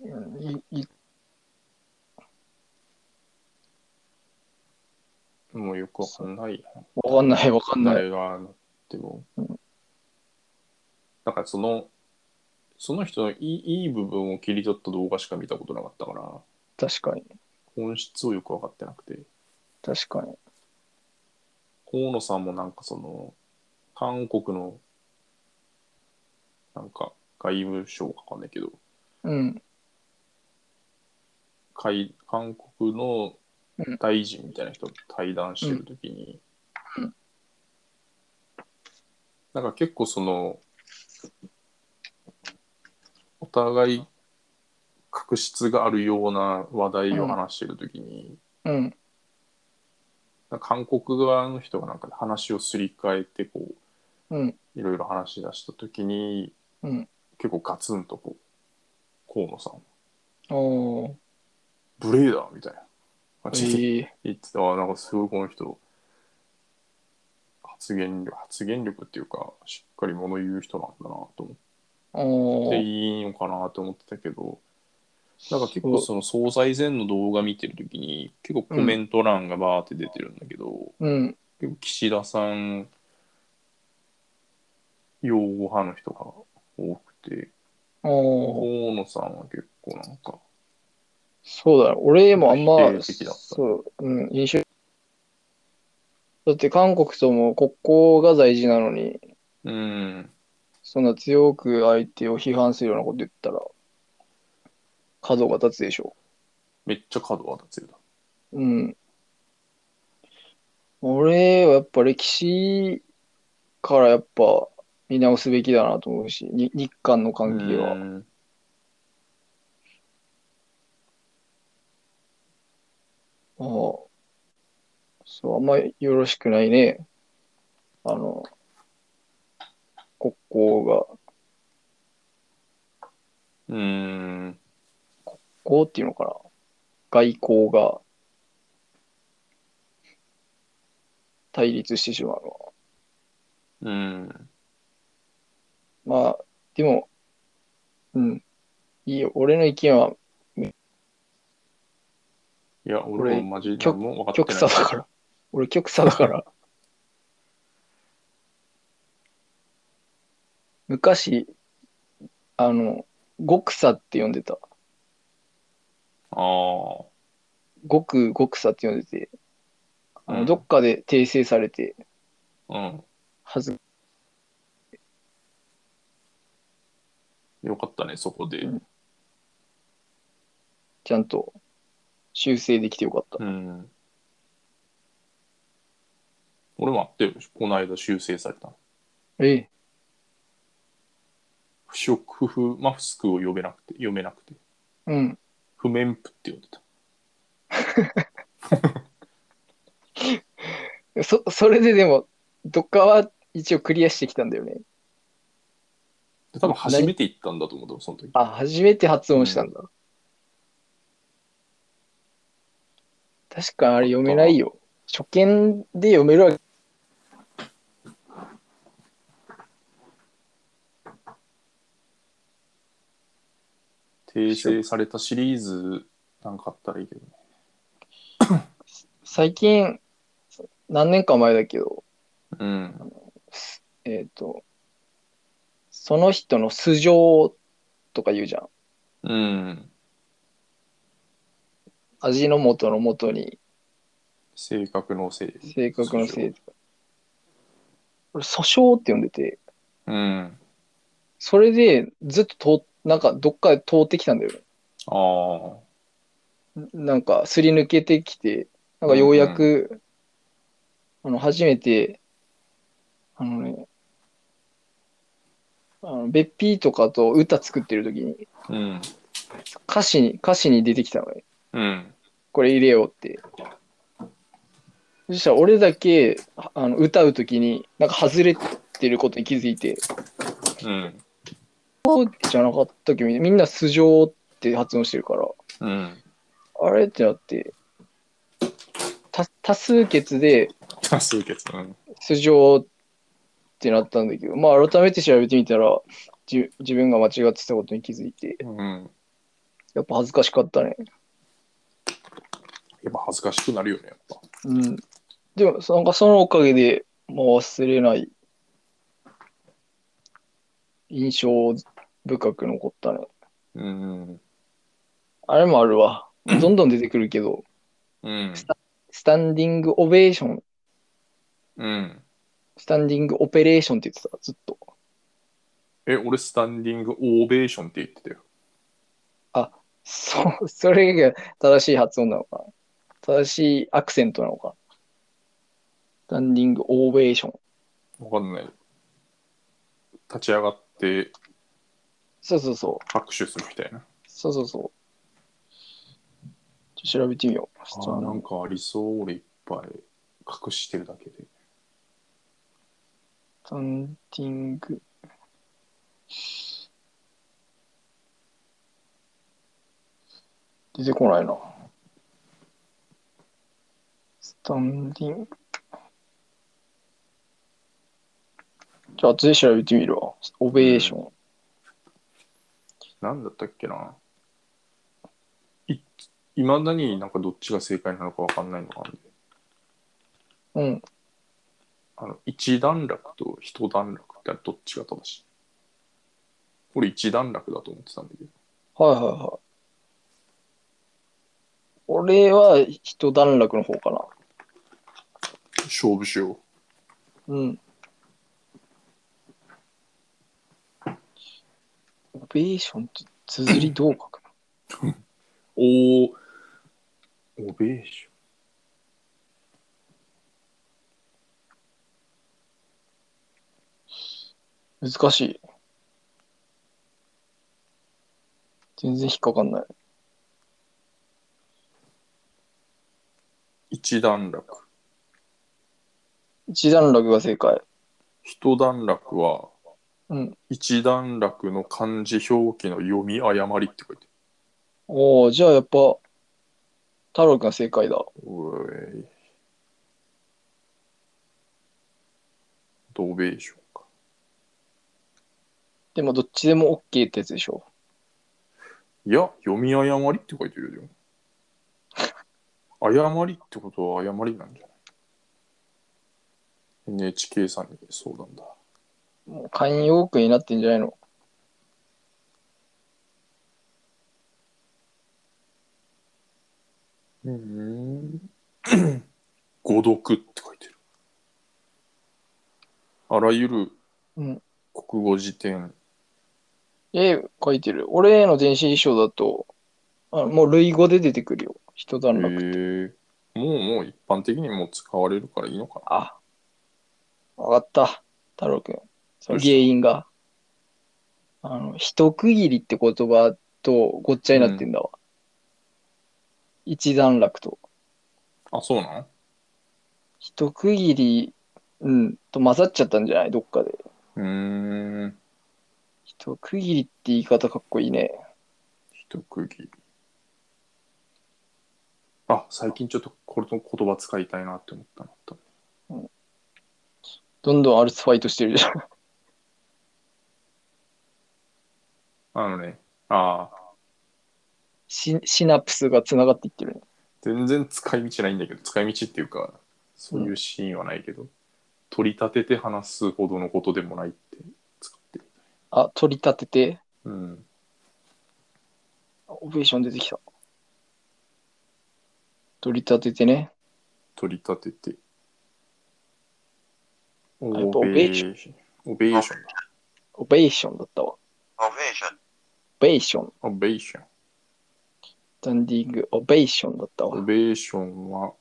[SPEAKER 1] うんいい
[SPEAKER 2] もうよくわかんない。
[SPEAKER 1] わかんないわかんない。
[SPEAKER 2] 誰がなっても。なんかその、その人のいいいい部分を切り取った動画しか見たことなかったから、
[SPEAKER 1] 確かに。
[SPEAKER 2] 本質をよく分かってなくて。
[SPEAKER 1] 確かに。
[SPEAKER 2] 河野さんもなんかその、韓国の、なんか外務省かわかんないけど、
[SPEAKER 1] うん。
[SPEAKER 2] 海韓国の
[SPEAKER 1] うん
[SPEAKER 2] 大臣みたいな人と対談してるときに、
[SPEAKER 1] うんうん
[SPEAKER 2] なんか結構そのお互い確執があるような話題を話してるときに、
[SPEAKER 1] うん。
[SPEAKER 2] なんか韓国側の人がなんか話をすり替えてこ
[SPEAKER 1] うん。
[SPEAKER 2] ういろいろ話し出したときに
[SPEAKER 1] うん。
[SPEAKER 2] 結構ガツンとこう河野さん
[SPEAKER 1] おー。
[SPEAKER 2] 「無礼だ!」みたいな感
[SPEAKER 1] え
[SPEAKER 2] じで
[SPEAKER 1] ー
[SPEAKER 2] 言ってたわなんかすごいこの人発言力発言力っていうかしっかり物言う人なんだなと思っ
[SPEAKER 1] お
[SPEAKER 2] て
[SPEAKER 1] ー。
[SPEAKER 2] いいのかなと思ってたけどなんか結構その総裁選の動画見てる時に結構コメント欄がバーって出てるんだけど、
[SPEAKER 1] うん。
[SPEAKER 2] 結構岸田さん擁護派の人が多くて
[SPEAKER 1] おー。
[SPEAKER 2] 河野さんは結構なんか
[SPEAKER 1] そうだね。俺もあん
[SPEAKER 2] 否
[SPEAKER 1] ま、
[SPEAKER 2] 定的だった
[SPEAKER 1] そう、うん、印象。だって韓国とも国交が大事なのに、
[SPEAKER 2] うん
[SPEAKER 1] そんな強く相手を批判するようなこと言ったら、角が立つでしょ。
[SPEAKER 2] めっちゃ角が立つよだ
[SPEAKER 1] うん。俺はやっぱ歴史からやっぱ見直すべきだなと思うし、に日韓の関係は。
[SPEAKER 2] うん
[SPEAKER 1] ああ、そう、あんまりよろしくないね。あの、国交が、
[SPEAKER 2] うん
[SPEAKER 1] 国交っていうのかな。外交が対立してしまうのは。
[SPEAKER 2] うん
[SPEAKER 1] まあ、でも、うん、いいよ。俺の意見は、
[SPEAKER 2] いや、俺もマジで
[SPEAKER 1] 曲
[SPEAKER 2] もう分かって
[SPEAKER 1] 極
[SPEAKER 2] ない。
[SPEAKER 1] 差だから。俺極差だから。昔、あの、極差って呼んでた。
[SPEAKER 2] ああ。
[SPEAKER 1] 極、極差って呼んでて、あ
[SPEAKER 2] うん
[SPEAKER 1] のどっかで訂正されて、
[SPEAKER 2] うん。
[SPEAKER 1] はず、
[SPEAKER 2] よかったね、そこで。
[SPEAKER 1] うんちゃんと修正できてよかった。
[SPEAKER 2] うん。俺もあってよ、この間修正されたの。
[SPEAKER 1] ええ、
[SPEAKER 2] 不織布マスクを呼べなくて、読めなくて。
[SPEAKER 1] うん。
[SPEAKER 2] 不面布って呼んでた。
[SPEAKER 1] そ、それででも、どっかは一応クリアしてきたんだよね。
[SPEAKER 2] で多分初めて行ったんだと思う、その時。
[SPEAKER 1] あ、初めて発音したんだ。確かあれ読めないよ。初見で読めるわけ。
[SPEAKER 2] 訂正されたシリーズなんかあったらいいけどね。
[SPEAKER 1] 最近、何年か前だけど、
[SPEAKER 2] うん。
[SPEAKER 1] すえっ、と、その人の素性とか言うじゃん。
[SPEAKER 2] うん。
[SPEAKER 1] 味の素の素に、
[SPEAKER 2] 性格のせい。
[SPEAKER 1] 性格のせいとか。俺、訴訟って呼んでて、
[SPEAKER 2] うん。
[SPEAKER 1] それでずっと通、なんかどっかで通ってきたんだよね。
[SPEAKER 2] ああ。
[SPEAKER 1] なんかすり抜けてきて、なんかようやく、あの、初めて、あのね、あの、べっぴーとかと歌作ってる時に、
[SPEAKER 2] うん。
[SPEAKER 1] 歌詞に、歌詞に出てきたのね。
[SPEAKER 2] うん。
[SPEAKER 1] これ入れようって。そしたら俺だけ、ああの、歌う時に、なんか外れてることに気づいて、
[SPEAKER 2] うん。
[SPEAKER 1] そうじゃなかったっけみんな素性って発音してるから。
[SPEAKER 2] うん。
[SPEAKER 1] あれってなって、た多数決で
[SPEAKER 2] 多数決。うん。
[SPEAKER 1] 素性ってなったんだけど、まあ改めて調べてみたら、じ自分が間違ってたことに気づいて、
[SPEAKER 2] うん。
[SPEAKER 1] やっぱ恥ずかしかったね。
[SPEAKER 2] やっぱ恥ずかしくなるよね、やっぱ。
[SPEAKER 1] うん。でも、なんかそのおかげで、まあ忘れない、印象深く残ったね。
[SPEAKER 2] うん。
[SPEAKER 1] あれもある
[SPEAKER 2] (laughs)
[SPEAKER 1] わ。どんどん出てくるけど、
[SPEAKER 2] うん。
[SPEAKER 1] スタンディングオベーション、
[SPEAKER 2] うん。
[SPEAKER 1] スタンディングオペレーションって言ってた、ずっと。
[SPEAKER 2] え、俺、スタンディングオーベーションって言ってたよ。
[SPEAKER 1] そう、 (laughs) それが正しい発音なのかな。正しいアクセントなのかな。スタンディングオーベーション。
[SPEAKER 2] わかんない。立ち上がって
[SPEAKER 1] そうそうそう。
[SPEAKER 2] 拍手するみたいな。
[SPEAKER 1] そうそうそう。ちょっと調べてみよう。
[SPEAKER 2] あーなんかありそう、俺いっぱい隠してるだけで。
[SPEAKER 1] スタンディング。出てこないな。スタンディング。じゃあ、後で調べてみるわ。オベーション。
[SPEAKER 2] なんだったっけな。いいまだになんかどっちが正解なのかわかんないのがあるんで。
[SPEAKER 1] うん。
[SPEAKER 2] あの、一段落と一段落ってどっちが正しい俺一段落だと思ってたんだけど。
[SPEAKER 1] はいはいはい。俺は一段落の方かな。
[SPEAKER 2] 勝負しよう。
[SPEAKER 1] うん。オベーションって綴りどう書くの
[SPEAKER 2] おーオベーシ
[SPEAKER 1] 難しい。全然引っかかんない。
[SPEAKER 2] ョン。一段落。
[SPEAKER 1] 一段落が正解。
[SPEAKER 2] 一段落は、
[SPEAKER 1] うん。
[SPEAKER 2] 一段落の漢字表記の読み誤りって書いて
[SPEAKER 1] おお、じゃあやっぱ、太郎くんが正解だ。
[SPEAKER 2] ある。おい。ドベーションか。
[SPEAKER 1] でもどっちでも OK ってやつでしょ。
[SPEAKER 2] いや、読み誤りって書いてるよ。誤りってことは誤りなんじゃない ?NHK さんに相談だ。
[SPEAKER 1] もう慣用句になってんじゃないの
[SPEAKER 2] うん。誤読って書いてる。あらゆる
[SPEAKER 1] うん
[SPEAKER 2] 国語辞典。
[SPEAKER 1] え、書いてる。俺の電子衣装だと、あもう類語で出てくるよ。一
[SPEAKER 2] へ
[SPEAKER 1] 段落。
[SPEAKER 2] ーもうもう一般的にもう使われるからいいのかな。
[SPEAKER 1] あ、わかった。太郎くん。その
[SPEAKER 2] どうした
[SPEAKER 1] 原因が。あの、一区切りって言葉とごっちゃになってんだわ。一段落と。
[SPEAKER 2] あ、そうなの
[SPEAKER 1] 一区切り、うん、と混ざっちゃったんじゃないどっかで。
[SPEAKER 2] うーん。
[SPEAKER 1] 一区切りって言い方かっこいいね。
[SPEAKER 2] 一区切り。あ、最近ちょっとこれの言葉使いたいなって思ったのあった。
[SPEAKER 1] どんどんアルスファイトしてるじゃん。 (laughs)
[SPEAKER 2] あのね、ああ、
[SPEAKER 1] シシナプスがつながっていってるね。
[SPEAKER 2] 全然使い道ないんだけど、使い道っていうか、そういうシーンはないけど、取り立てて話すほどのことでもないって使ってる。
[SPEAKER 1] あ、取り立てて、
[SPEAKER 2] うん。
[SPEAKER 1] オベーション出てきた。取り立ててね。
[SPEAKER 2] 取り立てて。オ
[SPEAKER 1] やっぱオベーショ
[SPEAKER 2] ョン。オベーションだ。
[SPEAKER 1] オベーションだったわ。オ
[SPEAKER 3] ovation,
[SPEAKER 1] ベーション。
[SPEAKER 2] オベーション。
[SPEAKER 1] スタンディングオベーションだった
[SPEAKER 2] オ
[SPEAKER 1] わ。
[SPEAKER 2] ベーションは、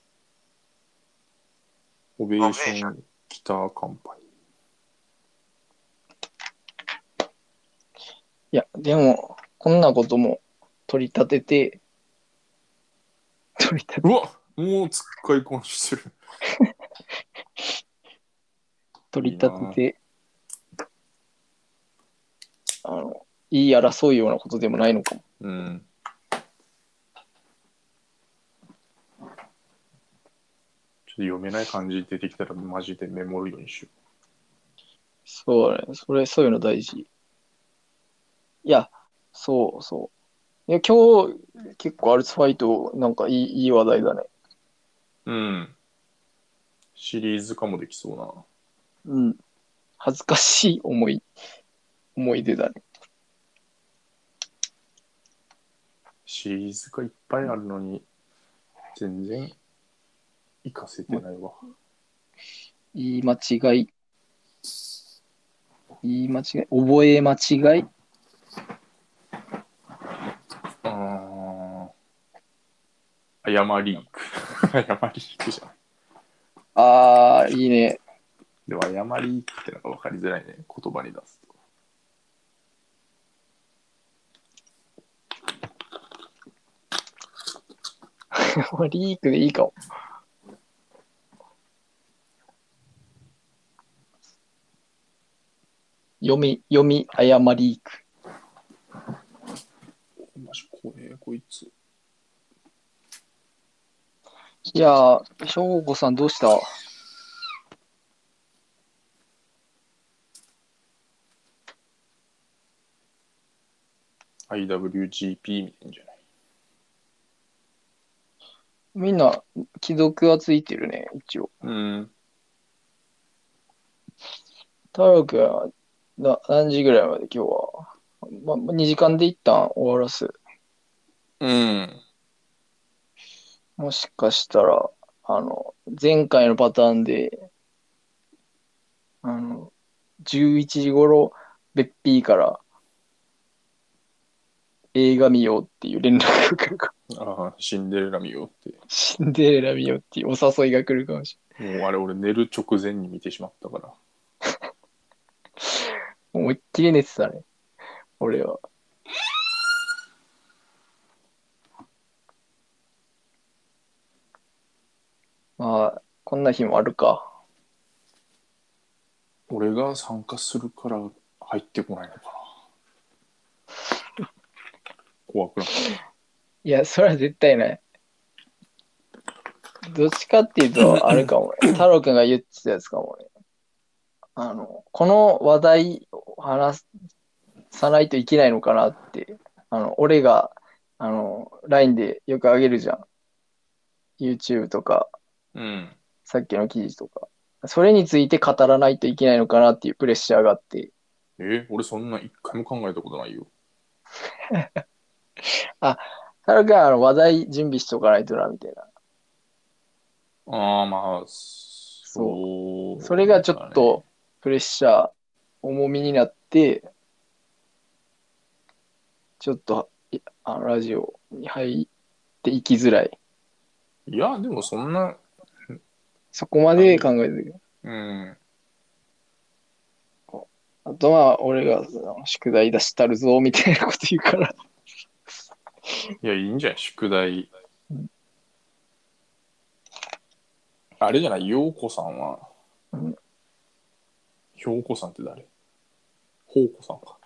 [SPEAKER 2] オベーション北カンパニー。
[SPEAKER 1] いや、でも、こんなことも取り立てて、 (laughs) 取り立て
[SPEAKER 2] うわもう使いこなしてる。
[SPEAKER 1] 取り立てて、あの、言い争うようなことでもないのかも。
[SPEAKER 2] うん。ちょっと読めない漢字出てきたらマジでメモるようにしよ
[SPEAKER 1] そうね、それ、そういうの大事。いや、そうそう。いや、今日、結構アルツファイト、なんかいいいい話題だね。
[SPEAKER 2] う。うん。シリーズ化もできそうな。
[SPEAKER 1] うん。恥ずかしい思い、思い出だね。
[SPEAKER 2] シリーズ化いっぱいあるのに、全然活かせてないわ。
[SPEAKER 1] 言い間違い。言い間違い。覚え間違い。
[SPEAKER 2] ああ。誤りーク。 (laughs) 誤りークじゃん。
[SPEAKER 1] あー、いいね。
[SPEAKER 2] でも誤りークってのが分かりづらいね。言葉に出すと。
[SPEAKER 1] リークでいいかも。読み、読み、誤りーク。
[SPEAKER 2] マジ怖え、こいつ。
[SPEAKER 1] いやー、しょうこさんどうした
[SPEAKER 2] うん IWGP みたいんじゃない
[SPEAKER 1] みんな、既読はついてるね、一応。
[SPEAKER 2] うん。
[SPEAKER 1] 太郎くんは、な、何時ぐらいまで今日は。ま、2時間で一旦終わらす。
[SPEAKER 2] うん。
[SPEAKER 1] もしかしたら、あの、前回のパターンで、あの、11時頃、べっぴーから、映画見ようっていう連絡が来るか、
[SPEAKER 2] ああ、シンデレラ見ようっ。
[SPEAKER 1] シンデレラ見ようっていうお誘いが来るかもして
[SPEAKER 2] もうあれ、俺寝る直前に見てしまったから。
[SPEAKER 1] れない。思いっきり寝てたね、俺は。まあ、こんな日もあるか。
[SPEAKER 2] 俺が参加するから入ってこないのかな。 (laughs) 怖くなった
[SPEAKER 1] いや、それは絶対ない。どっちかっていうと、あれかもね。太郎くんが言ってたやつかもね。あの、この話題を話さないといけないのかなって、あの、俺が、あの、LINE でよくあげるじゃん。 YouTube とか、
[SPEAKER 2] うん。
[SPEAKER 1] さっきの記事とか、それについて語らないといけないのかなっていうプレッシャーがあって、
[SPEAKER 2] え、俺そんな一回も考えたことないよ。
[SPEAKER 1] それからあの話題準備しとかないとな、みたいな。
[SPEAKER 2] ああ、まあ、そう、
[SPEAKER 1] それがちょっとプレッシャー、重みになって、ちょっといあのラジオに入っていきづらい。
[SPEAKER 2] いや、でもそんな、
[SPEAKER 1] そこまで考えてる。
[SPEAKER 2] うん。
[SPEAKER 1] あとは、俺がその宿題出したるぞ、みたいなこと言うから。
[SPEAKER 2] いや、いいんじゃない宿題。あれじゃない、陽子さんは
[SPEAKER 1] うん。
[SPEAKER 2] 陽子さんって誰宝子さんか。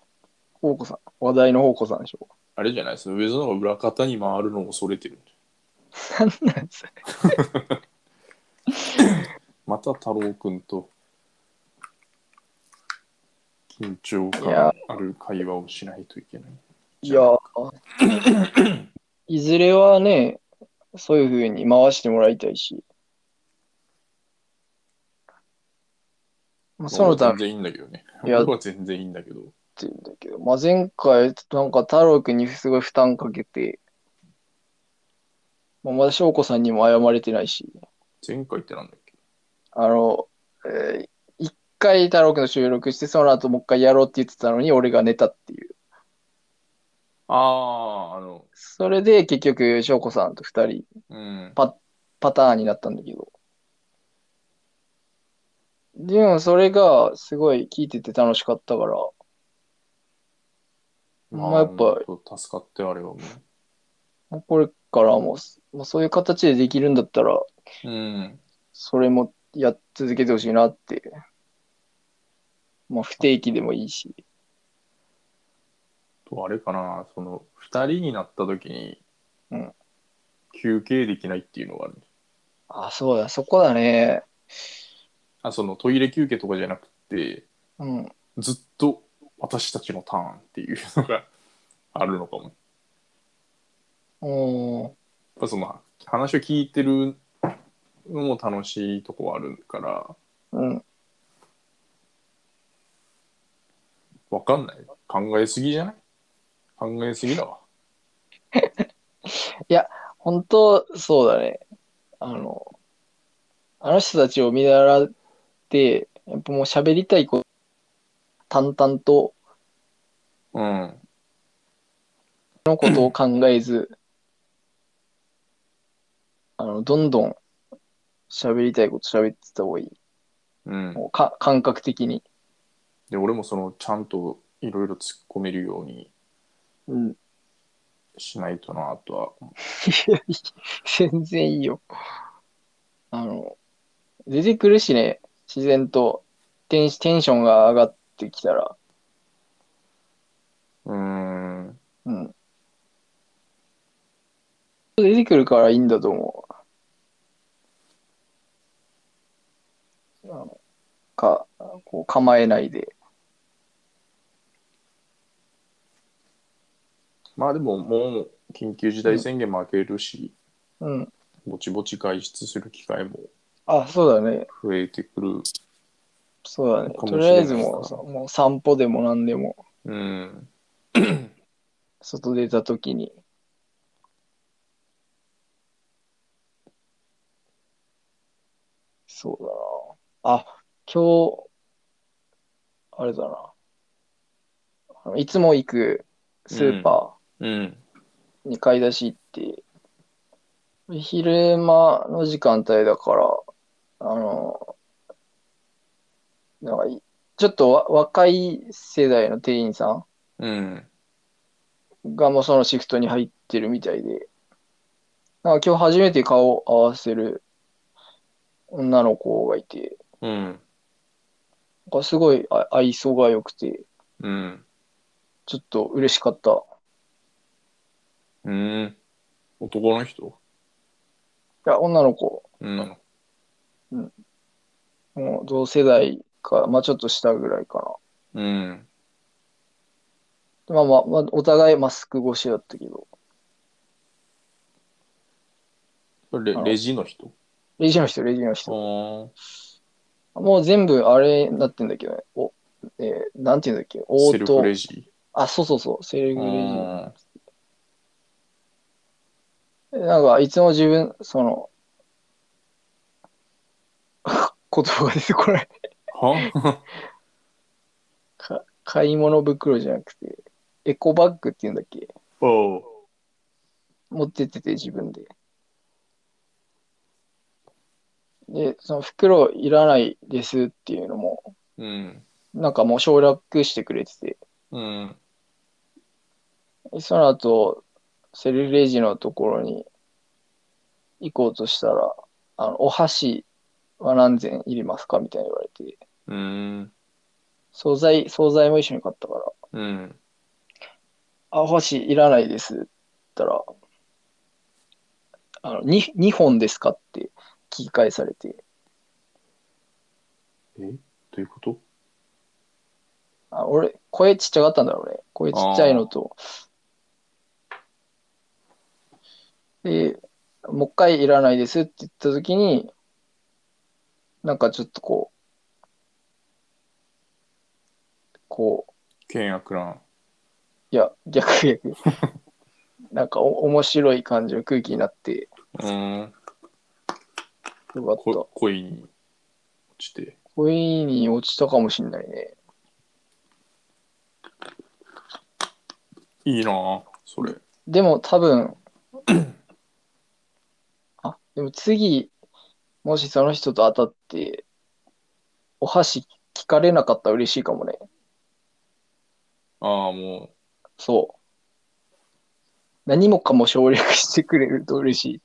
[SPEAKER 1] 宝子さん、話題の宝子さんでしょ。
[SPEAKER 2] あれじゃないですね。上園が裏方に回るのを恐れてる。
[SPEAKER 1] なんなんそれ
[SPEAKER 2] また太郎くんと緊張
[SPEAKER 1] いや
[SPEAKER 2] 感ある会話をしないといけない。
[SPEAKER 1] いや、 (clears throat) いずれはね、そういうふうに回してもらいたいし。まあ、そのた
[SPEAKER 2] 全
[SPEAKER 1] め
[SPEAKER 2] 然いいんだけどね。
[SPEAKER 1] いや
[SPEAKER 2] 俺は全然いいんだけど。
[SPEAKER 1] って言うんだけど、まあ、前回、なんか太郎くんにすごい負担かけて、まあ、まだ翔子さんにも謝れてないし、
[SPEAKER 2] 前回ってなんだっけ
[SPEAKER 1] あの、えー一回太郎くんの収録して、その後もう一回やろうって言ってたのに、俺が寝たっていう。
[SPEAKER 2] ああ、あの、
[SPEAKER 1] それで結局、翔子さんと二人
[SPEAKER 2] うん。
[SPEAKER 1] パターンになったんだけど。でもそれがすごい聞いてて楽しかったから、まあやっぱ
[SPEAKER 2] 本当助かってあれはも
[SPEAKER 1] もうこれからも、もうそういう形でできるんだったら、
[SPEAKER 2] う。うん。
[SPEAKER 1] それもやっ続けてほしいなって。まあ不定期でもいいし。
[SPEAKER 2] と、あれかな、その、二人になった時に、
[SPEAKER 1] うん
[SPEAKER 2] 休憩できないっていうのがある。
[SPEAKER 1] あ、そうだ、そこだね。
[SPEAKER 2] あ、その、トイレ休憩とかじゃなくて、
[SPEAKER 1] うん。
[SPEAKER 2] ずっと私たちのターンっていうのが (laughs) あるのかも。やっ
[SPEAKER 1] おー
[SPEAKER 2] ぱその、話を聞いてるのも楽しいとこはあるから、
[SPEAKER 1] うん。
[SPEAKER 2] わかんない。考えすぎじゃない考えすぎだわ。
[SPEAKER 1] 本当、そうだね。あの、あの人たちを見習って、やっぱもう喋りたいこと、淡々と
[SPEAKER 2] うん。
[SPEAKER 1] のことを考えず、あの、どんどん喋りたいこと喋ってた方がいい。
[SPEAKER 2] うん。
[SPEAKER 1] もうか感覚的に。
[SPEAKER 2] で、俺もその、ちゃんといろいろ突っ込めるように
[SPEAKER 1] うん。
[SPEAKER 2] しないとな、とは。
[SPEAKER 1] いや全然いいよ。あの、出てくるしね、自然とテンテンションが上がってきたら。
[SPEAKER 2] うーん。
[SPEAKER 1] うん。出てくるからいいんだと思う。あのか、こう構えないで。
[SPEAKER 2] まあでも、もう、緊急事態宣言も明けるし、
[SPEAKER 1] うん。
[SPEAKER 2] ぼちぼち外出する機会も
[SPEAKER 1] あ、そうだね。
[SPEAKER 2] 増えてくる。
[SPEAKER 1] そうだね。
[SPEAKER 2] かもし
[SPEAKER 1] と
[SPEAKER 2] れ
[SPEAKER 1] り
[SPEAKER 2] ない
[SPEAKER 1] あえずもうさ、もう散歩でも何でも、
[SPEAKER 2] うん。
[SPEAKER 1] 外出た時に。そうだな。あ、今日、あれだな。あのいつも行くスーパ
[SPEAKER 2] うん。
[SPEAKER 1] ーに買い出し行って、昼間の時間帯だから、あの、なんかい、ちょっとわ若い世代の店員さん
[SPEAKER 2] うん。
[SPEAKER 1] がもうそのシフトに入ってるみたいで、なんか今日初めて顔を合わせる女の子がいて、
[SPEAKER 2] うん。
[SPEAKER 1] なんかすごいあ愛想が良くて、
[SPEAKER 2] うん。
[SPEAKER 1] ちょっと嬉しかった。
[SPEAKER 2] うん。男の人
[SPEAKER 1] いや、女の子、
[SPEAKER 2] うん。
[SPEAKER 1] もう同世代か、まあちょっと下ぐらいか
[SPEAKER 2] うん。
[SPEAKER 1] な。まあまあ、まあ、お互いマスク越しだったけど、
[SPEAKER 2] レ
[SPEAKER 1] あの
[SPEAKER 2] レジの人
[SPEAKER 1] レジの人、レジの人。
[SPEAKER 2] あ
[SPEAKER 1] もう全部あれになってんだけどね。おえーなんていうんだっけ
[SPEAKER 2] あ
[SPEAKER 1] オ
[SPEAKER 2] セ
[SPEAKER 1] ー
[SPEAKER 2] ル
[SPEAKER 1] ト
[SPEAKER 2] フ。レジ
[SPEAKER 1] あ、そうそうそう。セルフレ
[SPEAKER 2] あ
[SPEAKER 1] ジ。なんか、いつも自分、その、 (laughs) 言葉が出てこない。
[SPEAKER 2] ーは
[SPEAKER 1] か買い物袋じゃなくて、エコバッグっていうんだっけ
[SPEAKER 2] おう
[SPEAKER 1] 持ってってて、自分で。で、その袋いらないですっていうのも、
[SPEAKER 2] うん
[SPEAKER 1] なんかもう省略してくれてて、
[SPEAKER 2] うん
[SPEAKER 1] その後、セルレジのところに行こうとしたら、あのお箸は何膳いりますかみたいに言われて、
[SPEAKER 2] うん
[SPEAKER 1] 惣菜、惣菜も一緒に買ったから、
[SPEAKER 2] うん
[SPEAKER 1] あ、お箸いらないですって言ったら、あの 2, 2本ですかって聞き返されて、
[SPEAKER 2] えどういうこと
[SPEAKER 1] あ俺、声ちっちゃかったんだろうね。声ちっちゃいのと。で、もう一回いらないですって言ったときに、なんかちょっとこう、こう、
[SPEAKER 2] 険悪ない
[SPEAKER 1] や、逆逆。なんかお面白い感じの空気になって、
[SPEAKER 2] うん
[SPEAKER 1] よかった。
[SPEAKER 2] こ恋に落ちて
[SPEAKER 1] 恋に落ちたかもしんないね。
[SPEAKER 2] いいなあそれ
[SPEAKER 1] でも多分、 (clears throat) あ、でも次、もしその人と当たって、お箸聞かれなかったら嬉しいかもね。
[SPEAKER 2] ああも
[SPEAKER 1] そう。何もかも省略してくれると嬉しい。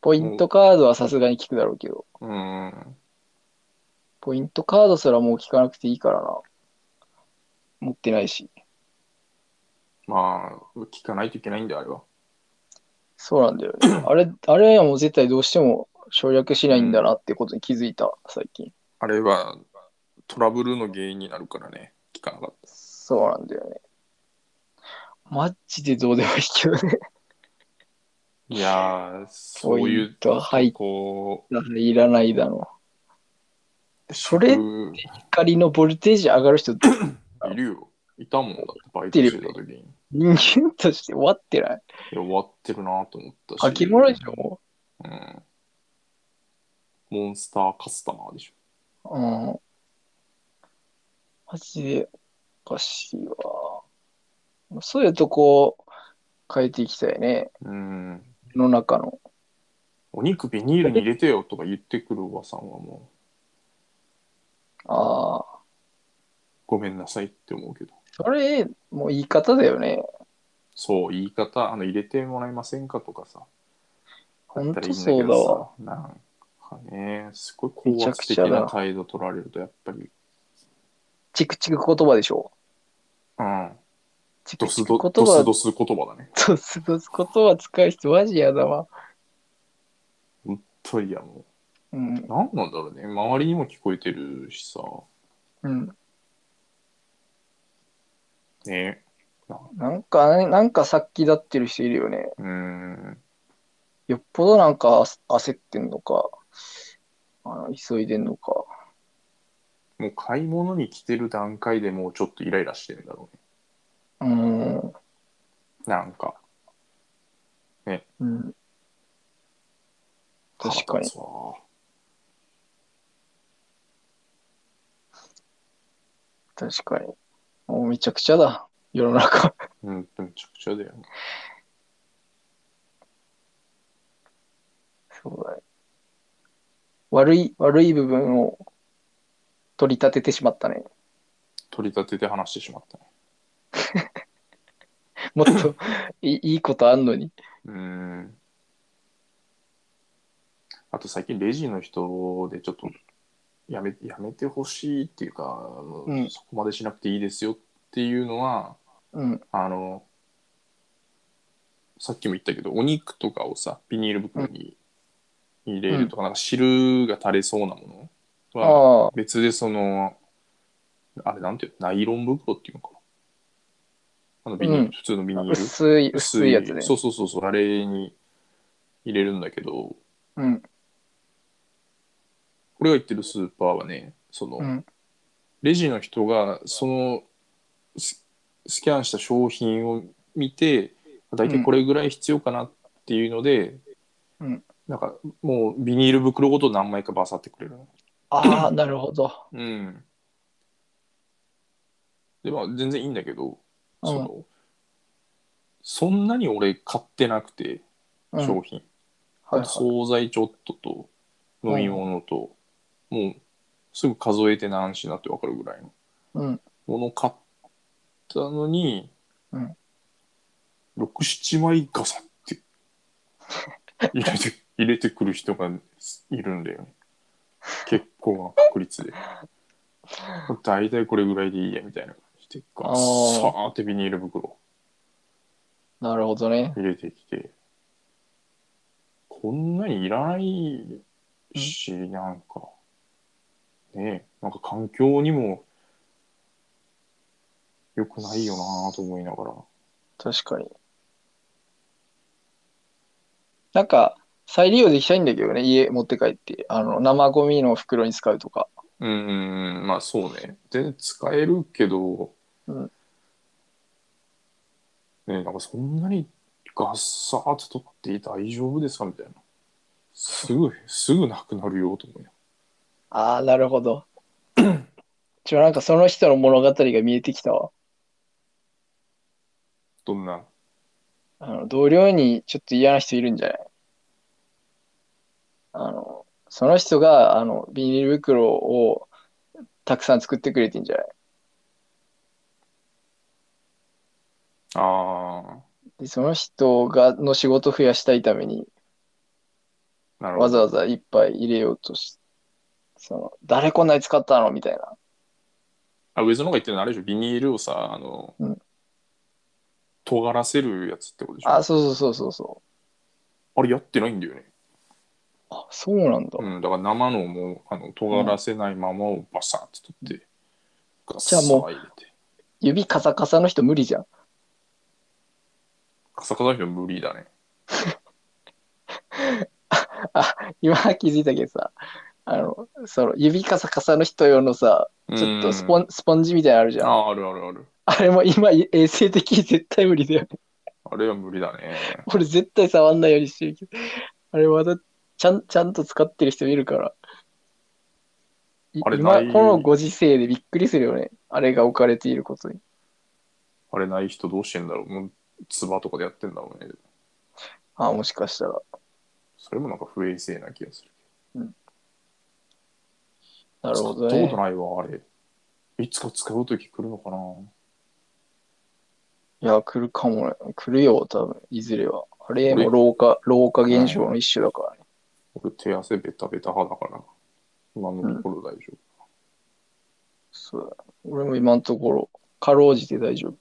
[SPEAKER 1] ポイントカードはさすがに聞くだろうけど、
[SPEAKER 2] ううん
[SPEAKER 1] ポイントカードすらもう聞かなくていいからな。持ってないし。
[SPEAKER 2] まあ聞かないといけないんだよあれは
[SPEAKER 1] そうなんだ
[SPEAKER 2] (clears throat)
[SPEAKER 1] よね。あれ、あれはもう絶対どうしても省略しないんだなってことに気づいた、最近。
[SPEAKER 2] あれはトラブルの原因になるからね聞かなかっ
[SPEAKER 1] そうなんだよね。マジでどうでもいいけどね。
[SPEAKER 2] たいやーそうい
[SPEAKER 1] ポイン
[SPEAKER 2] う
[SPEAKER 1] トはい
[SPEAKER 2] こ
[SPEAKER 1] いらないだろ
[SPEAKER 2] う
[SPEAKER 1] それ
[SPEAKER 2] うん
[SPEAKER 1] う。光のボルテージ上がる人、
[SPEAKER 2] いるよいたもんだってバイトしてた時にい
[SPEAKER 1] 人間として終わってない。
[SPEAKER 2] や終わってるなと思ったし
[SPEAKER 1] 書き物でしょ、も
[SPEAKER 2] うんモンスターカスタマーでしょ
[SPEAKER 1] う。うん。マジでおかしいわ。そういうとこ変えていきたいね。
[SPEAKER 2] うん
[SPEAKER 1] 世の中の。
[SPEAKER 2] お肉ビニールに入れてよとか言ってくるおばさんはもう
[SPEAKER 1] ああ。
[SPEAKER 2] ごめんなさいって思うけど
[SPEAKER 1] それ、もう言い方だよね。
[SPEAKER 2] そう言い方あの入れてもらえませんかとかさ
[SPEAKER 1] ほんとそう
[SPEAKER 2] あったらいいん
[SPEAKER 1] だ
[SPEAKER 2] け
[SPEAKER 1] わ。
[SPEAKER 2] どさなんかねすごい高圧的
[SPEAKER 1] めちゃくちゃ
[SPEAKER 2] な
[SPEAKER 1] だ
[SPEAKER 2] 態度取られるとやっぱり
[SPEAKER 1] チクチク言葉でしょ。
[SPEAKER 2] うん
[SPEAKER 1] チク
[SPEAKER 2] ドス
[SPEAKER 1] チ
[SPEAKER 2] ド
[SPEAKER 1] ク言
[SPEAKER 2] ド
[SPEAKER 1] 葉
[SPEAKER 2] スドス言葉だね
[SPEAKER 1] ドスドス言葉使う人マジやだわ。
[SPEAKER 2] といやも
[SPEAKER 1] うん
[SPEAKER 2] う。何なんだろうね周りにも聞こえてるしさ
[SPEAKER 1] うん。
[SPEAKER 2] ね
[SPEAKER 1] なんかね、なんか殺気立ってる人いるよね。
[SPEAKER 2] うーん
[SPEAKER 1] よっぽどなんかあ焦ってんのか、あの急いでんのか。
[SPEAKER 2] もう買い物に来てる段階でもうちょっとイライラしてるんだろうね
[SPEAKER 1] うーん。
[SPEAKER 2] なんか
[SPEAKER 1] うん。確か
[SPEAKER 2] 腹
[SPEAKER 1] に
[SPEAKER 2] 立つわ
[SPEAKER 1] 確かに。もうめちゃくちゃだ。世の中。
[SPEAKER 2] うんめちゃくちゃだよね
[SPEAKER 1] そうだね。悪い、悪い部分を取り立ててしまった (laughs) ね。
[SPEAKER 2] 取り立てて話してしまったね
[SPEAKER 1] もっといいいいことあんのに。
[SPEAKER 2] うーんあと最近レジの人でちょっとやめやめてほしいっていうか、もう
[SPEAKER 1] うん
[SPEAKER 2] そこまでしなくていいですよっていうのは
[SPEAKER 1] うん。
[SPEAKER 2] あのさっきも言ったけどお肉とかをさビニール袋に入れるとか,、なんか汁が垂れそうなもの
[SPEAKER 1] あ
[SPEAKER 2] は
[SPEAKER 1] あ。
[SPEAKER 2] 別でそのあれなんていうのナイロン袋っていうのかなあのビニール、
[SPEAKER 1] うん
[SPEAKER 2] 普通のビニール
[SPEAKER 1] 薄い、薄いやつね。
[SPEAKER 2] そうそうそうそうあれに入れるんだけど、
[SPEAKER 1] うん。
[SPEAKER 2] 俺が行ってるスーパーはね、その、
[SPEAKER 1] うん。
[SPEAKER 2] レジの人がそのススキャンした商品を見て大体これぐらい必要かなっていうので、
[SPEAKER 1] うん
[SPEAKER 2] なんかもうビニール袋ごと何枚かバサってくれるの
[SPEAKER 1] ああ、なるほど。
[SPEAKER 2] うんでまあ全然いいんだけど、
[SPEAKER 1] うん
[SPEAKER 2] そのそんなに俺買ってなくて
[SPEAKER 1] うん。はい
[SPEAKER 2] 商品、
[SPEAKER 1] はい。
[SPEAKER 2] 惣菜ちょっとと飲み物と、もうすぐ数えて何品って分かるぐらいの
[SPEAKER 1] うん。
[SPEAKER 2] もの買ったのに、
[SPEAKER 1] うん
[SPEAKER 2] 六七67枚ガサって
[SPEAKER 1] (laughs)
[SPEAKER 2] 入れて入れてくる人がいるんだよね結構な
[SPEAKER 1] (laughs)
[SPEAKER 2] 確率で大体これぐらいでいいやみたいな感じでガ
[SPEAKER 1] あ
[SPEAKER 2] サ
[SPEAKER 1] ー
[SPEAKER 2] ーってビニール袋
[SPEAKER 1] なるほどね。
[SPEAKER 2] 入れてきてこんなにいらないし、なんかねえなんか環境にも良くないよなと思いながら
[SPEAKER 1] 確かに。なんか、再利用できたいんだけどね、家持って帰って。あの、生ゴミの袋に使うとか。
[SPEAKER 2] うんうんうんまあそうね全然使えるけど、
[SPEAKER 1] うん
[SPEAKER 2] ねえなんかそんなにガッサーって取って大丈夫ですかみたいなすぐすぐなくなるよと思いながら
[SPEAKER 1] ああ、なるほ (laughs) ど。ちょ、なんかその人の物語が見えてきたわ。
[SPEAKER 2] どんな
[SPEAKER 1] あの、同僚にちょっと嫌な人いるんじゃないあの、その人が、あの、ビニール袋をたくさん作ってくれてんじゃない
[SPEAKER 2] あ
[SPEAKER 1] で、その人が、の仕事増やしたいために、
[SPEAKER 2] あなるほど
[SPEAKER 1] わざわざいっぱい入れようとし、その、誰こんなに使ったのみたいな。
[SPEAKER 2] あ、ウェズの方が言ってるのあれでしょ、ビニールをさ、あの、
[SPEAKER 1] うん
[SPEAKER 2] 尖らせるやつってことでしょ。
[SPEAKER 1] あ、
[SPEAKER 2] あ
[SPEAKER 1] そうそうそうそうそ
[SPEAKER 2] れやってないんだよね。
[SPEAKER 1] う。あ、そうなんだ。
[SPEAKER 2] うん、だから生のもう、あの尖らせないままをバサッと取って、ガッ
[SPEAKER 1] じゃあもう
[SPEAKER 2] サー入れて。
[SPEAKER 1] 指カサカサの人無理じゃん。 (laughs)
[SPEAKER 2] カサカサの人無理だね。
[SPEAKER 1] 今気づいたけどさ、あの、その、指カサカサの人用のさ、ちょっとスポ
[SPEAKER 2] ン
[SPEAKER 1] ンスポンジみたいなのあるじゃん。
[SPEAKER 2] ああるあるある。
[SPEAKER 1] あれも今、衛生的に絶対無理だよね。 (laughs)
[SPEAKER 2] あれは無理だね。
[SPEAKER 1] 俺絶対触んないようにしてるけど。あれまだ、ちゃん、ちゃんと使ってる人いるから。い
[SPEAKER 2] あれ
[SPEAKER 1] 今、
[SPEAKER 2] ない
[SPEAKER 1] このご時世でびっくりするよね。あれが置かれていることに。
[SPEAKER 2] あれない人どうしてんだろう。もう、ツバとかでやってんだろうね。
[SPEAKER 1] あ、もしかしたら。
[SPEAKER 2] それもなんか不衛生な気がする。
[SPEAKER 1] なるほど
[SPEAKER 2] 使っ
[SPEAKER 1] ね
[SPEAKER 2] たこと。ないわ、あれ。いつか使うとき来るのかな。
[SPEAKER 1] いや、来るかもね。来るよ、多分。いずれは。あれも老化、老化現象の一種だからね。
[SPEAKER 2] 俺、手汗ベタベタ派だから、今のところ大丈夫。
[SPEAKER 1] そうだ。俺も今のところ、かろうじて大丈夫。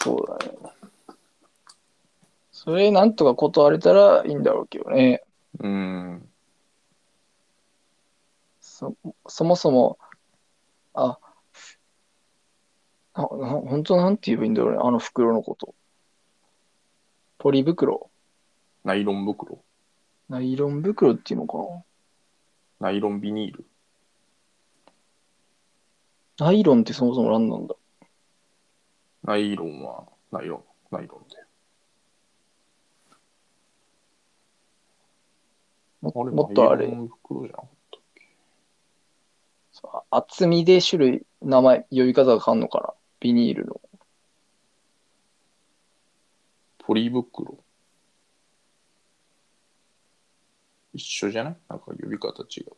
[SPEAKER 1] そうだね。それなんとか断れたらいいんだろうけどね。
[SPEAKER 2] うん。
[SPEAKER 1] そそもそも、あ、なな本当なんて言えばいいんだろうね、あの袋のこと。ポリ袋
[SPEAKER 2] ナイロン袋。
[SPEAKER 1] ナイロン袋っていうのか
[SPEAKER 2] ナイロンビニール。
[SPEAKER 1] なナイロンってそもそも何なんだ
[SPEAKER 2] ナイロンは、ナイロン、ナイロンで。
[SPEAKER 1] も
[SPEAKER 2] あれ、
[SPEAKER 1] もっとあ
[SPEAKER 2] ナイ
[SPEAKER 1] れ、
[SPEAKER 2] ロン袋じゃなかったっけ
[SPEAKER 1] そう厚みで種類、名前、呼び方が変わるのかなビニールの。
[SPEAKER 2] ポリ袋。一緒じゃないなんか呼び方違
[SPEAKER 1] (laughs)
[SPEAKER 2] う。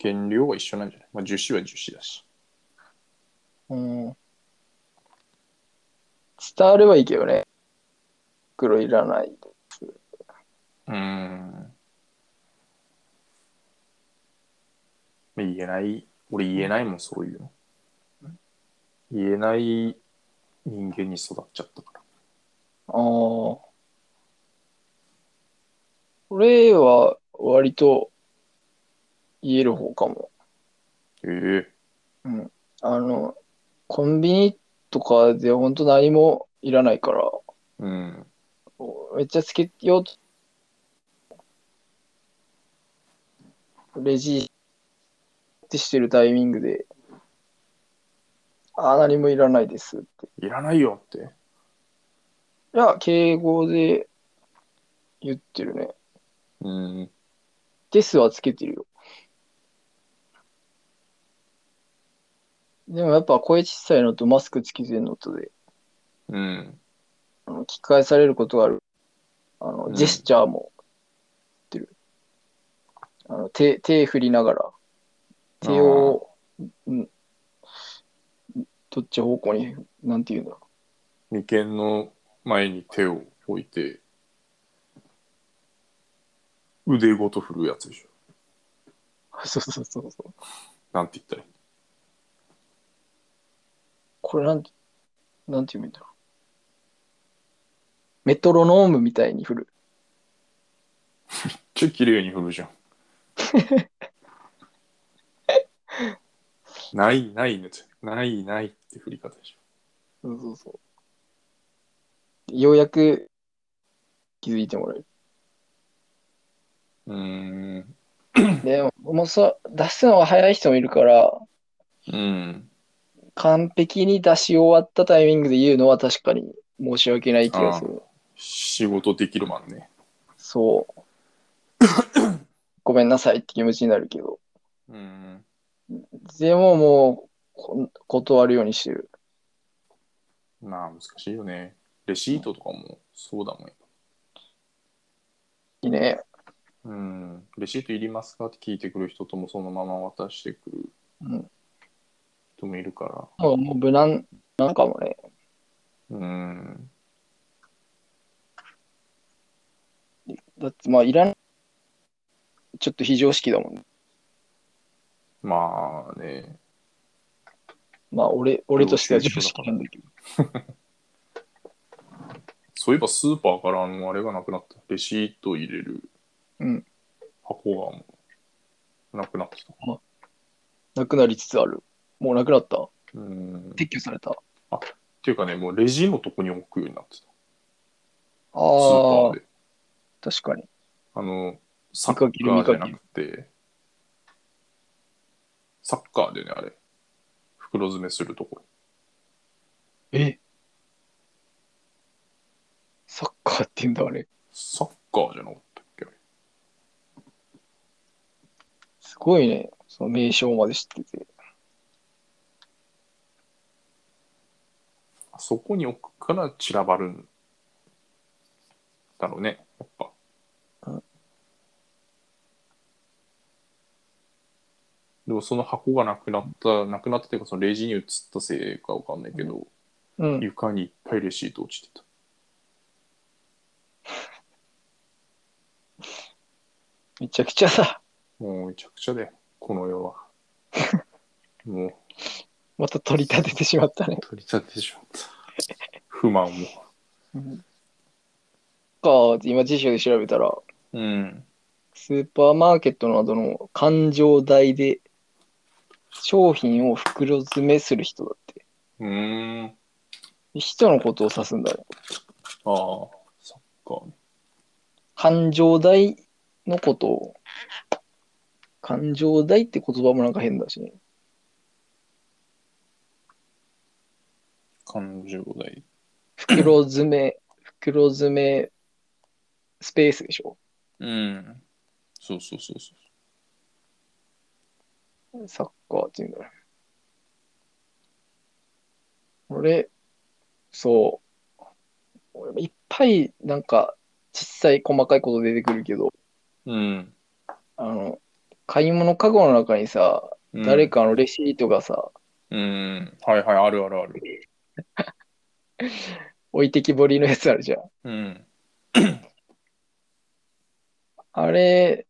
[SPEAKER 2] 原料は一緒なんじゃないまあ樹脂は樹脂だし。
[SPEAKER 1] うん。伝わればいいけどね。袋いらない。
[SPEAKER 2] うん。言えない、俺言えないもん、そういうの。言えない人間に育っちゃったから。
[SPEAKER 1] ああ。俺は割と言える方かも。
[SPEAKER 2] ええ
[SPEAKER 1] うん。あの、コンビニとかで本当何もいらないから、
[SPEAKER 2] うん。
[SPEAKER 1] めっちゃつけようと。レジってしてるタイミングで、あー、何もいらないですって。
[SPEAKER 2] いらないよって。
[SPEAKER 1] いや、敬語で言ってるね。
[SPEAKER 2] うん。
[SPEAKER 1] ですはつけてるよ。でもやっぱ声小さいのとマスクつけてるのとで、
[SPEAKER 2] うん。
[SPEAKER 1] あの聞き返されることがある。あの、
[SPEAKER 2] うん
[SPEAKER 1] ジェスチャーも言ってる。あの、手、手振りながら、手を、うん、どっち方向に、なんていうんだろ
[SPEAKER 2] 眉間の前に手を置いて、腕ごと振るやつでしょ。
[SPEAKER 1] う。 (laughs) そうそうそうそう。
[SPEAKER 2] なんて言ったらいい
[SPEAKER 1] これなんて、なんていうんだろう。メトロノームみたいに振る。
[SPEAKER 2] めっちゃ綺麗に振るじゃん。ないないのやつないないって振り方でし
[SPEAKER 1] そうそうそう。ようやく気づいてもらえる。
[SPEAKER 2] ょ。うーん。
[SPEAKER 1] でも、もうさ、出すのが早い人もいるから、
[SPEAKER 2] うん。
[SPEAKER 1] 完璧に出し終わったタイミングで言うのは確かに申し訳ない気がする。
[SPEAKER 2] 仕事できるマンね。
[SPEAKER 1] そう。ごめんなさいって気持ちになるけど。
[SPEAKER 2] うん。
[SPEAKER 1] でももうこ、断るようにしてる。
[SPEAKER 2] まあ難しいよね。レシートとかもそうだもん。
[SPEAKER 1] いいね。
[SPEAKER 2] うん。レシートいりますかって聞いてくる人ともそのまま渡してくる
[SPEAKER 1] うん
[SPEAKER 2] 人もいるか
[SPEAKER 1] もう、もう無難なんかもね。
[SPEAKER 2] ら。うん。
[SPEAKER 1] だってまあ、いらん、ちょっと非常識だもんね。
[SPEAKER 2] まあね。
[SPEAKER 1] まあ、俺、俺としては常識なんだけど。
[SPEAKER 2] そういえばスーパーからあのあれがなくなった。レシート入れる
[SPEAKER 1] うん。
[SPEAKER 2] 箱がもうなくなってきた。
[SPEAKER 1] なくなりつつある。もうなくなった。
[SPEAKER 2] うん。っ
[SPEAKER 1] 撤去された。あ
[SPEAKER 2] ていうかね、もうレジのとこに置くようになってた。スー
[SPEAKER 1] あ
[SPEAKER 2] パー、で。
[SPEAKER 1] 確かに。
[SPEAKER 2] あの、サッカーじゃなくて、サッカーでね、あれ。袋詰めするとこ
[SPEAKER 1] えサッカーって言うんだ、あれ。
[SPEAKER 2] サッカーじゃなかったっけあれ
[SPEAKER 1] すごいね。その名称まで知ってて。
[SPEAKER 2] あそこに置くから散らばるんだろうね、やっぱ。でもその箱がなくなった、なくなったというか、そのレジに移ったせいかわかんないけど、
[SPEAKER 1] うん。
[SPEAKER 2] 床にいっぱいレシート落ちてた。
[SPEAKER 1] めちゃくちゃだ。
[SPEAKER 2] もうめちゃくちゃだよ、この世は。 (laughs) もう
[SPEAKER 1] また取り立ててしまったね。
[SPEAKER 2] 取り立ててしまった。不満も。
[SPEAKER 1] か、今辞書で調べたら、
[SPEAKER 2] うん。
[SPEAKER 1] スーパーマーケットなどの勘定代で商品を袋詰めする人だって。
[SPEAKER 2] うーん。
[SPEAKER 1] 人のことを指すんだね。
[SPEAKER 2] ああ、サッカーね。
[SPEAKER 1] 感情代のことを、感情代って言葉もなんか変だしね。
[SPEAKER 2] 感情代。
[SPEAKER 1] 袋詰め、袋詰めスペースでしょ。
[SPEAKER 2] うん。そうそうそうそう。
[SPEAKER 1] サッカーっていうんだね。俺、そう。俺もいっぱいなんか小さい細かいこと出てくるけど、
[SPEAKER 2] うん。
[SPEAKER 1] あの、買い物カゴの中にさ、誰かのレシートがさ、
[SPEAKER 2] うん。はいはい、あるあるある。
[SPEAKER 1] 置いてきぼりのやつあるじゃん。
[SPEAKER 2] うん。
[SPEAKER 1] あれ、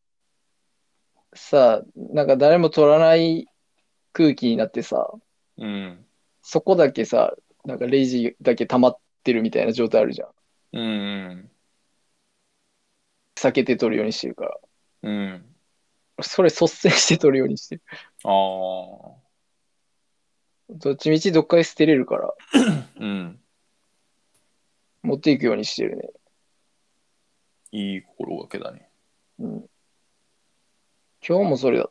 [SPEAKER 1] さ、なんか誰も取らない空気になってさ、
[SPEAKER 2] うん。
[SPEAKER 1] そこだけさ、なんかレジだけ溜まってるみたいな状態あるじゃん。
[SPEAKER 2] うん。
[SPEAKER 1] 避けて取るようにしてるから。
[SPEAKER 2] うん。
[SPEAKER 1] それ率先して取るようにしてる。
[SPEAKER 2] ああ。
[SPEAKER 1] どっちみちどっかで捨てれるから、
[SPEAKER 2] うん。
[SPEAKER 1] 持っていくようにしてるね。
[SPEAKER 2] いい心がけだね。
[SPEAKER 1] うん。今日もそれだ。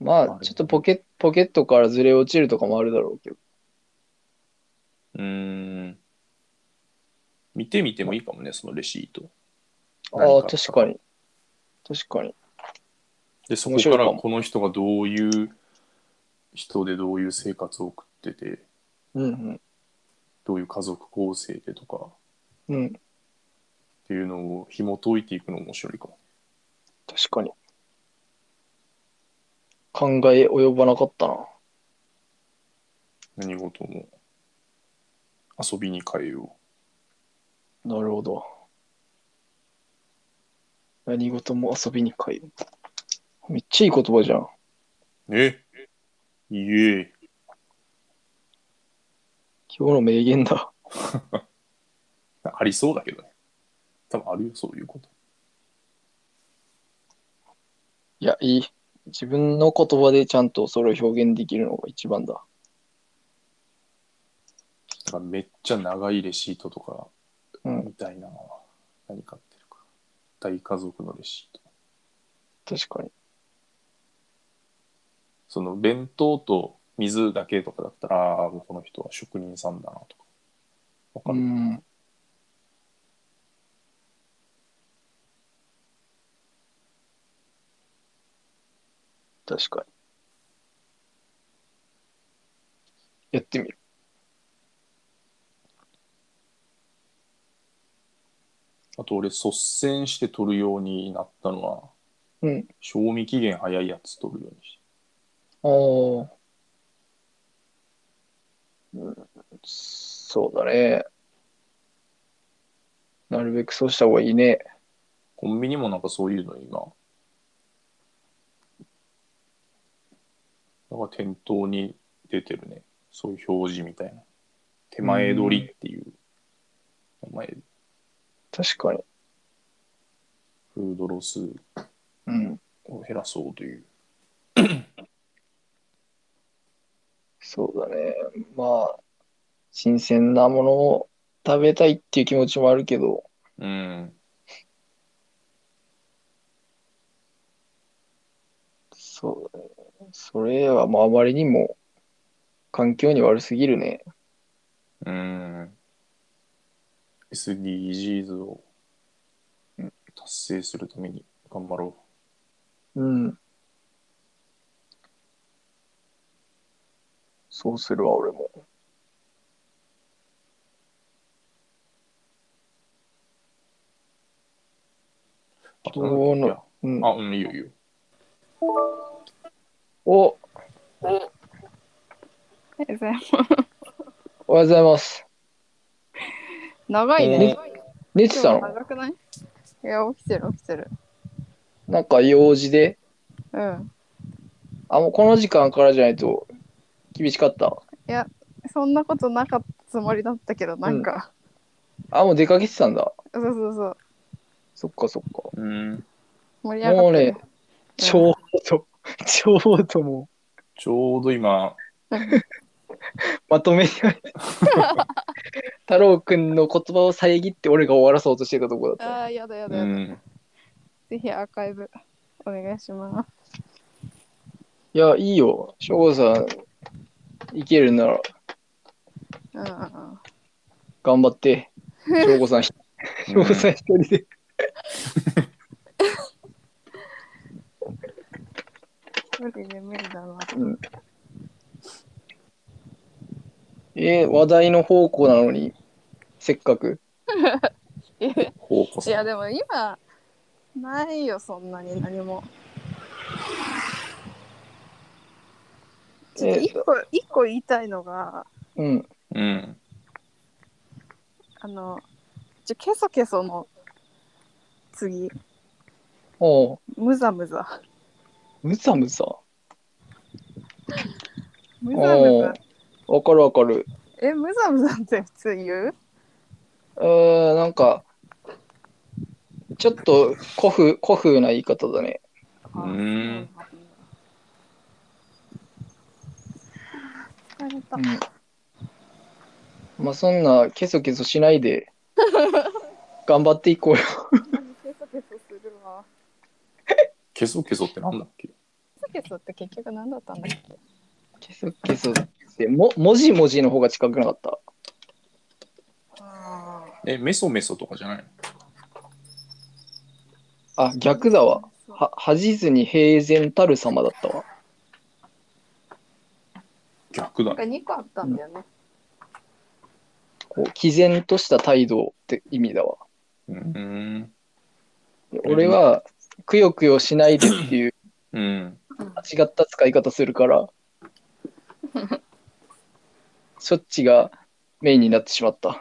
[SPEAKER 1] まあ、ちょっとポケポケットからずれ落ちるとかもあるだろうけど。
[SPEAKER 2] うーん。見てみてもいいかもね、そのレシート。
[SPEAKER 1] ああ、
[SPEAKER 2] 何
[SPEAKER 1] 確かに。確かに。
[SPEAKER 2] で、そこ
[SPEAKER 1] 面白
[SPEAKER 2] か
[SPEAKER 1] いからも
[SPEAKER 2] この人がどういう人でどういう生活を送ってて、
[SPEAKER 1] うん
[SPEAKER 2] どういう家族構成でとか
[SPEAKER 1] うん。うん。
[SPEAKER 2] っていうのを紐解いていくの面白いかも。
[SPEAKER 1] 確かに。考え及ばなかったな。
[SPEAKER 2] 何事も遊びに変えよ
[SPEAKER 1] なるほど。何事も遊びに変える。めっちゃいい言葉じゃん。
[SPEAKER 2] う。えいえ。
[SPEAKER 1] 今日の名言だ。 (laughs)
[SPEAKER 2] ありそうだけどね。多分あるよ、そういうこと。
[SPEAKER 1] いや、いい。自分の言葉でちゃんとそれを表現できるのが一番だ。
[SPEAKER 2] だからめっちゃ長いレシートとか
[SPEAKER 1] うん
[SPEAKER 2] みたいな、何買ってるか。大家族のレシート。
[SPEAKER 1] 確かに。
[SPEAKER 2] その弁当と水だけとかだったら、ああ、もうこの人は職人さんだなとか。わか
[SPEAKER 1] う
[SPEAKER 2] る、
[SPEAKER 1] ん。確かに。やってみる。
[SPEAKER 2] あと俺、率先して取るようになったのは、
[SPEAKER 1] うん。
[SPEAKER 2] 賞味期限早いやつ取るようにし
[SPEAKER 1] ああ。うん、そうだね。なるべくそうした方がいいね。
[SPEAKER 2] コンビニもなんかそういうの今、なんか店頭に出てるね。そういう表示みたいな。手前取りっていう名前、
[SPEAKER 1] 確かに。
[SPEAKER 2] フードロス
[SPEAKER 1] うん。
[SPEAKER 2] を減らそうという。
[SPEAKER 1] そうだね。まあ、新鮮なものを食べたいっていう気持ちもあるけど、
[SPEAKER 2] うん。
[SPEAKER 1] そうだね。それはまああまりにも環境に悪すぎるね。
[SPEAKER 2] うん。SDGs を達成するために頑張ろ
[SPEAKER 1] うん。そうするわ、俺も。
[SPEAKER 2] う。あと
[SPEAKER 1] そう
[SPEAKER 2] なんだ
[SPEAKER 1] な
[SPEAKER 2] っ
[SPEAKER 1] うん
[SPEAKER 2] け。あ、うん、いいよいいよ。
[SPEAKER 1] お、
[SPEAKER 3] ありがとうございます
[SPEAKER 1] おはようございます。
[SPEAKER 3] (laughs) 長いね。
[SPEAKER 1] 寝て
[SPEAKER 3] 今日
[SPEAKER 1] たの
[SPEAKER 3] 長くないいや、起きてる起きてる。
[SPEAKER 1] なんか用事で
[SPEAKER 3] うん。
[SPEAKER 1] あ、もうこの時間からじゃないと厳しかった。
[SPEAKER 3] そんなことなかったつもりだったけど、なんか、
[SPEAKER 1] あ、もう出かけてたんだ。
[SPEAKER 3] そうそうそう。
[SPEAKER 1] そっかそっか。
[SPEAKER 2] うん。
[SPEAKER 3] 盛り上がってる。
[SPEAKER 1] ちょうど、ちょうども
[SPEAKER 2] ちょうど今、
[SPEAKER 1] うまとめに入る太郎くんの言葉を遮って俺が終わらそうとしてたとこだった。
[SPEAKER 3] ああ、やだやだ
[SPEAKER 2] う
[SPEAKER 3] やだ。
[SPEAKER 2] ん。
[SPEAKER 3] ぜひアーカイブお願いします。
[SPEAKER 1] いや、いいよ。省吾さん、いけるなら
[SPEAKER 3] うんうんうん。
[SPEAKER 1] 頑張って。省吾さん、
[SPEAKER 3] (laughs)
[SPEAKER 1] 省吾さん一人で。
[SPEAKER 3] 無理ね、無理だな。
[SPEAKER 1] えー話題の方向なのに、せっかく。
[SPEAKER 2] 方向
[SPEAKER 3] い
[SPEAKER 2] さ
[SPEAKER 3] や、
[SPEAKER 2] ん。
[SPEAKER 3] でも今、ないよ、そんなに何も。ちょっと一個、一個言いたいのが、
[SPEAKER 1] うん。
[SPEAKER 2] うん。
[SPEAKER 3] あの、ちょ、ケソケソの次、
[SPEAKER 1] おう
[SPEAKER 3] ムザムザ。
[SPEAKER 1] むさむさ。
[SPEAKER 3] ムザム
[SPEAKER 1] お
[SPEAKER 3] ザ
[SPEAKER 1] う。わかるわかる。
[SPEAKER 3] え、ムザムザって普通言う
[SPEAKER 1] うーん、なんか、ちょっと古風、古風な言い方だね。
[SPEAKER 2] うーん。
[SPEAKER 3] 疲れた。
[SPEAKER 1] うん。まあそんな、ケソケソしないで、頑張っていこうよ。
[SPEAKER 3] ケソケソするわ。
[SPEAKER 2] ケソケソってなんだっけ
[SPEAKER 3] ケソケソって結局何だったんだっけ
[SPEAKER 1] ケソケソって、も、文字文字の方が近くなかった。
[SPEAKER 3] あ
[SPEAKER 2] え、メソメソとかじゃないの
[SPEAKER 1] あ、逆だわ。は、恥じずに平然たる様だったわ。
[SPEAKER 2] 逆だ
[SPEAKER 3] なんか
[SPEAKER 2] ね。
[SPEAKER 3] 2個あったんだよね。
[SPEAKER 1] こう、毅然とした態度って意味だわ。
[SPEAKER 2] うん。
[SPEAKER 1] 俺は、くよくよしないでっていう
[SPEAKER 2] うん。
[SPEAKER 1] 違った使い方するから、そっちがメインになってしまった。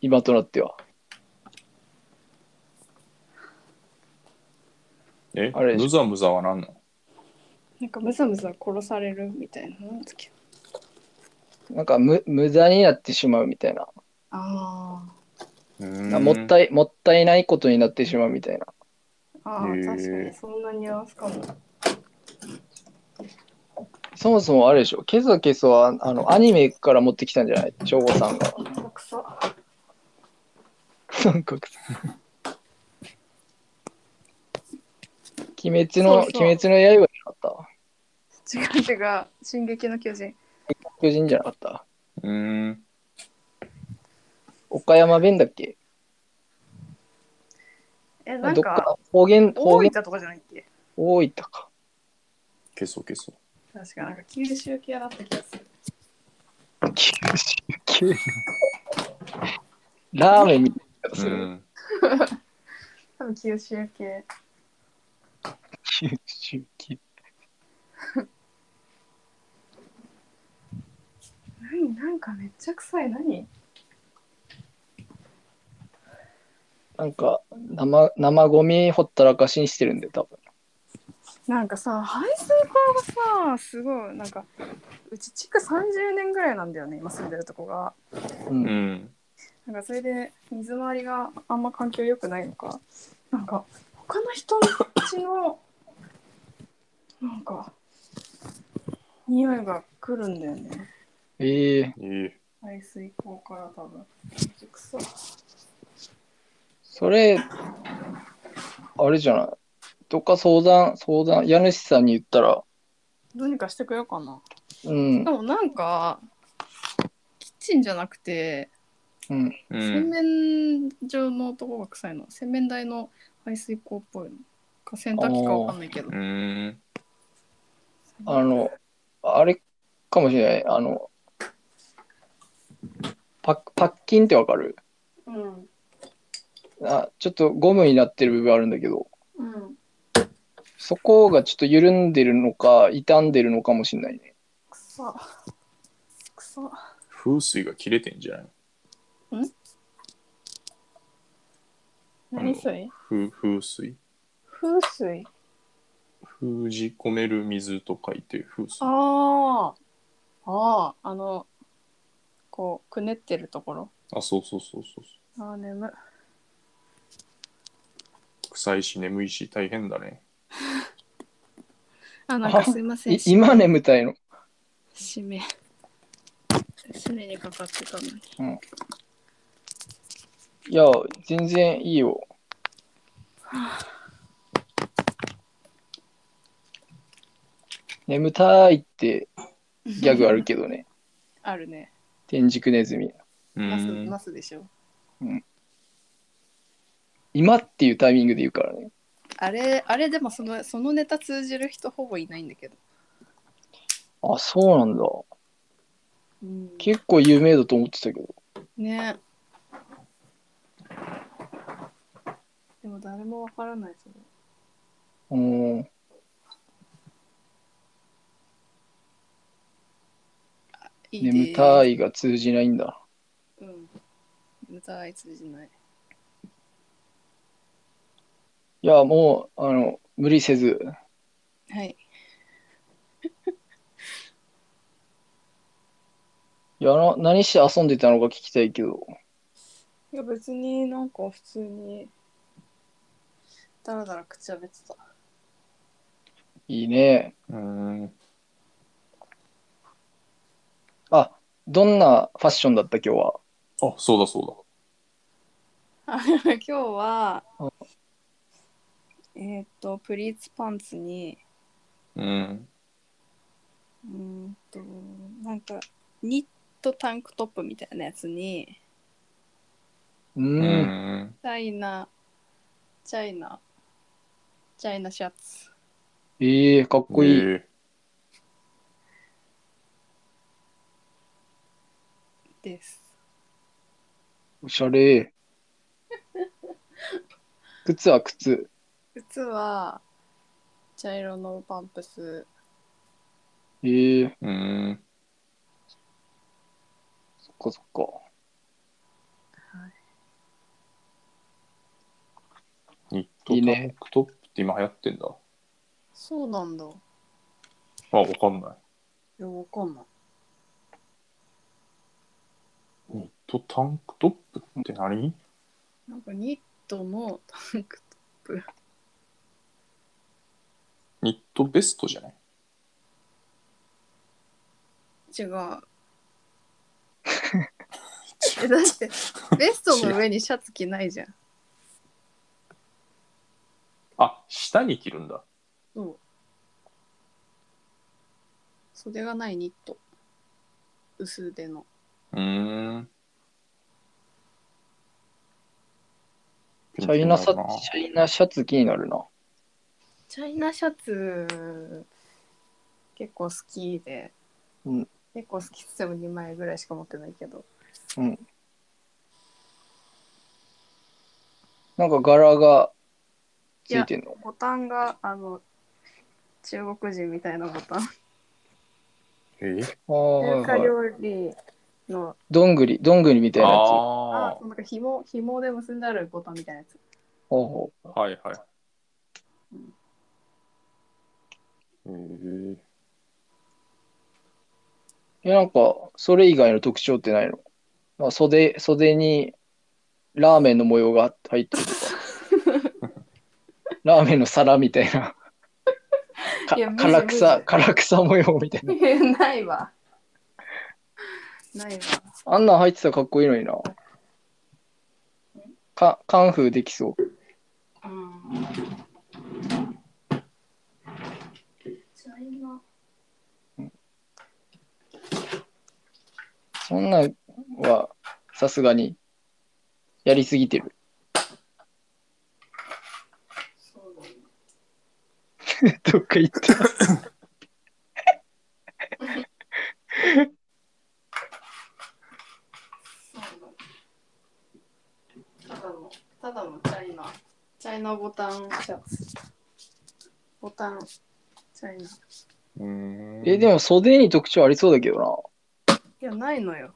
[SPEAKER 1] 今となっては。
[SPEAKER 2] え、
[SPEAKER 1] あれ
[SPEAKER 2] ムザムザは何なの
[SPEAKER 3] なんかむさむさ殺されるみたいなのつけ
[SPEAKER 1] なんか無無駄になってしまうみたいな。
[SPEAKER 3] あ
[SPEAKER 2] う
[SPEAKER 1] な
[SPEAKER 2] ーん
[SPEAKER 1] もったいもったいないことになってしまうみたいな。
[SPEAKER 3] ーあー、
[SPEAKER 2] へー
[SPEAKER 3] 確かにそんなニュアンスかも。
[SPEAKER 1] そもそもあれでしょ、ケソケソはあのアニメから持ってきたんじゃない省吾さんが。
[SPEAKER 3] なんか臭っ
[SPEAKER 1] なんか鬼滅の
[SPEAKER 3] そうそう
[SPEAKER 1] 鬼滅の刃じゃなかった。
[SPEAKER 3] 違う違う、進撃の巨人。
[SPEAKER 1] 巨人じゃなかった。
[SPEAKER 2] うーん。
[SPEAKER 1] 岡山弁だっけ
[SPEAKER 3] え、なん
[SPEAKER 1] どっ
[SPEAKER 3] か
[SPEAKER 1] か方言方
[SPEAKER 3] 大分
[SPEAKER 1] 言
[SPEAKER 3] とかじゃないっけ
[SPEAKER 1] 大分か。
[SPEAKER 2] ケソケソ。
[SPEAKER 3] 確かなんか九州系だった気がする。
[SPEAKER 1] 99ラーメンみたいな方す
[SPEAKER 2] う
[SPEAKER 1] る、
[SPEAKER 2] ん。
[SPEAKER 3] 多分九州系。
[SPEAKER 1] 99
[SPEAKER 3] 何なんかめっちゃ臭い。何
[SPEAKER 1] なんか生生ゴミほったらかしにしてるんで多分
[SPEAKER 3] なんかさ排水口がさすごいなんかうち築30年ぐらいなんだよね今住んでるとこが
[SPEAKER 1] うん
[SPEAKER 2] うん。
[SPEAKER 3] なんかそれで水回りがあんま環境良くないのかなんか他の人の家のなんか匂いが来るんだよね
[SPEAKER 1] ええ
[SPEAKER 2] いい。
[SPEAKER 3] 排水口から多分くそ
[SPEAKER 1] それあれじゃないどっか相談相談家主さんに言ったら
[SPEAKER 3] どうにかしてくれようかな
[SPEAKER 1] うん
[SPEAKER 3] でもなんかキッチンじゃなくて
[SPEAKER 1] うん
[SPEAKER 2] う
[SPEAKER 3] 洗
[SPEAKER 2] ん。
[SPEAKER 3] 面所のとこが臭いの洗面台の排水口っぽいのか洗濯機かわかんないけど
[SPEAKER 2] うーん。
[SPEAKER 1] あのあれかもしれないあのパッパッキンってわかる
[SPEAKER 3] うん
[SPEAKER 1] あちょっとゴムになってる部分あるんだけど
[SPEAKER 3] うん
[SPEAKER 1] そこがちょっと緩んでるのか、傷んでるのかもしれないね。
[SPEAKER 3] 臭っ臭っ
[SPEAKER 2] 風水が切れてんじゃないの
[SPEAKER 3] 何水
[SPEAKER 2] 風風水
[SPEAKER 3] 風水
[SPEAKER 2] 封じ込める水と書いて風水。
[SPEAKER 3] あああああのこうくねってるところ
[SPEAKER 2] あ、そうそうそうそうそ
[SPEAKER 3] ああ眠
[SPEAKER 2] う。臭いし眠いし大変だね。
[SPEAKER 3] あなんかすいません
[SPEAKER 1] い今眠たいの。
[SPEAKER 3] 締め締めにかかってたのに
[SPEAKER 1] いや、全然いいよ。眠たいってギャグあるけどね。
[SPEAKER 3] (laughs) あるね
[SPEAKER 1] 天竺ネズミ。
[SPEAKER 2] う
[SPEAKER 3] ナス
[SPEAKER 2] ーん
[SPEAKER 3] ナ。スでしょ
[SPEAKER 1] 今っていうタイミングで言うからね。
[SPEAKER 3] あれあれでもそのそのネタ通じる人ほぼいないんだけど
[SPEAKER 1] あ、そうなんだ。
[SPEAKER 3] うん
[SPEAKER 1] 結構有名だと思ってたけど。
[SPEAKER 3] ねでも誰もわからないそれ
[SPEAKER 1] うん。
[SPEAKER 3] い
[SPEAKER 1] 眠た
[SPEAKER 3] い、
[SPEAKER 1] いが通じないんだ。
[SPEAKER 3] うん、眠たい通じない
[SPEAKER 1] いや、もう、あの、無理せず、
[SPEAKER 3] はい
[SPEAKER 1] いや、な何して遊んでたのか聞きたいけど。
[SPEAKER 3] いや別になんか普通にだらだら口はべ (laughs) てた。
[SPEAKER 1] いいね。
[SPEAKER 2] うん。
[SPEAKER 1] あ、どんなファッションだった今日は。
[SPEAKER 2] あ、そうだそう
[SPEAKER 3] あ今日は
[SPEAKER 1] あ、
[SPEAKER 3] えーっと、プリーツパンツに、
[SPEAKER 2] だ。うん。
[SPEAKER 3] うーんと、なんか、ニットタンクトップみたいなやつに、
[SPEAKER 1] う。
[SPEAKER 2] うんん。
[SPEAKER 3] チャイナ、チャイナ、チャイナシャツ。
[SPEAKER 1] ええかっこいい。
[SPEAKER 2] え
[SPEAKER 3] です。
[SPEAKER 1] おしゃれ。 (laughs) 靴は靴。
[SPEAKER 3] 靴は茶色のパンプス
[SPEAKER 1] ええ
[SPEAKER 2] えうん。
[SPEAKER 1] そっかそっ
[SPEAKER 2] ニット
[SPEAKER 1] いい
[SPEAKER 2] タ
[SPEAKER 1] ね
[SPEAKER 2] ンクトップって今流行ってんだ。
[SPEAKER 3] そうなんだい
[SPEAKER 2] あ、わかんない。
[SPEAKER 3] やわかんない
[SPEAKER 2] ニットタンクトップって何
[SPEAKER 3] なんかニットのタンクト
[SPEAKER 2] ニットベストじゃない
[SPEAKER 3] 違 (laughs) うえだってベストの上にシャツ着ないじゃん
[SPEAKER 2] あ、下に着るんだ。
[SPEAKER 3] そう袖がないニット薄腕の
[SPEAKER 2] うん。
[SPEAKER 1] か。チャイナサ
[SPEAKER 2] ピンクになるな
[SPEAKER 1] チャイナシャツ気になるな。
[SPEAKER 3] チャイナシャツ結構好きで、
[SPEAKER 1] うん
[SPEAKER 3] 結構好きっつっても2枚ぐらいしか持ってないけど
[SPEAKER 1] なんか柄がついてんの。
[SPEAKER 3] ボタンがあの中国人みたいなボタン
[SPEAKER 1] ああ、
[SPEAKER 2] え
[SPEAKER 3] 中華
[SPEAKER 1] はいはい。
[SPEAKER 3] 料理の
[SPEAKER 1] どんぐり、どんぐりみたいなやつ。ほ
[SPEAKER 3] あ
[SPEAKER 2] あ
[SPEAKER 3] そうなんか紐紐で結んであるボタンみたいなやつ
[SPEAKER 1] うほう
[SPEAKER 2] あ、はいはい
[SPEAKER 3] うん。
[SPEAKER 2] えー、
[SPEAKER 1] え、なんか、それ以外の特徴ってないのまあ、袖、袖にラーメンの模様が入ってる
[SPEAKER 2] (laughs)
[SPEAKER 1] とか。ラーメンの皿みたいな。か
[SPEAKER 3] いや無理
[SPEAKER 1] 唐
[SPEAKER 3] 無
[SPEAKER 1] 草、
[SPEAKER 3] 理
[SPEAKER 1] 唐草模様みたいな。
[SPEAKER 3] ないわないわ
[SPEAKER 1] あんなん入ってたらかっこいいのにな。か、カンフーできそう。
[SPEAKER 3] うんチャイナ
[SPEAKER 1] そんなんは、さすがに、やりすぎてる。 (laughs)
[SPEAKER 3] そうだね
[SPEAKER 1] どっか行った。
[SPEAKER 3] そうだねただのただのチャイナチャイナボタンシャツボタンチャイナいう
[SPEAKER 2] ーん
[SPEAKER 1] え、でも袖に特徴ありそうだけどな。
[SPEAKER 3] やないのよ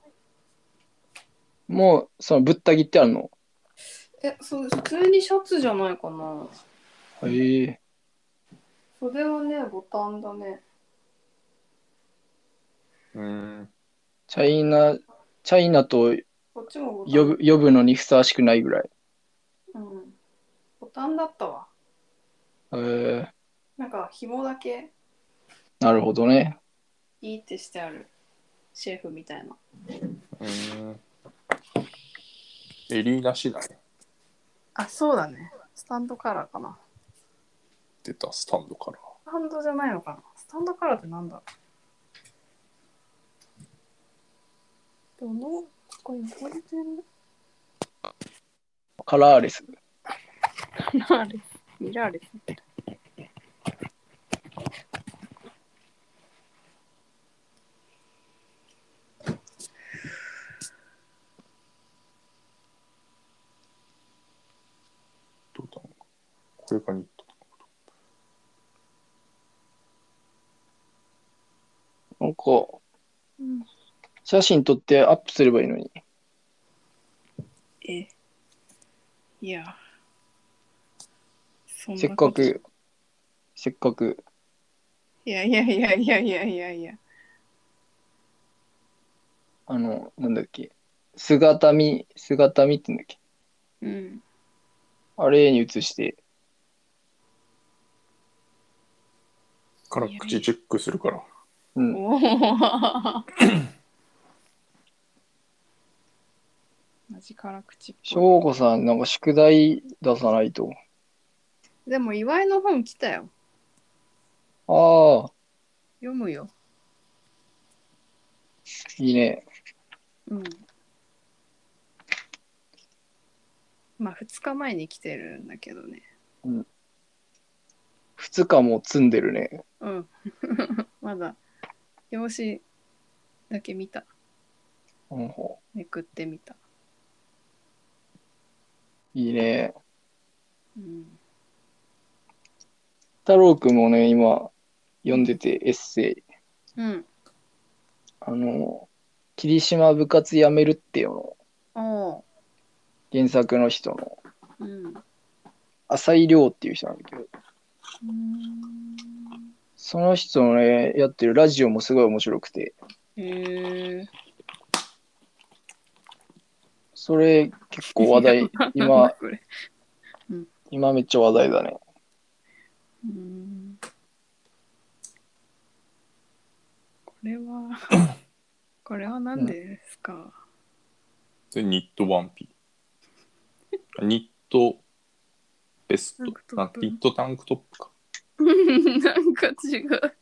[SPEAKER 1] もう、そのぶった切ってあるの。
[SPEAKER 3] えそう普通にシャツじゃないかな
[SPEAKER 1] へえ。
[SPEAKER 3] 袖はねボタンだね
[SPEAKER 2] うーん。
[SPEAKER 1] チャイナ、チャイナと
[SPEAKER 3] こっちもボタン
[SPEAKER 1] 呼ぶ呼ぶのにふさわしくないぐらい。
[SPEAKER 3] うん、ボタンだったわ
[SPEAKER 1] えー、
[SPEAKER 3] なんか紐だけ
[SPEAKER 1] なるほどね。
[SPEAKER 3] いいってしてあるシェフみたいな
[SPEAKER 2] うーん。襟なしだね。
[SPEAKER 3] あそうだねスタンドカラーかな
[SPEAKER 2] 出たスタンドから。
[SPEAKER 3] スタンドじゃないのかなスタンドカラーってなんだどのこれ汚れてる
[SPEAKER 1] カラーレス。
[SPEAKER 3] ミラーレスミラーレス
[SPEAKER 2] どうだろうこれかニット。
[SPEAKER 1] なんか、
[SPEAKER 3] うん
[SPEAKER 1] 写真撮ってアップすればいいのに。
[SPEAKER 3] えいやそんな
[SPEAKER 1] せっか
[SPEAKER 3] こと
[SPEAKER 1] く、せっかく。
[SPEAKER 3] いやいやいやいやいやいやいや
[SPEAKER 1] あの、なんだっけ、姿見、姿見って言うんだっけ、
[SPEAKER 3] うん
[SPEAKER 1] あれに移して、
[SPEAKER 2] から口チェックするから。
[SPEAKER 1] うん。
[SPEAKER 3] おーマジ辛口っぽ
[SPEAKER 1] 翔子さん、なんか宿題出さないと。
[SPEAKER 3] いでも岩井の本来たよ
[SPEAKER 1] ああ、
[SPEAKER 3] 読むよ
[SPEAKER 1] いいね。
[SPEAKER 3] うんまあ2日前に来てるんだけどね
[SPEAKER 1] 2日も積んでるね。
[SPEAKER 3] うんまだ用紙だけ見た
[SPEAKER 1] うん、
[SPEAKER 3] めくってみた
[SPEAKER 1] いいね。
[SPEAKER 3] うん
[SPEAKER 1] 太郎くんもね、今、読んでてエッセイ。
[SPEAKER 3] うん
[SPEAKER 1] あの、霧島部活やめるっていうの、
[SPEAKER 3] おう
[SPEAKER 1] 原作の人の、
[SPEAKER 3] うんう
[SPEAKER 1] 浅井亮っていう人なんだけど、
[SPEAKER 3] ーん
[SPEAKER 1] その人のね、やってるラジオもすごい面白くて、
[SPEAKER 3] へえ
[SPEAKER 1] それ結構話題、
[SPEAKER 3] なん
[SPEAKER 1] 今
[SPEAKER 3] だ、これ
[SPEAKER 1] 今めっちゃ話題だね。
[SPEAKER 3] うんこれは (laughs) これは何ですか、
[SPEAKER 2] で、ニットワンピ。ニットベス
[SPEAKER 3] タンク
[SPEAKER 2] ト。
[SPEAKER 3] トッ
[SPEAKER 2] な
[SPEAKER 3] プ
[SPEAKER 2] ニットタンクトップか。
[SPEAKER 3] なんか違う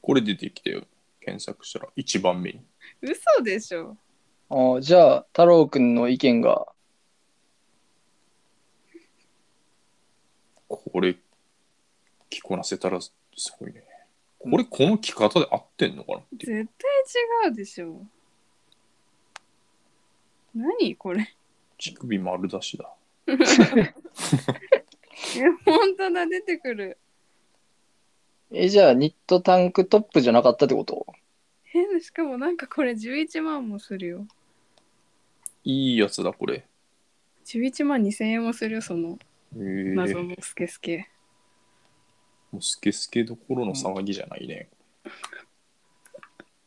[SPEAKER 2] これ出てきたよ。検索したら1番目に。
[SPEAKER 3] 嘘でしょ
[SPEAKER 1] ああじゃあ、太郎くんの意見が、
[SPEAKER 2] これ、着こなせたらすごいね。これ、この着方で合ってんのかなっていう。
[SPEAKER 3] 絶対違うでしょ何これ
[SPEAKER 2] 乳首丸出しだ。
[SPEAKER 3] え本当だ出てくる
[SPEAKER 1] え、じゃあ、ニットタンクトップじゃなかったってこと
[SPEAKER 3] 変なしかもなんかこれ11万もするよ
[SPEAKER 2] いいやつだ、これ。
[SPEAKER 3] 11万2000円もするよその
[SPEAKER 2] えー、
[SPEAKER 3] 謎のスケスケ、
[SPEAKER 2] もうスケスケどころの騒ぎじゃないね。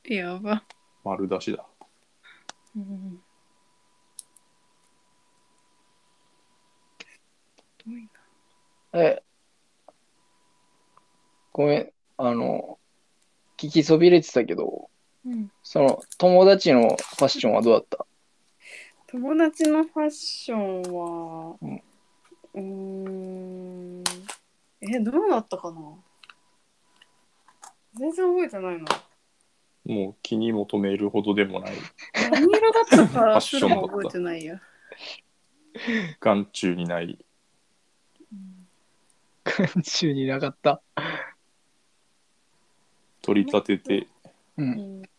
[SPEAKER 3] やば、
[SPEAKER 2] 丸出しだ。
[SPEAKER 3] うん、どうい
[SPEAKER 1] え、ごめん、あの、聞きそびれてたけど、
[SPEAKER 3] ううん
[SPEAKER 1] その、友達のファッションはどうだ
[SPEAKER 3] (laughs)
[SPEAKER 1] った
[SPEAKER 3] 友達のファッションは
[SPEAKER 1] うん
[SPEAKER 3] うーんえどうなったかな全然覚えてない (laughs) な
[SPEAKER 2] もう気に求めるほどでもない。
[SPEAKER 3] 何色だった
[SPEAKER 2] ファ
[SPEAKER 3] か
[SPEAKER 2] ッ
[SPEAKER 3] す
[SPEAKER 2] ション
[SPEAKER 3] ら
[SPEAKER 2] だった
[SPEAKER 3] も覚えてないや
[SPEAKER 2] 眼中にない。
[SPEAKER 1] 眼中になかった。
[SPEAKER 2] 取り立てて、
[SPEAKER 1] う。
[SPEAKER 3] うんん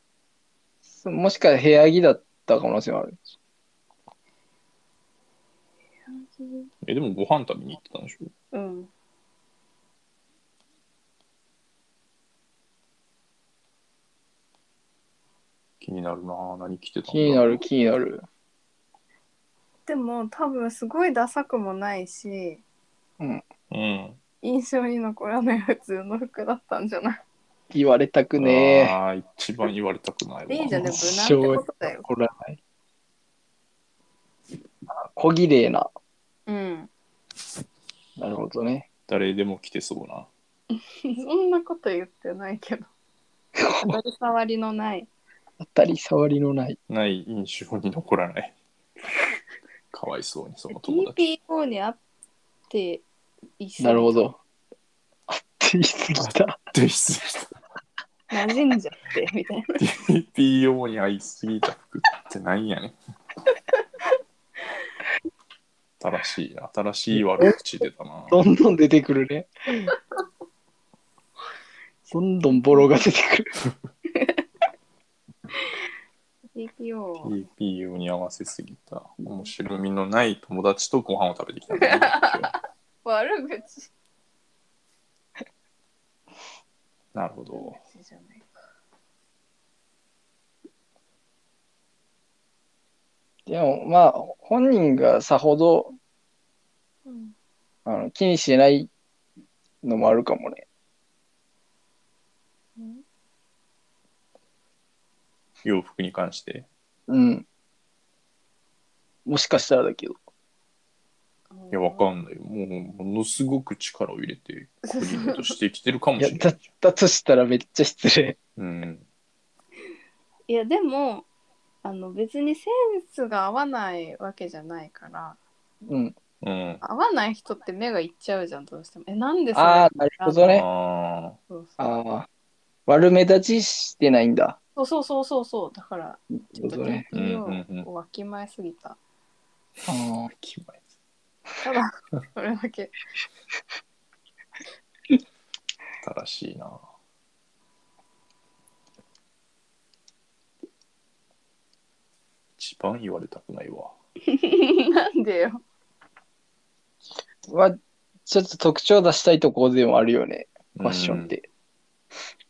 [SPEAKER 1] そもしかしたら部屋着だった可能性も
[SPEAKER 3] (laughs)
[SPEAKER 1] ある。
[SPEAKER 2] え、でもご飯食べに行ってたんでしょ
[SPEAKER 3] うん
[SPEAKER 2] 気になるなぁ何着てたんだ
[SPEAKER 1] 気になる、気になる。
[SPEAKER 3] でも多分すごいダサくもないし
[SPEAKER 2] うん。
[SPEAKER 3] 印象に残らない普通の服だったんじゃない
[SPEAKER 1] 言われたくね
[SPEAKER 2] ああ、一番言われたくないわ。
[SPEAKER 3] いいじゃんでも無難って
[SPEAKER 1] 正直
[SPEAKER 3] ことだ
[SPEAKER 1] え。
[SPEAKER 3] よ
[SPEAKER 1] 怒らない。小綺麗な。
[SPEAKER 3] うん
[SPEAKER 1] なるほど
[SPEAKER 3] (laughs)
[SPEAKER 1] ね。
[SPEAKER 2] 誰でも着てそうな。
[SPEAKER 3] そんなこと言ってないけど当たり障りのない
[SPEAKER 1] 当たり障りのない。
[SPEAKER 2] ない印象に残ら
[SPEAKER 3] (laughs)
[SPEAKER 2] ない。かわいそうに、その友達。
[SPEAKER 3] TPO にあっていそう
[SPEAKER 1] なるほど。あって言いすぎた。
[SPEAKER 2] で、失礼した。
[SPEAKER 3] 馴染んじゃってみ (laughs) たい
[SPEAKER 2] TPO に合いすぎた服ってなんやねん。新しいな、新しい悪口出たな。
[SPEAKER 1] どんどん出てくる (laughs) ね。どんどんボロが出てくる。
[SPEAKER 3] な TPO
[SPEAKER 2] TPO に合わせすぎた。面白みのない友達とご飯を食べてき
[SPEAKER 3] (laughs)
[SPEAKER 2] たんだね今日
[SPEAKER 3] 悪口
[SPEAKER 2] なるほど。
[SPEAKER 3] じゃない
[SPEAKER 1] でもまあ、本人がさほど
[SPEAKER 3] うん
[SPEAKER 1] あの気にしてないのもあるかもね。
[SPEAKER 2] 洋服に関して。
[SPEAKER 1] うん。もしかしたらだけど。
[SPEAKER 2] いや、わかんないよ。もう、ものすごく力を入れて、クリームとしてきてるかも
[SPEAKER 1] い
[SPEAKER 2] し
[SPEAKER 1] や
[SPEAKER 2] れ
[SPEAKER 1] だ
[SPEAKER 2] ない
[SPEAKER 1] っ。たとしたらめっちゃ失礼
[SPEAKER 2] うん。
[SPEAKER 3] いやでもあの別にセンスが合わないわけじゃないから
[SPEAKER 1] うん
[SPEAKER 2] うん。
[SPEAKER 3] 合わない人って目がいっちゃうじゃんどうしてもえなんでそれ
[SPEAKER 1] ああなるほどね
[SPEAKER 2] あ
[SPEAKER 3] そうそう
[SPEAKER 1] ああ悪目立ちしてないんだ
[SPEAKER 3] そうそうそうそうだからちょっと
[SPEAKER 1] なる
[SPEAKER 3] 研
[SPEAKER 2] ほどね
[SPEAKER 3] 究をわきまえすぎた、
[SPEAKER 1] ああ
[SPEAKER 2] あ、決まり
[SPEAKER 3] ただそれだけ
[SPEAKER 2] 正しいな。一番言われたくないわ。
[SPEAKER 3] なんでよ
[SPEAKER 1] まあちょっと特徴出したいとこでもあるよねファッションって、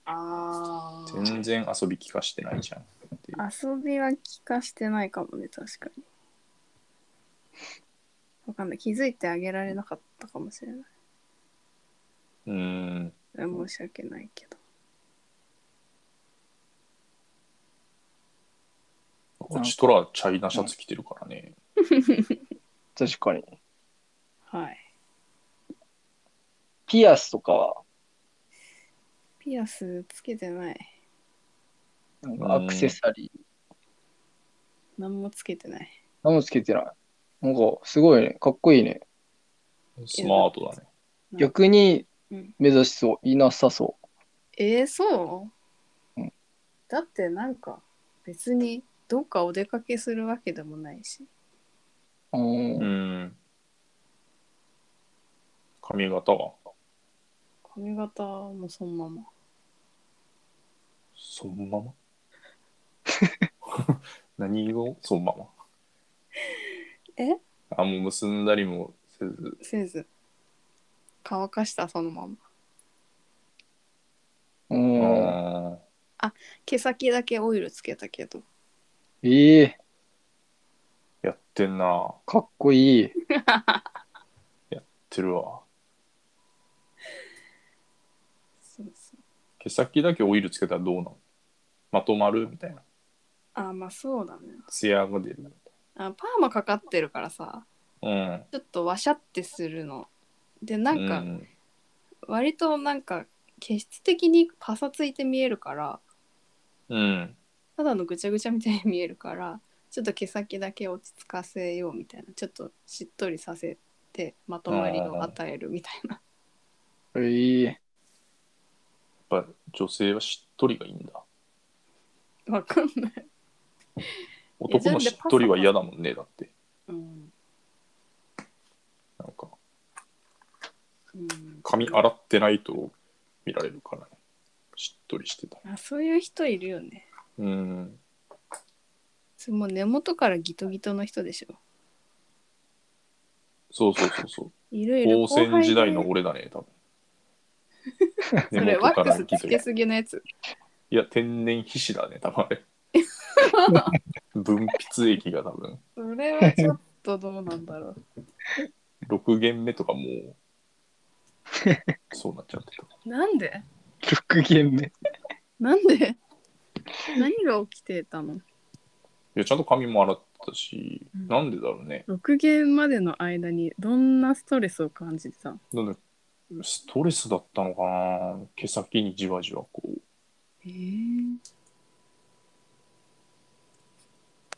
[SPEAKER 3] あ
[SPEAKER 2] うん。全然遊び聞かしてないじゃんっていう。
[SPEAKER 3] 遊びは聞かしてないかもね確かにわかんない気づいてあげられなかったかもしれない
[SPEAKER 2] うん。
[SPEAKER 3] それは申し訳ないけど
[SPEAKER 2] こっちとらチャイナシャツ着てるからね。
[SPEAKER 1] 確かに
[SPEAKER 3] はい
[SPEAKER 1] ピアスとかは
[SPEAKER 3] ピアスつけてない
[SPEAKER 1] なんかアクセサリー
[SPEAKER 3] 何もつけてない
[SPEAKER 1] 何もつけてないなんかすごいねかっこいいね
[SPEAKER 2] スマートだね。
[SPEAKER 3] うん
[SPEAKER 1] 逆に
[SPEAKER 3] うん
[SPEAKER 1] 目指しそういなさそ
[SPEAKER 3] えー、そう、
[SPEAKER 1] うん
[SPEAKER 3] だってなんか別にどっかお出かけするわけでもないし
[SPEAKER 1] ううん
[SPEAKER 2] うん。髪型は
[SPEAKER 3] 髪型もそのまま
[SPEAKER 2] そのまま (laughs) 何をそのまま
[SPEAKER 3] え
[SPEAKER 2] あ、もう結んだりもせず。
[SPEAKER 3] せず乾かしたそのまま
[SPEAKER 1] うん
[SPEAKER 2] あ
[SPEAKER 3] 毛先だけオイルつけたけど
[SPEAKER 1] ええ
[SPEAKER 2] ーやってんな。やっ
[SPEAKER 1] かっこいい
[SPEAKER 2] てるわ。
[SPEAKER 3] そうそう
[SPEAKER 2] 毛先だけオイルつけたらどうなのまとまるみたいな。
[SPEAKER 3] あまあそうだね
[SPEAKER 2] ツヤが出るみ
[SPEAKER 3] あパーマかかってるからさ
[SPEAKER 2] たいな。
[SPEAKER 3] ちょっとワシャってするのでな
[SPEAKER 2] うんう
[SPEAKER 3] か割となんか毛質的にパサついて見えるから
[SPEAKER 2] うん。
[SPEAKER 3] ただのぐちゃぐちゃみたいに見えるからちょっと毛先だけ落ち着かせようみたいなちょっとしっとりさせてまとまりを与えるみたいな (laughs)
[SPEAKER 1] ええ
[SPEAKER 2] やっぱ女性はしっとりがいいんだ。
[SPEAKER 3] わかんない、
[SPEAKER 2] 男のしっとりは嫌だもんね、だって。
[SPEAKER 3] うん
[SPEAKER 2] なんか、
[SPEAKER 3] うん、
[SPEAKER 2] 髪洗ってないと見られるからね。しっとりしてた。
[SPEAKER 3] あそういう人いるよね
[SPEAKER 2] うん。
[SPEAKER 3] それもう根元からギトギトの人でしょ
[SPEAKER 2] そうそうそうそう。
[SPEAKER 3] いろいろ
[SPEAKER 2] 高
[SPEAKER 3] 後輩
[SPEAKER 2] 専
[SPEAKER 3] で
[SPEAKER 2] 時代の俺だね、多分。
[SPEAKER 3] (laughs) それ
[SPEAKER 2] 根
[SPEAKER 3] ワ
[SPEAKER 2] 元か
[SPEAKER 3] ック
[SPEAKER 2] ら
[SPEAKER 3] ス
[SPEAKER 2] ギ
[SPEAKER 3] つ
[SPEAKER 2] ト
[SPEAKER 3] け
[SPEAKER 2] ギト
[SPEAKER 3] すぎのやつ
[SPEAKER 2] いや、天然皮脂だね、多分あ
[SPEAKER 1] (laughs)
[SPEAKER 2] れ。分泌液が多分。
[SPEAKER 3] それはちょっとどうなんだろ
[SPEAKER 2] 6限目とかもう、そうなっちゃってた。
[SPEAKER 3] う (laughs) なんで
[SPEAKER 1] 6限目
[SPEAKER 3] なんで何が起きてたの
[SPEAKER 2] いや、ちゃんと髪も洗ってたし、
[SPEAKER 3] うん
[SPEAKER 2] なんでだろうね。
[SPEAKER 3] 6限までの間にどんなストレスを感じてたの
[SPEAKER 2] なんだストレスだったのかな毛先にじわじわこう。
[SPEAKER 3] え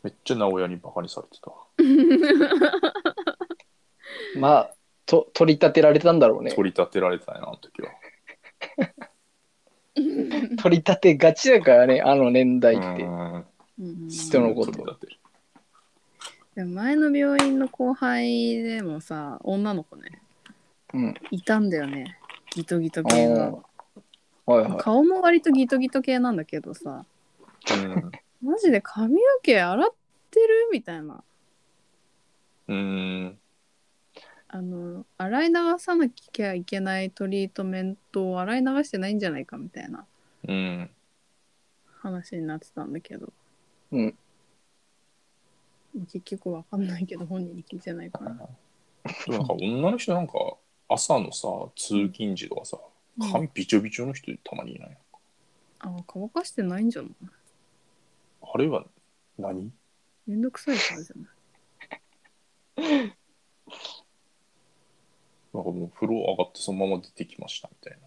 [SPEAKER 2] めっちゃ名古屋にバカにされてた。
[SPEAKER 1] まあと取り立てられたんだろうね
[SPEAKER 2] 取り立てられてたね、あの時は。
[SPEAKER 1] 取り立てがちだからねあの年代って
[SPEAKER 2] うん
[SPEAKER 3] うん
[SPEAKER 1] 人のこと
[SPEAKER 2] 取り立てる
[SPEAKER 3] でも前の病院の後輩でもさ女の子ね
[SPEAKER 1] うん
[SPEAKER 3] いたんだよねギトギト
[SPEAKER 1] あ
[SPEAKER 3] 系
[SPEAKER 1] ー
[SPEAKER 3] の
[SPEAKER 1] はいはい
[SPEAKER 3] 顔も割とギトギト系なんだけどさマジで髪の毛洗ってるみたいな
[SPEAKER 2] うん。うん。
[SPEAKER 3] あの洗い流さなきゃいけないトリートメントを洗い流してないんじゃないかみたいな
[SPEAKER 2] うん。
[SPEAKER 3] 話になってたんだけど
[SPEAKER 1] うん
[SPEAKER 3] 結局わかんないけど本人に聞いてないから
[SPEAKER 2] でもなんか女の人なんか朝のさ通勤時とかさ
[SPEAKER 3] うん
[SPEAKER 2] 髪びちょびちょの人たまにいない、
[SPEAKER 3] あ乾かしてないんじゃない
[SPEAKER 2] あれは何
[SPEAKER 3] めんどくさいからじゃない
[SPEAKER 2] なんかもう風呂上がってそのまま出てきましたみたい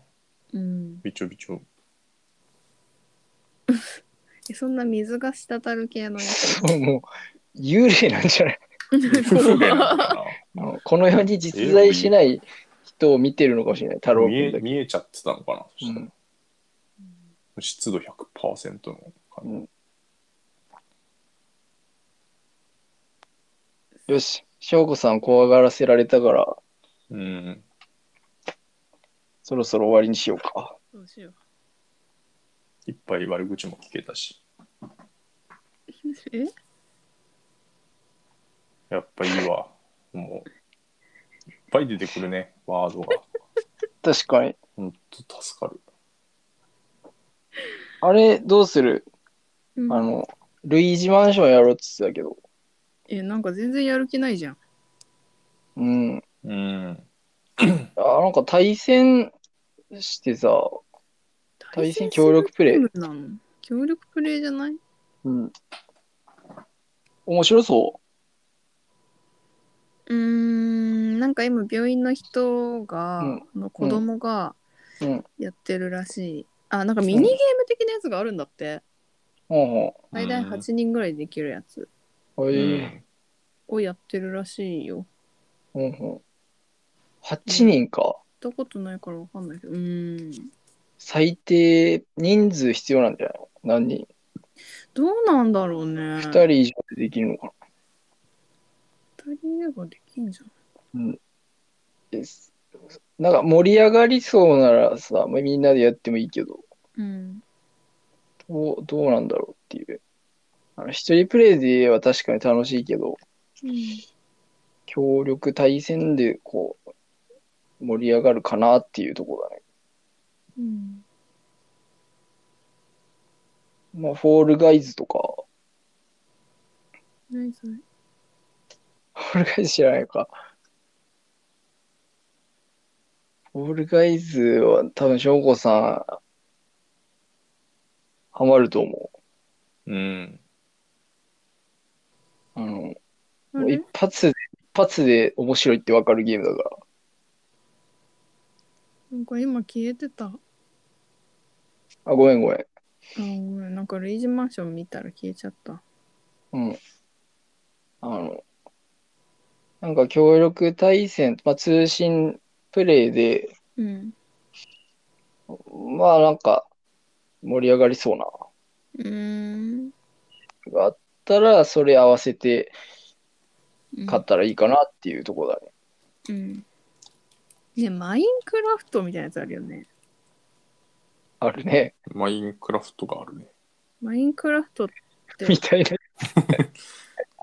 [SPEAKER 2] な。
[SPEAKER 3] うん、
[SPEAKER 2] びちょび (laughs) ちょ。
[SPEAKER 3] えそんな水が滴る系のや
[SPEAKER 1] (laughs)
[SPEAKER 3] つ
[SPEAKER 1] もう、幽霊なんじゃない
[SPEAKER 2] 風景なのか
[SPEAKER 1] あのこの世に実在しない人を見てるのかもしれない、太
[SPEAKER 2] な
[SPEAKER 1] 郎
[SPEAKER 2] 見
[SPEAKER 1] 君だけ。
[SPEAKER 2] え見えちゃってたのかなそしたら
[SPEAKER 1] うん
[SPEAKER 2] 湿度100%の感じ。
[SPEAKER 1] よし、翔子さん怖がらせられたから、
[SPEAKER 2] うん。
[SPEAKER 1] そろそろ終わりにしようか。
[SPEAKER 3] どうしよう (laughs)
[SPEAKER 2] いっぱい悪口も聞けたし。
[SPEAKER 3] え
[SPEAKER 2] やっぱいいわ。もう、いっぱい出てくるね、ワードが。
[SPEAKER 1] 確かに。
[SPEAKER 2] ほんと助かる。
[SPEAKER 1] あれ、どうする
[SPEAKER 3] うん
[SPEAKER 1] あの、ルイージマンションやろうって言ってたけど。
[SPEAKER 3] えなんか全然やる気ないじゃん
[SPEAKER 1] うん。
[SPEAKER 2] うん。
[SPEAKER 1] あ、なんか対戦してさ、対戦協力プレイ
[SPEAKER 3] 対戦するゲームなの協力プレイじゃない
[SPEAKER 1] うん。面白そう
[SPEAKER 3] ーんなんか今病院の人が、
[SPEAKER 1] うん
[SPEAKER 3] あの子供が
[SPEAKER 1] う。うん。
[SPEAKER 3] やってるらしい、あなんかミニゲーム的なやつがあるんだって、
[SPEAKER 1] ほうほ
[SPEAKER 3] 最大
[SPEAKER 2] うん
[SPEAKER 3] 8人ぐらいできるやつ
[SPEAKER 1] う。は
[SPEAKER 2] う
[SPEAKER 1] い。
[SPEAKER 2] ん
[SPEAKER 3] をやってるらしいよ
[SPEAKER 1] ほうほう。8人か。
[SPEAKER 3] やったことないからわかんないけどうーん
[SPEAKER 1] 最低人数必要なんじゃないの何人
[SPEAKER 3] どうなんだろうね
[SPEAKER 1] ?2 人以上でできるのかな
[SPEAKER 3] 二人でもできんじゃん
[SPEAKER 1] です。なんか盛り上がりそうならさ、まあみんなでやってもいいけど、
[SPEAKER 3] うん
[SPEAKER 1] どうどうなんだろうっていう。あの一人プレイでは確かに楽しいけど、協力対戦でこう、盛り上がるかなっていうところだね。
[SPEAKER 3] うん
[SPEAKER 1] まあ、フォールガイズとか、 (laughs)
[SPEAKER 3] 何それ
[SPEAKER 1] フォールガイズ知らないか。フォールガイズは多分、翔子さん、ハマると思う。
[SPEAKER 2] うん。
[SPEAKER 1] あの、
[SPEAKER 3] あ
[SPEAKER 1] もう
[SPEAKER 3] れ
[SPEAKER 1] 一発で、一発で面白いってわかるゲームだから。
[SPEAKER 3] なんか今消えてたあ
[SPEAKER 1] あ、ごめんごめん。
[SPEAKER 3] ごめんなんかルイージマンション見たら消えちゃった
[SPEAKER 1] うん。あの、なんか協力対戦、まあ、通信プレイで、
[SPEAKER 3] うん
[SPEAKER 1] まあなんか盛り上がりそうな
[SPEAKER 3] うーん
[SPEAKER 1] があったら、それ合わせて買ったらいいかなっていうところだね。
[SPEAKER 3] うんねマインクラフトみたいなやつあるよね
[SPEAKER 1] あるね。
[SPEAKER 2] マインクラフトがあるね。
[SPEAKER 3] マインクラフトって
[SPEAKER 1] みたいな。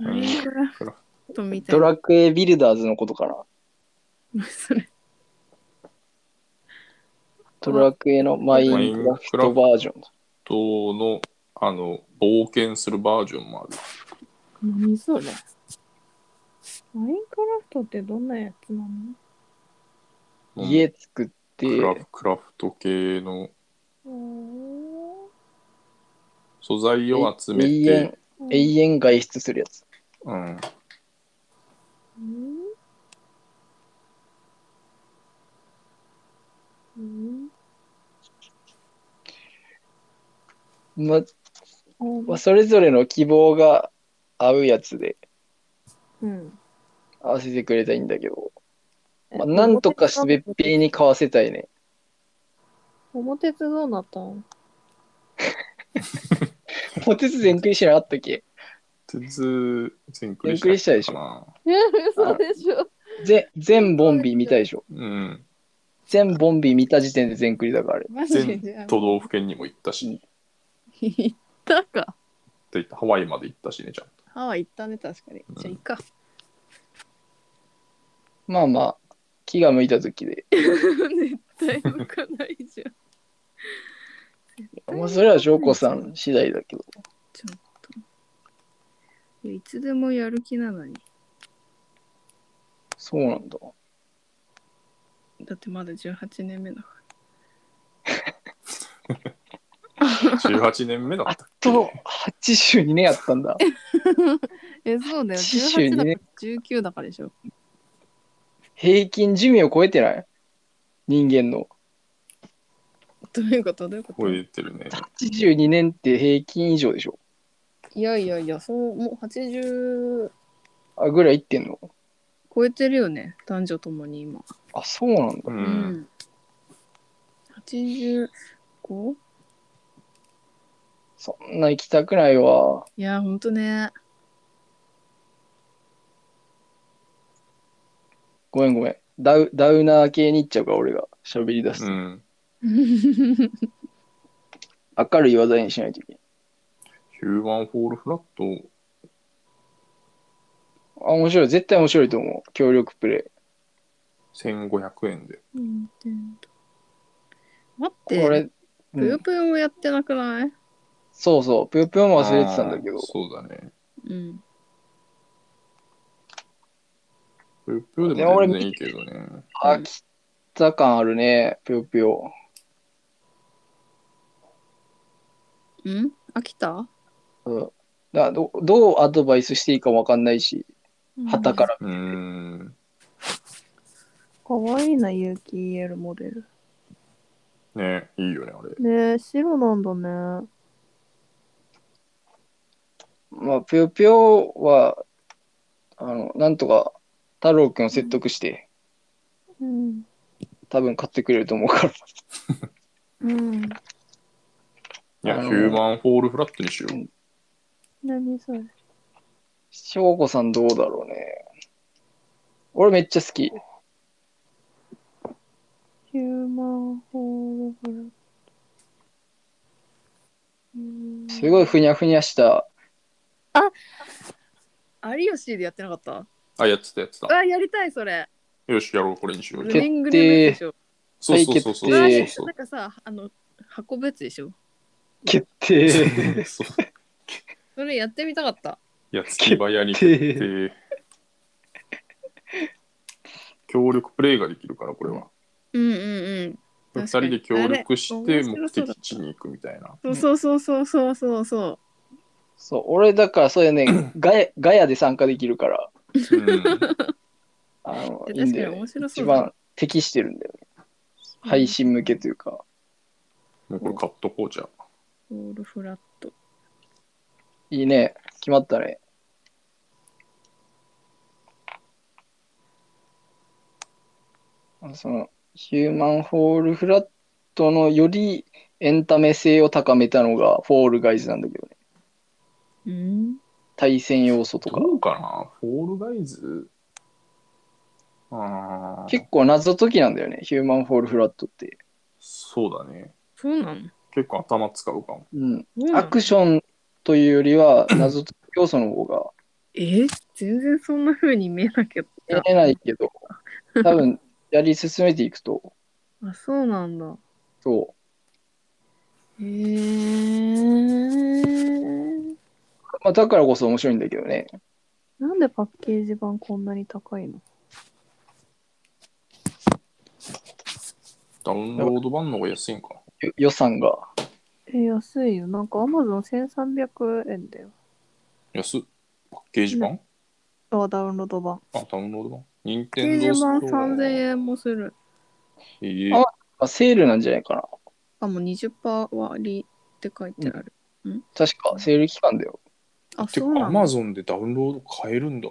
[SPEAKER 3] マインクラフトみたい
[SPEAKER 1] ド
[SPEAKER 3] な
[SPEAKER 1] ラクエビルダーズのことかな。
[SPEAKER 3] それ
[SPEAKER 1] ドラクエのマインクラフトバージョン。
[SPEAKER 2] との、あの、冒険するバージョンもある。
[SPEAKER 3] 何それマインクラフトってどんなやつなの
[SPEAKER 1] 家作っ
[SPEAKER 2] クラフ
[SPEAKER 1] て、
[SPEAKER 2] クラフト系の
[SPEAKER 3] お
[SPEAKER 2] 素材を集め
[SPEAKER 1] 永
[SPEAKER 2] て
[SPEAKER 1] 遠、、永遠外出するやつ。
[SPEAKER 2] うん、
[SPEAKER 3] うんうん
[SPEAKER 1] ま
[SPEAKER 3] うん
[SPEAKER 1] まあ、それぞれの希望が合うやつで
[SPEAKER 3] うん
[SPEAKER 1] 合わせてくれたらいいんだけど、まあ、なんとかすべっぴーに買わせたいね。
[SPEAKER 3] 表鉄どうなったの
[SPEAKER 1] モテツ全クリしなかったっけ
[SPEAKER 2] 鉄全ク
[SPEAKER 1] 全クリしたで
[SPEAKER 2] リ
[SPEAKER 1] し
[SPEAKER 2] した
[SPEAKER 1] ょ
[SPEAKER 2] か
[SPEAKER 3] え嘘でしょ
[SPEAKER 1] ぜ全ボンビー見たでしょ
[SPEAKER 2] な。うん。
[SPEAKER 1] 全ボンビー見た時点で全クリだからあれ。
[SPEAKER 3] マジ
[SPEAKER 2] 全
[SPEAKER 3] じゃん
[SPEAKER 2] 都道府県にも行ったし、
[SPEAKER 3] 行ったか
[SPEAKER 2] といったハワイまで行ったしね、ちゃんと。
[SPEAKER 1] (laughs)
[SPEAKER 3] ハワイ行ったね確かにじゃあいっか
[SPEAKER 1] まあまあ、気が向いた時で。
[SPEAKER 3] 絶対向かないじゃん
[SPEAKER 1] まあ、それは翔子さん次第だけど。
[SPEAKER 3] ちょっといやいつでもやる気なのに
[SPEAKER 1] そうなんだ。
[SPEAKER 3] だってまだ18年目だから
[SPEAKER 2] 18年目だったっけ
[SPEAKER 1] と、82年やったんだ。
[SPEAKER 3] えそうだよ
[SPEAKER 1] 18
[SPEAKER 3] 18
[SPEAKER 1] だ
[SPEAKER 3] だ
[SPEAKER 1] か
[SPEAKER 3] からら19だからでしょ
[SPEAKER 1] 平均寿命を超えてない人間の。
[SPEAKER 3] どういうことどういうこと
[SPEAKER 2] 超えてるね。
[SPEAKER 1] 82年って平均以上でしょ
[SPEAKER 3] いやいやいや、そう、もう80
[SPEAKER 1] あ、ぐらいいってんの
[SPEAKER 3] 超えてるよね、男女ともに今。
[SPEAKER 1] あ、そうなんだ。
[SPEAKER 2] う。。
[SPEAKER 3] うん 85?
[SPEAKER 1] そんな行きたくないわ。
[SPEAKER 3] いや、ほんとね。
[SPEAKER 1] ごめんごめん。ダウダウナー系に行っちゃうから、俺が喋り出す
[SPEAKER 2] う
[SPEAKER 1] と。
[SPEAKER 2] ん。
[SPEAKER 1] 明るい話題にしないといけない。
[SPEAKER 2] ヒューマンフォールフラット、
[SPEAKER 1] あ、面白い。絶対面白いと思う。協力プレ
[SPEAKER 2] 1500円で。
[SPEAKER 3] 任天堂待
[SPEAKER 1] イ。
[SPEAKER 3] っ
[SPEAKER 1] こ
[SPEAKER 3] て、
[SPEAKER 1] れ、う
[SPEAKER 3] ぷよ
[SPEAKER 1] ん、
[SPEAKER 3] ぷよもやってなくない
[SPEAKER 1] そうそう。ぷよぷよも忘れてたんだけ
[SPEAKER 2] あ
[SPEAKER 1] ど
[SPEAKER 2] ー。そうだね。
[SPEAKER 3] うん。
[SPEAKER 2] ぷよぷよで
[SPEAKER 1] いや
[SPEAKER 2] も
[SPEAKER 1] 俺
[SPEAKER 2] 全然いいけどね。
[SPEAKER 1] 飽きた感あるね。ぷよぷよ。
[SPEAKER 3] うん飽きた。
[SPEAKER 1] うん。だどどうアドバイスしていいかもわかんないし、旗からら。
[SPEAKER 2] うーん。
[SPEAKER 4] かわいいな、有機 EL モデル。
[SPEAKER 2] ねいいよね、あれ。
[SPEAKER 4] ねえ、白なんだね。
[SPEAKER 1] まあ、ぷよぷよは、あの、なんとか、太郎くんを説得して、
[SPEAKER 4] うん。
[SPEAKER 1] 多分買ってくれると思うから。
[SPEAKER 4] うん。
[SPEAKER 2] い
[SPEAKER 1] あ
[SPEAKER 2] や、
[SPEAKER 1] の
[SPEAKER 2] ヒ
[SPEAKER 1] ー
[SPEAKER 2] ューマンフォールフラットにしよう。
[SPEAKER 4] 何それ。
[SPEAKER 1] 翔子さんどうだろうね。俺めっちゃ好き。
[SPEAKER 4] ヒューマンホールフラットうん。
[SPEAKER 1] すごいふにゃふにゃした。
[SPEAKER 3] 有吉でやってなかった
[SPEAKER 2] あ、やってた、やってた
[SPEAKER 3] う。わ、やりたい、それ。
[SPEAKER 2] よし、やろう、これにしよう
[SPEAKER 3] ル
[SPEAKER 1] 決定。
[SPEAKER 3] ミングルメでしょ。
[SPEAKER 2] そうそうそうそう。
[SPEAKER 3] うわ
[SPEAKER 1] はい
[SPEAKER 2] そう
[SPEAKER 1] 決
[SPEAKER 2] そう
[SPEAKER 3] なんかさ、あの、運ぶやつでしょ。
[SPEAKER 1] 決定。
[SPEAKER 2] そう
[SPEAKER 3] それやってみたかった。
[SPEAKER 2] やっつけ早に決
[SPEAKER 1] 決
[SPEAKER 2] 定。協力プレイができるから、これは。
[SPEAKER 3] うんうんうん。
[SPEAKER 2] 二人で協力して目的地に行くみたいな。
[SPEAKER 3] そうそうそうそうそうそうそう。
[SPEAKER 1] そう、俺だからそうや (clears throat) ね、ガヤガヤで参加できるから、
[SPEAKER 2] うん
[SPEAKER 1] あの、
[SPEAKER 3] い
[SPEAKER 1] いいんだ
[SPEAKER 3] や確かに
[SPEAKER 1] よね。
[SPEAKER 3] 面白そ
[SPEAKER 1] 一
[SPEAKER 3] うだな。
[SPEAKER 1] 番適してるんだよね。配信向けというか、
[SPEAKER 2] もうこれ買っとこうじゃん。
[SPEAKER 3] オールフラット。
[SPEAKER 1] いいね。決まったね。あのその、ヒューマンホールフラットのよりエンタメ性を高めたのが、フォールガイズなんだけどね。
[SPEAKER 3] うん。
[SPEAKER 1] 対戦要素とか
[SPEAKER 2] ど。うかなフォールガイズああ。
[SPEAKER 1] 結構謎解きなんだよね、ヒューマンホールフラットって。
[SPEAKER 2] そうだね。
[SPEAKER 3] そうなの
[SPEAKER 2] 結構頭使うかも。
[SPEAKER 1] うん。
[SPEAKER 3] そうな
[SPEAKER 1] ア
[SPEAKER 3] の
[SPEAKER 1] クションというよりは、謎解き要素の方が
[SPEAKER 3] え全然そんな風に見えなきゃった
[SPEAKER 1] 得。れないけど、多分、やり進めていくと、
[SPEAKER 3] あ、そうなんだ。
[SPEAKER 1] そう、
[SPEAKER 3] へえ。
[SPEAKER 1] まあ、だからこそ面白いんだけどね。
[SPEAKER 4] なんでパッケージ版こんなに高いの
[SPEAKER 2] ダウンロード版の方が安いんかな。
[SPEAKER 1] よ予算が。
[SPEAKER 4] え、安いよ。なんか Amazon1300 円だよ。
[SPEAKER 2] 安っパッケージ版、
[SPEAKER 4] あ、ダウンロード版。
[SPEAKER 2] あ、ダウンロード版任天堂
[SPEAKER 3] 90
[SPEAKER 2] ス
[SPEAKER 3] 万
[SPEAKER 2] トア。
[SPEAKER 3] 3000円もする。
[SPEAKER 2] え
[SPEAKER 1] あ
[SPEAKER 2] え
[SPEAKER 1] まあ、セールなんじゃないかな。
[SPEAKER 3] あ、もう20%割りって書いてある。
[SPEAKER 1] 確か、セール期間だよ。
[SPEAKER 3] あ、
[SPEAKER 2] て
[SPEAKER 3] そ
[SPEAKER 2] か、
[SPEAKER 3] うな
[SPEAKER 2] ア
[SPEAKER 3] ん
[SPEAKER 2] マ
[SPEAKER 3] だ。
[SPEAKER 2] ゾンでダウンロード買えるんだ。
[SPEAKER 3] (clears throat)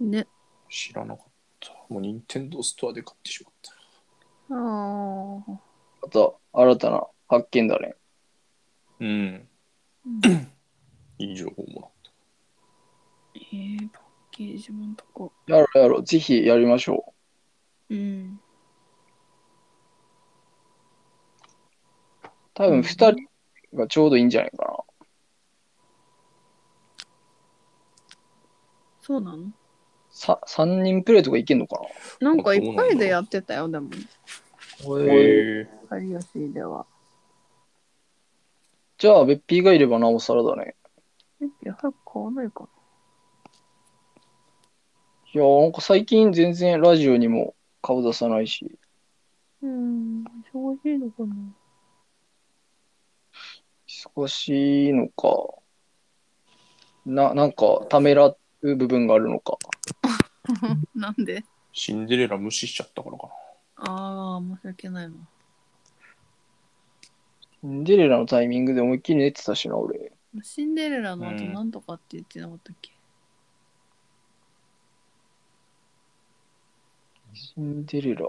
[SPEAKER 3] ね。
[SPEAKER 2] 知らなかった。もう任天堂ストアで買ってしまった。
[SPEAKER 4] ああ。
[SPEAKER 1] また、新たな発見だね。
[SPEAKER 2] うん。いい情報もらっ
[SPEAKER 3] えー、パッケージ版とか。
[SPEAKER 1] やろうやろう、ぜひやりましょ
[SPEAKER 3] うん。
[SPEAKER 1] う。多分、2人がちょうどいいんじゃないかな。
[SPEAKER 3] そうなの
[SPEAKER 1] さ3人プレイとかいけんのか
[SPEAKER 3] なんかいっぱいでやってたよ、でも。
[SPEAKER 1] な
[SPEAKER 2] た。へえ
[SPEAKER 4] 有吉では。
[SPEAKER 1] じゃあ、べっぴーがいればなおさらだね。
[SPEAKER 4] え、早く買わないか
[SPEAKER 1] いやー、なんか最近全然ラジオにも顔出さないし、
[SPEAKER 4] な。うん。忙しいのかな。
[SPEAKER 1] 忙しいのか、な、なんかためらう部分があるのか。
[SPEAKER 3] なんで
[SPEAKER 2] シンデレラ無視しちゃったからかな。
[SPEAKER 3] ああ、申し訳ないわ。
[SPEAKER 1] シンデレラのタイミングで思いっきり寝てたしな、俺。
[SPEAKER 3] シンデレラの後
[SPEAKER 2] うん
[SPEAKER 3] なんとかって言ってなかったっけ、
[SPEAKER 1] シンデレラ。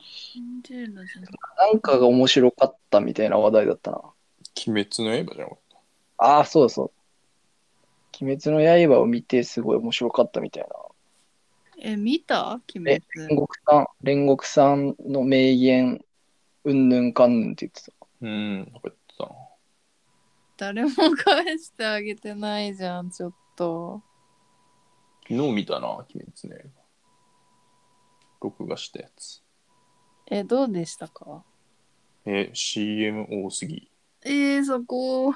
[SPEAKER 3] シンデレラじゃなく
[SPEAKER 1] なんかが面白かったみたいな話題だったな。
[SPEAKER 2] 鬼滅の刃じゃなかっ
[SPEAKER 1] ああ、そうそう。鬼滅の刃を見てすごい面白かったみたいな。
[SPEAKER 3] え、見た鬼
[SPEAKER 1] 煉
[SPEAKER 3] 滅。
[SPEAKER 1] 獄さん、煉獄さんの名言、うんぬんかんぬんって言ってた。
[SPEAKER 2] た。うん、なんか言ってたな。
[SPEAKER 3] 誰も返してあげてないじゃん、ちょっと。
[SPEAKER 2] 昨日見たな、鬼滅の刃。録画したやつ。
[SPEAKER 3] え、どうでしたか
[SPEAKER 2] え、CM 多すぎ。
[SPEAKER 3] えー、そこ。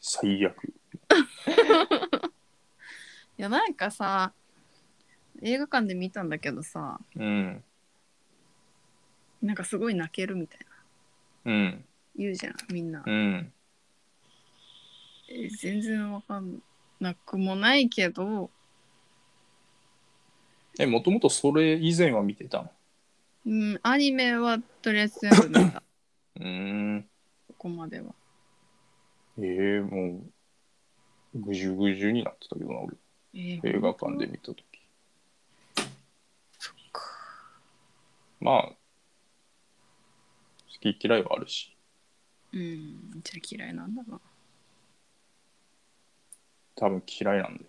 [SPEAKER 2] 最悪。
[SPEAKER 3] いや、なんかさ、映画館で見たんだけどさ、
[SPEAKER 2] うん。
[SPEAKER 3] なんかすごい泣けるみたいな。
[SPEAKER 2] うん。
[SPEAKER 3] 言うじゃん、みんな。
[SPEAKER 2] うん。
[SPEAKER 3] え全然わかんなくもないけど、
[SPEAKER 2] え、もともとそれ以前は見てたの
[SPEAKER 3] うん、アニメはとりあえず全部見た。
[SPEAKER 2] うーん。
[SPEAKER 3] ここ
[SPEAKER 2] (laughs)
[SPEAKER 3] までは。
[SPEAKER 2] えー、もう、ぐじゅぐじゅになってたけどな、俺。
[SPEAKER 3] え
[SPEAKER 2] 映画館で。見たとき。
[SPEAKER 3] そっか。
[SPEAKER 2] まあ、好き嫌いはあるし。
[SPEAKER 3] うん、じゃあ嫌いなんだな。
[SPEAKER 2] 多分嫌いなんで。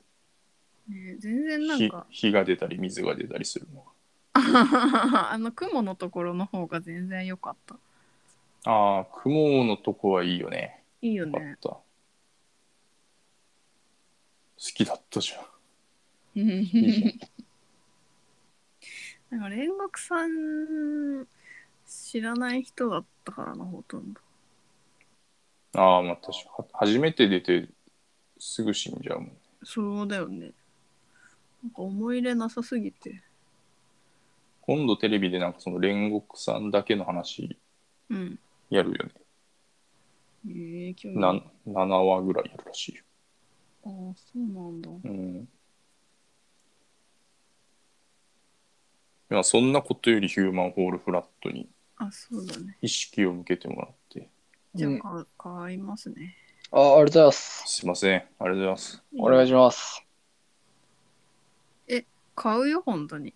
[SPEAKER 3] ね、全然なん
[SPEAKER 2] 火
[SPEAKER 3] か
[SPEAKER 2] 火が出たり水が出たりするの
[SPEAKER 3] (laughs) あの雲のところの方が全然良かった
[SPEAKER 2] が。ああ、雲のとこはいいよね。
[SPEAKER 3] いいよ
[SPEAKER 2] よか (laughs) っ
[SPEAKER 3] ね
[SPEAKER 2] た。好きだったじゃん。
[SPEAKER 3] うん
[SPEAKER 2] いいじゃん
[SPEAKER 3] なんか煉獄さん知らない人だったからなほとんど (laughs)
[SPEAKER 2] ああ、まあ確かは初めて出てすぐ死んじゃうもん。
[SPEAKER 3] そうだよねなんか思い入れなさすぎて
[SPEAKER 2] 今度テレビでなんかその煉獄さんだけの話
[SPEAKER 3] うん
[SPEAKER 2] やるよね。
[SPEAKER 3] えー、興味
[SPEAKER 2] な
[SPEAKER 3] あ
[SPEAKER 2] 7話ぐらいやるらしいよ。
[SPEAKER 3] あーそうなんだ
[SPEAKER 2] うん。まあそんなことよりヒューマンホールフラットに
[SPEAKER 3] あそうだね
[SPEAKER 2] 意識を向けてもらって。
[SPEAKER 3] じゃ
[SPEAKER 1] うん
[SPEAKER 3] あ買,、買いますね
[SPEAKER 1] ああ、ありがとうございます。
[SPEAKER 2] すいません。ありがとうございます。
[SPEAKER 1] お願い
[SPEAKER 3] し
[SPEAKER 1] します。
[SPEAKER 3] 買うよ本当に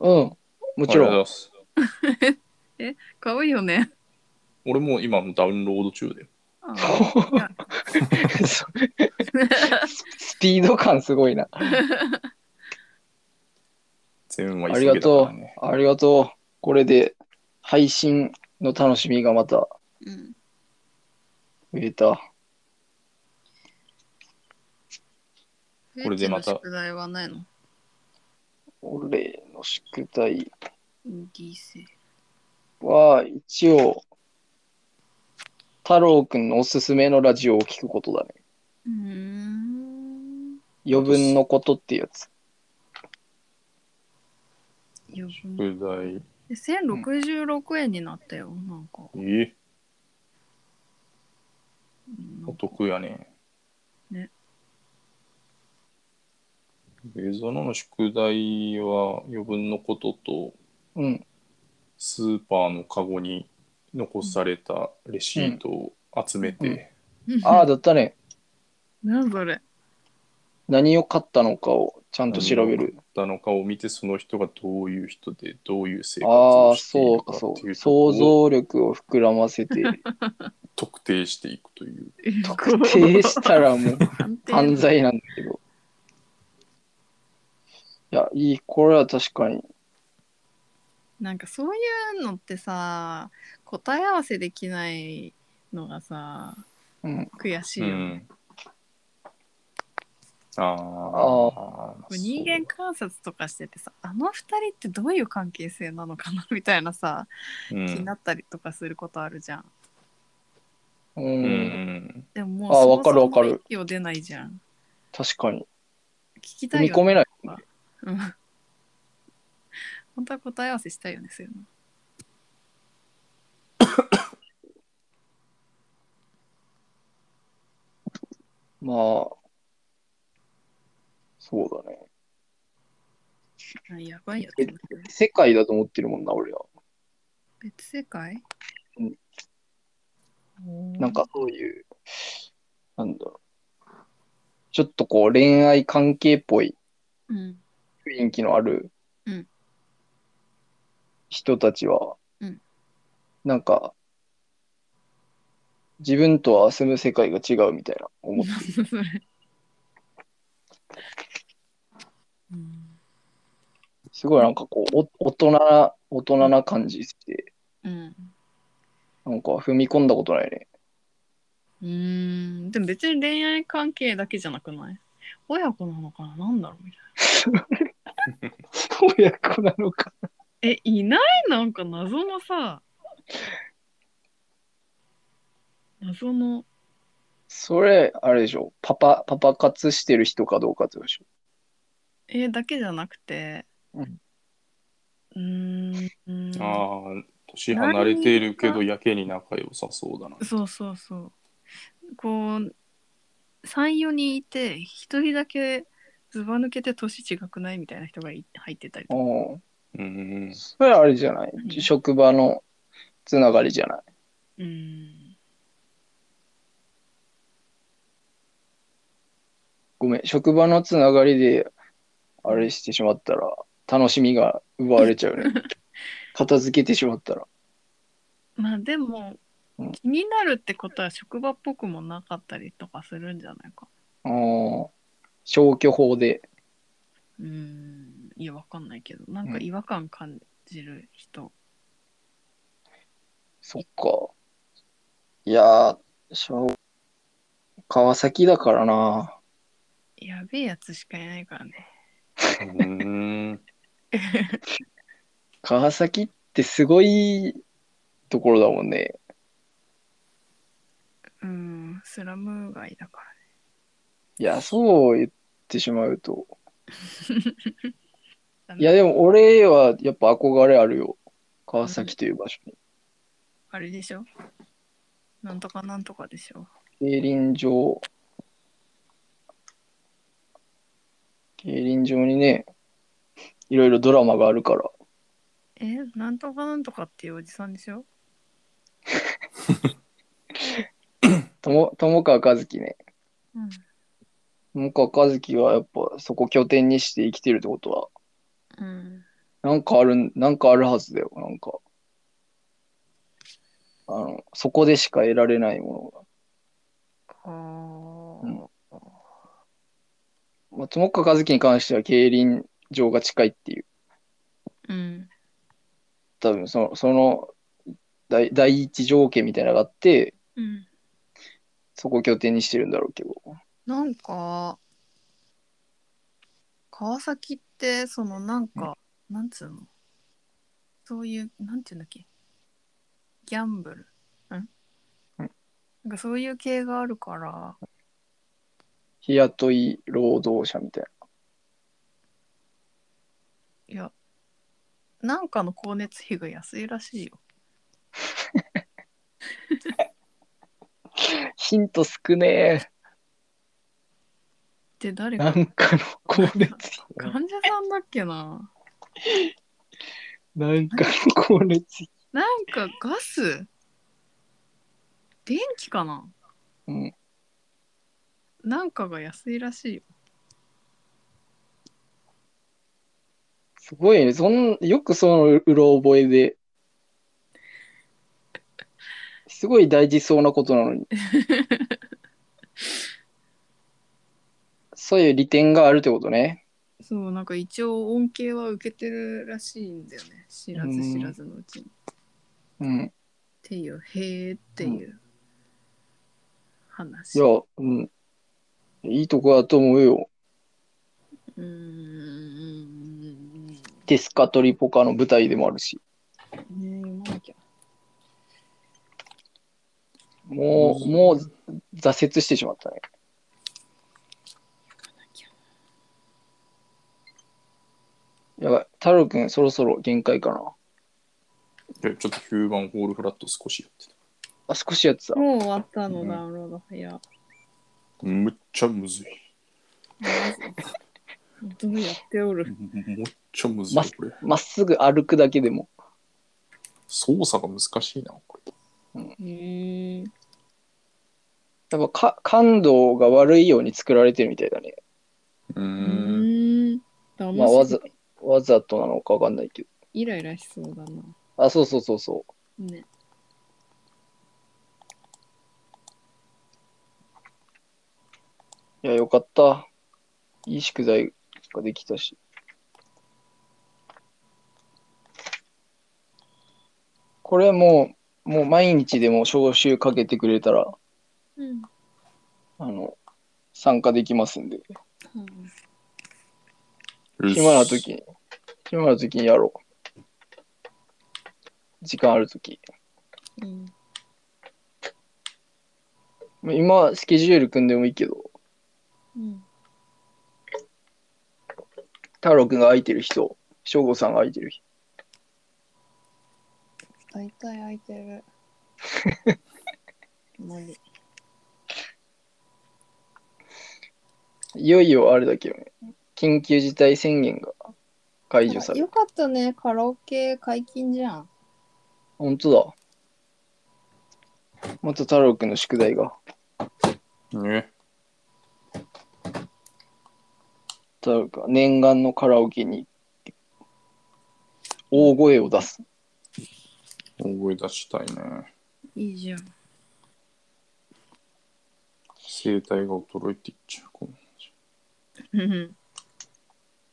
[SPEAKER 1] うん、もち
[SPEAKER 2] ありがとうござい
[SPEAKER 1] ろん。
[SPEAKER 2] ます。
[SPEAKER 3] 買うよね
[SPEAKER 2] 俺も今ダウンロード中だよ。
[SPEAKER 3] あーいや
[SPEAKER 1] (laughs) ス (laughs) ピード感すごいな。
[SPEAKER 2] 全話
[SPEAKER 1] あり
[SPEAKER 2] 急
[SPEAKER 1] が
[SPEAKER 2] げだから
[SPEAKER 1] と
[SPEAKER 2] ね。
[SPEAKER 1] う。ありがとう。これで配信の楽しみがまた
[SPEAKER 3] うん
[SPEAKER 1] 増えた。
[SPEAKER 2] これでまた
[SPEAKER 3] フェチの宿題はないの
[SPEAKER 1] 俺の宿題。
[SPEAKER 3] インディー性
[SPEAKER 1] は一応、太郎くんのおすすめのラジオを聞くことだね。
[SPEAKER 3] うーん
[SPEAKER 1] 余分のことってやつ。
[SPEAKER 3] 余分
[SPEAKER 2] 宿題。
[SPEAKER 3] え1066円になったよ、なんか、
[SPEAKER 2] ええ
[SPEAKER 3] うん
[SPEAKER 2] お得やね。
[SPEAKER 3] ね。
[SPEAKER 2] 映像の宿題は余分のことと
[SPEAKER 1] うん。
[SPEAKER 2] スーパーのカゴに残されたレシートを集めて、
[SPEAKER 1] ああ、だったね。
[SPEAKER 3] なんそれ
[SPEAKER 1] 何を買ったのかをちゃんと調べる。
[SPEAKER 2] だのかを見てその人がどういう人でどういう生活
[SPEAKER 1] あ
[SPEAKER 2] を
[SPEAKER 1] あ、
[SPEAKER 2] してい
[SPEAKER 1] そ
[SPEAKER 2] る
[SPEAKER 1] う
[SPEAKER 2] か
[SPEAKER 1] か、
[SPEAKER 2] っ
[SPEAKER 1] そ。
[SPEAKER 2] ていううとこ
[SPEAKER 1] 想
[SPEAKER 2] ろを
[SPEAKER 1] 像力を膨らませ (laughs) て、
[SPEAKER 2] 特定していくという
[SPEAKER 1] 特 (laughs) 定したらもう
[SPEAKER 3] 判定
[SPEAKER 1] 犯罪なんだけど。いや、いい。これは確かに。
[SPEAKER 3] なんかそういうのってさ答え合わせできないのがさ
[SPEAKER 1] うん。
[SPEAKER 3] 悔しいうよ、
[SPEAKER 2] ん。ああ
[SPEAKER 1] あ。
[SPEAKER 3] これ人間観察とかしててさあの二人ってどういう関係性なのかなみたいなさ
[SPEAKER 2] そう
[SPEAKER 3] 気
[SPEAKER 2] う
[SPEAKER 3] に
[SPEAKER 2] ん
[SPEAKER 3] なったりとかすることあるじゃん、
[SPEAKER 1] う
[SPEAKER 2] うん
[SPEAKER 1] ん。
[SPEAKER 2] うん
[SPEAKER 3] でももう
[SPEAKER 1] あー
[SPEAKER 3] そもそも
[SPEAKER 1] わかるわかる
[SPEAKER 3] 息を出ないじゃん
[SPEAKER 1] 確かに。
[SPEAKER 3] 聞き
[SPEAKER 1] 踏
[SPEAKER 3] たい
[SPEAKER 1] み
[SPEAKER 3] よね
[SPEAKER 1] 込めない。
[SPEAKER 3] うん本当は答え合わせしたいよねそういうの
[SPEAKER 1] まあ、そうだね。
[SPEAKER 3] あやばいよ。
[SPEAKER 1] 世界だと思ってるもんな、俺は。
[SPEAKER 3] 別世界
[SPEAKER 1] うん
[SPEAKER 3] おー
[SPEAKER 1] なんかそういう、なんだろうちょっとこう恋愛関係っぽい
[SPEAKER 3] うん。
[SPEAKER 1] 雰囲気のある
[SPEAKER 3] うん
[SPEAKER 1] 人たちは、
[SPEAKER 3] うん
[SPEAKER 1] なんか、自分とは住む世界が違うみたいな思っ
[SPEAKER 3] なんだそれ。うん
[SPEAKER 1] すごいなんかこう、お大人な、大人な感じして、
[SPEAKER 3] うん。
[SPEAKER 1] なんか踏み込んだことないね。
[SPEAKER 3] うーん。でも別に恋愛関係だけじゃなくない親子なのかななんだろうみたい
[SPEAKER 1] 親子なのか。
[SPEAKER 3] な。え、いないなんか謎のさ、謎の、
[SPEAKER 1] それ、あれでしょ。パパ、パパ活してる人かどうかってことでしょ。
[SPEAKER 3] え、だけじゃなくて、
[SPEAKER 1] うん
[SPEAKER 3] うーん。
[SPEAKER 2] ああ、年離れているけど、やけに仲良さそうだな。
[SPEAKER 3] そうそうそう。こう34人いて1人だけずば抜けて年違くないみたいな人がい入ってたりとか
[SPEAKER 1] うん。
[SPEAKER 2] うん。
[SPEAKER 1] それあれじゃない
[SPEAKER 3] 何
[SPEAKER 1] 職場のつながりじゃない
[SPEAKER 3] うん
[SPEAKER 1] ごめん職場のつながりであれしてしまったら楽しみが奪われちゃう (laughs) ね片付けてしまったら
[SPEAKER 3] まあでも
[SPEAKER 1] うん
[SPEAKER 3] 気になるってことは職場っぽくもなかったりとかするんじゃないか
[SPEAKER 1] うん消去法で
[SPEAKER 3] うんいやわかんないけどなんか違和感感じる人、
[SPEAKER 1] そっかいやーしょう川崎だからな
[SPEAKER 3] やべえやつしかいないからね
[SPEAKER 2] うん。
[SPEAKER 1] 川崎ってすごいところだもんね
[SPEAKER 3] うんスラム街だから
[SPEAKER 1] いやそう言ってしまうと
[SPEAKER 3] ダメ
[SPEAKER 1] いやでも俺はやっぱ憧れあるよ川崎という場所に
[SPEAKER 3] あれでしょなんとかなんとかでしょ
[SPEAKER 1] 競輪場、競輪場にね、いろいろドラマがあるから、
[SPEAKER 3] えなんとかなんとかっていうおじさんでしょ
[SPEAKER 1] とも友川一樹ね、
[SPEAKER 3] うん
[SPEAKER 1] 友川一樹はやっぱそこ拠点にして生きてるってことは、
[SPEAKER 3] うん
[SPEAKER 1] なんかあるん、なんかあるはずだよ、なんか。あの、そこでしか得られないもの
[SPEAKER 3] あ
[SPEAKER 1] が。まあ、友川一樹に関しては競輪場が近いっていう、
[SPEAKER 3] ーうん
[SPEAKER 1] 多分その、その、第第一条件みたいなのがあって、
[SPEAKER 3] うん
[SPEAKER 1] そこを拠点にしてるんだろうけど。
[SPEAKER 3] なんか川崎ってそのなんか、なんつうのそういうなんていうんだっけギャンブルん、
[SPEAKER 1] うん
[SPEAKER 3] なんかそういう系があるから
[SPEAKER 1] 日雇い労働者みたい
[SPEAKER 3] いやなんかの光熱費が安いらしいよ
[SPEAKER 1] な。ヒント少ね
[SPEAKER 3] って誰
[SPEAKER 1] え。
[SPEAKER 3] か
[SPEAKER 1] なんかの光熱
[SPEAKER 3] (laughs) 患者さんだっけな
[SPEAKER 1] 費。なんかの光熱
[SPEAKER 3] なんかガス電気かな
[SPEAKER 1] 費。うん。
[SPEAKER 3] なんかが安いらしいよ。
[SPEAKER 1] すごいね。そんよくそのうろ覚えで。すごい大事そうなことな (laughs) のに。そういう利点があるってことね。
[SPEAKER 3] そう、なんか一応恩恵は受けてるらしいんだよね。知らず
[SPEAKER 1] うん
[SPEAKER 3] 知らずのうちに。っ
[SPEAKER 1] うん。
[SPEAKER 3] ていう、へーっていう話。
[SPEAKER 1] いや、うん。いいとこだと思うよ。
[SPEAKER 3] うーん。ね
[SPEAKER 1] テスカトリポカの舞台でもあるし。
[SPEAKER 3] え、読まなきゃ。
[SPEAKER 1] もう、もう挫折してしまったね。やばい、太郎くん、そろそろ限界かな。
[SPEAKER 2] いやちょっと9番ホールフラット少しやってた。
[SPEAKER 1] あ、少しやってた。
[SPEAKER 3] もう終わったの、
[SPEAKER 2] うん
[SPEAKER 3] ダウンロード。いや、
[SPEAKER 2] むっちゃむずい。
[SPEAKER 3] マジ大人やっておる。
[SPEAKER 2] もっちゃむずい
[SPEAKER 1] ま
[SPEAKER 2] な
[SPEAKER 1] っ
[SPEAKER 2] これ。
[SPEAKER 1] まっすぐ歩くだけでも。
[SPEAKER 2] 操作が難しいな、これ。
[SPEAKER 3] へえ。
[SPEAKER 1] やっぱか感度が悪いように作られてるみたいだね。
[SPEAKER 2] うー。
[SPEAKER 3] うんーん。騙
[SPEAKER 1] まあわ
[SPEAKER 3] せ
[SPEAKER 1] ざ
[SPEAKER 3] る
[SPEAKER 1] わざとなのかわかんないけど。
[SPEAKER 3] イライラしそうだな。
[SPEAKER 1] あ、そうそうそうそ
[SPEAKER 3] ね。
[SPEAKER 1] う。いや、よかった。いい宿題ができたし。これもう、もう毎日でも招集かけてくれたら、
[SPEAKER 3] うん。
[SPEAKER 1] あの、参加できますんで。
[SPEAKER 2] うっす
[SPEAKER 1] 暇な時に、暇な時にやろう。時間ある時。
[SPEAKER 3] うん。
[SPEAKER 1] まあ今、スケジュール組んでもいいけど、
[SPEAKER 3] うん。
[SPEAKER 1] 太郎くんが空いてる人、翔吾さんが空いてる人。
[SPEAKER 3] 大体空いてる。マジ。
[SPEAKER 1] いよいよあれだけどね、緊急事態宣言が解除され
[SPEAKER 3] よ
[SPEAKER 1] る。
[SPEAKER 3] かったね。カラオケ解禁じゃん。
[SPEAKER 1] 本当だ。また太郎くんの宿題が。
[SPEAKER 2] ね。
[SPEAKER 1] 太郎くんは念願のカラオケに大声を出す。
[SPEAKER 2] 覚え出したいね。
[SPEAKER 3] いいじゃん。
[SPEAKER 2] 声帯が衰えていっちゃう。この
[SPEAKER 3] うん。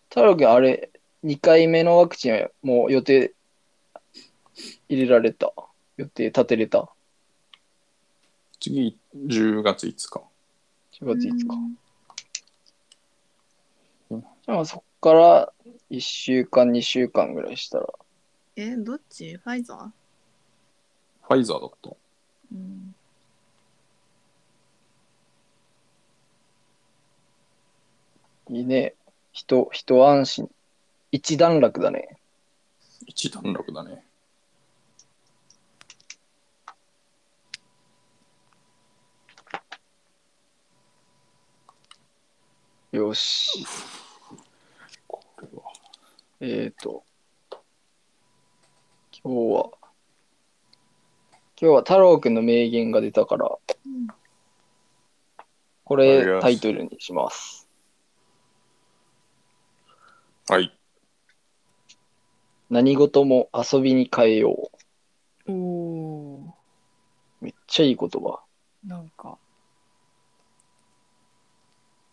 [SPEAKER 1] 太郎くん、あれ、2回目のワクチンはもう予定入れられた。予定立てれた。
[SPEAKER 2] 次、10月5日。
[SPEAKER 1] 4月5日。
[SPEAKER 2] うん
[SPEAKER 1] じゃあそっから1週間、2週間ぐらいしたら。
[SPEAKER 3] え、どっちファイザー
[SPEAKER 2] ファイザーだった。
[SPEAKER 3] うん。
[SPEAKER 1] いいね。人、人安心。一段落だね。
[SPEAKER 2] 一段落だね。
[SPEAKER 1] よし。
[SPEAKER 2] これは。
[SPEAKER 1] えーと。今日は、今日は太郎くんの名言が出たから、
[SPEAKER 3] うん
[SPEAKER 1] こ
[SPEAKER 2] あり
[SPEAKER 1] れ
[SPEAKER 2] がとうございます
[SPEAKER 1] タイトルにします。
[SPEAKER 2] はい。
[SPEAKER 1] 何事も遊びに変えよ
[SPEAKER 3] おお
[SPEAKER 1] う。めっちゃいい言葉。
[SPEAKER 3] ー。なんか。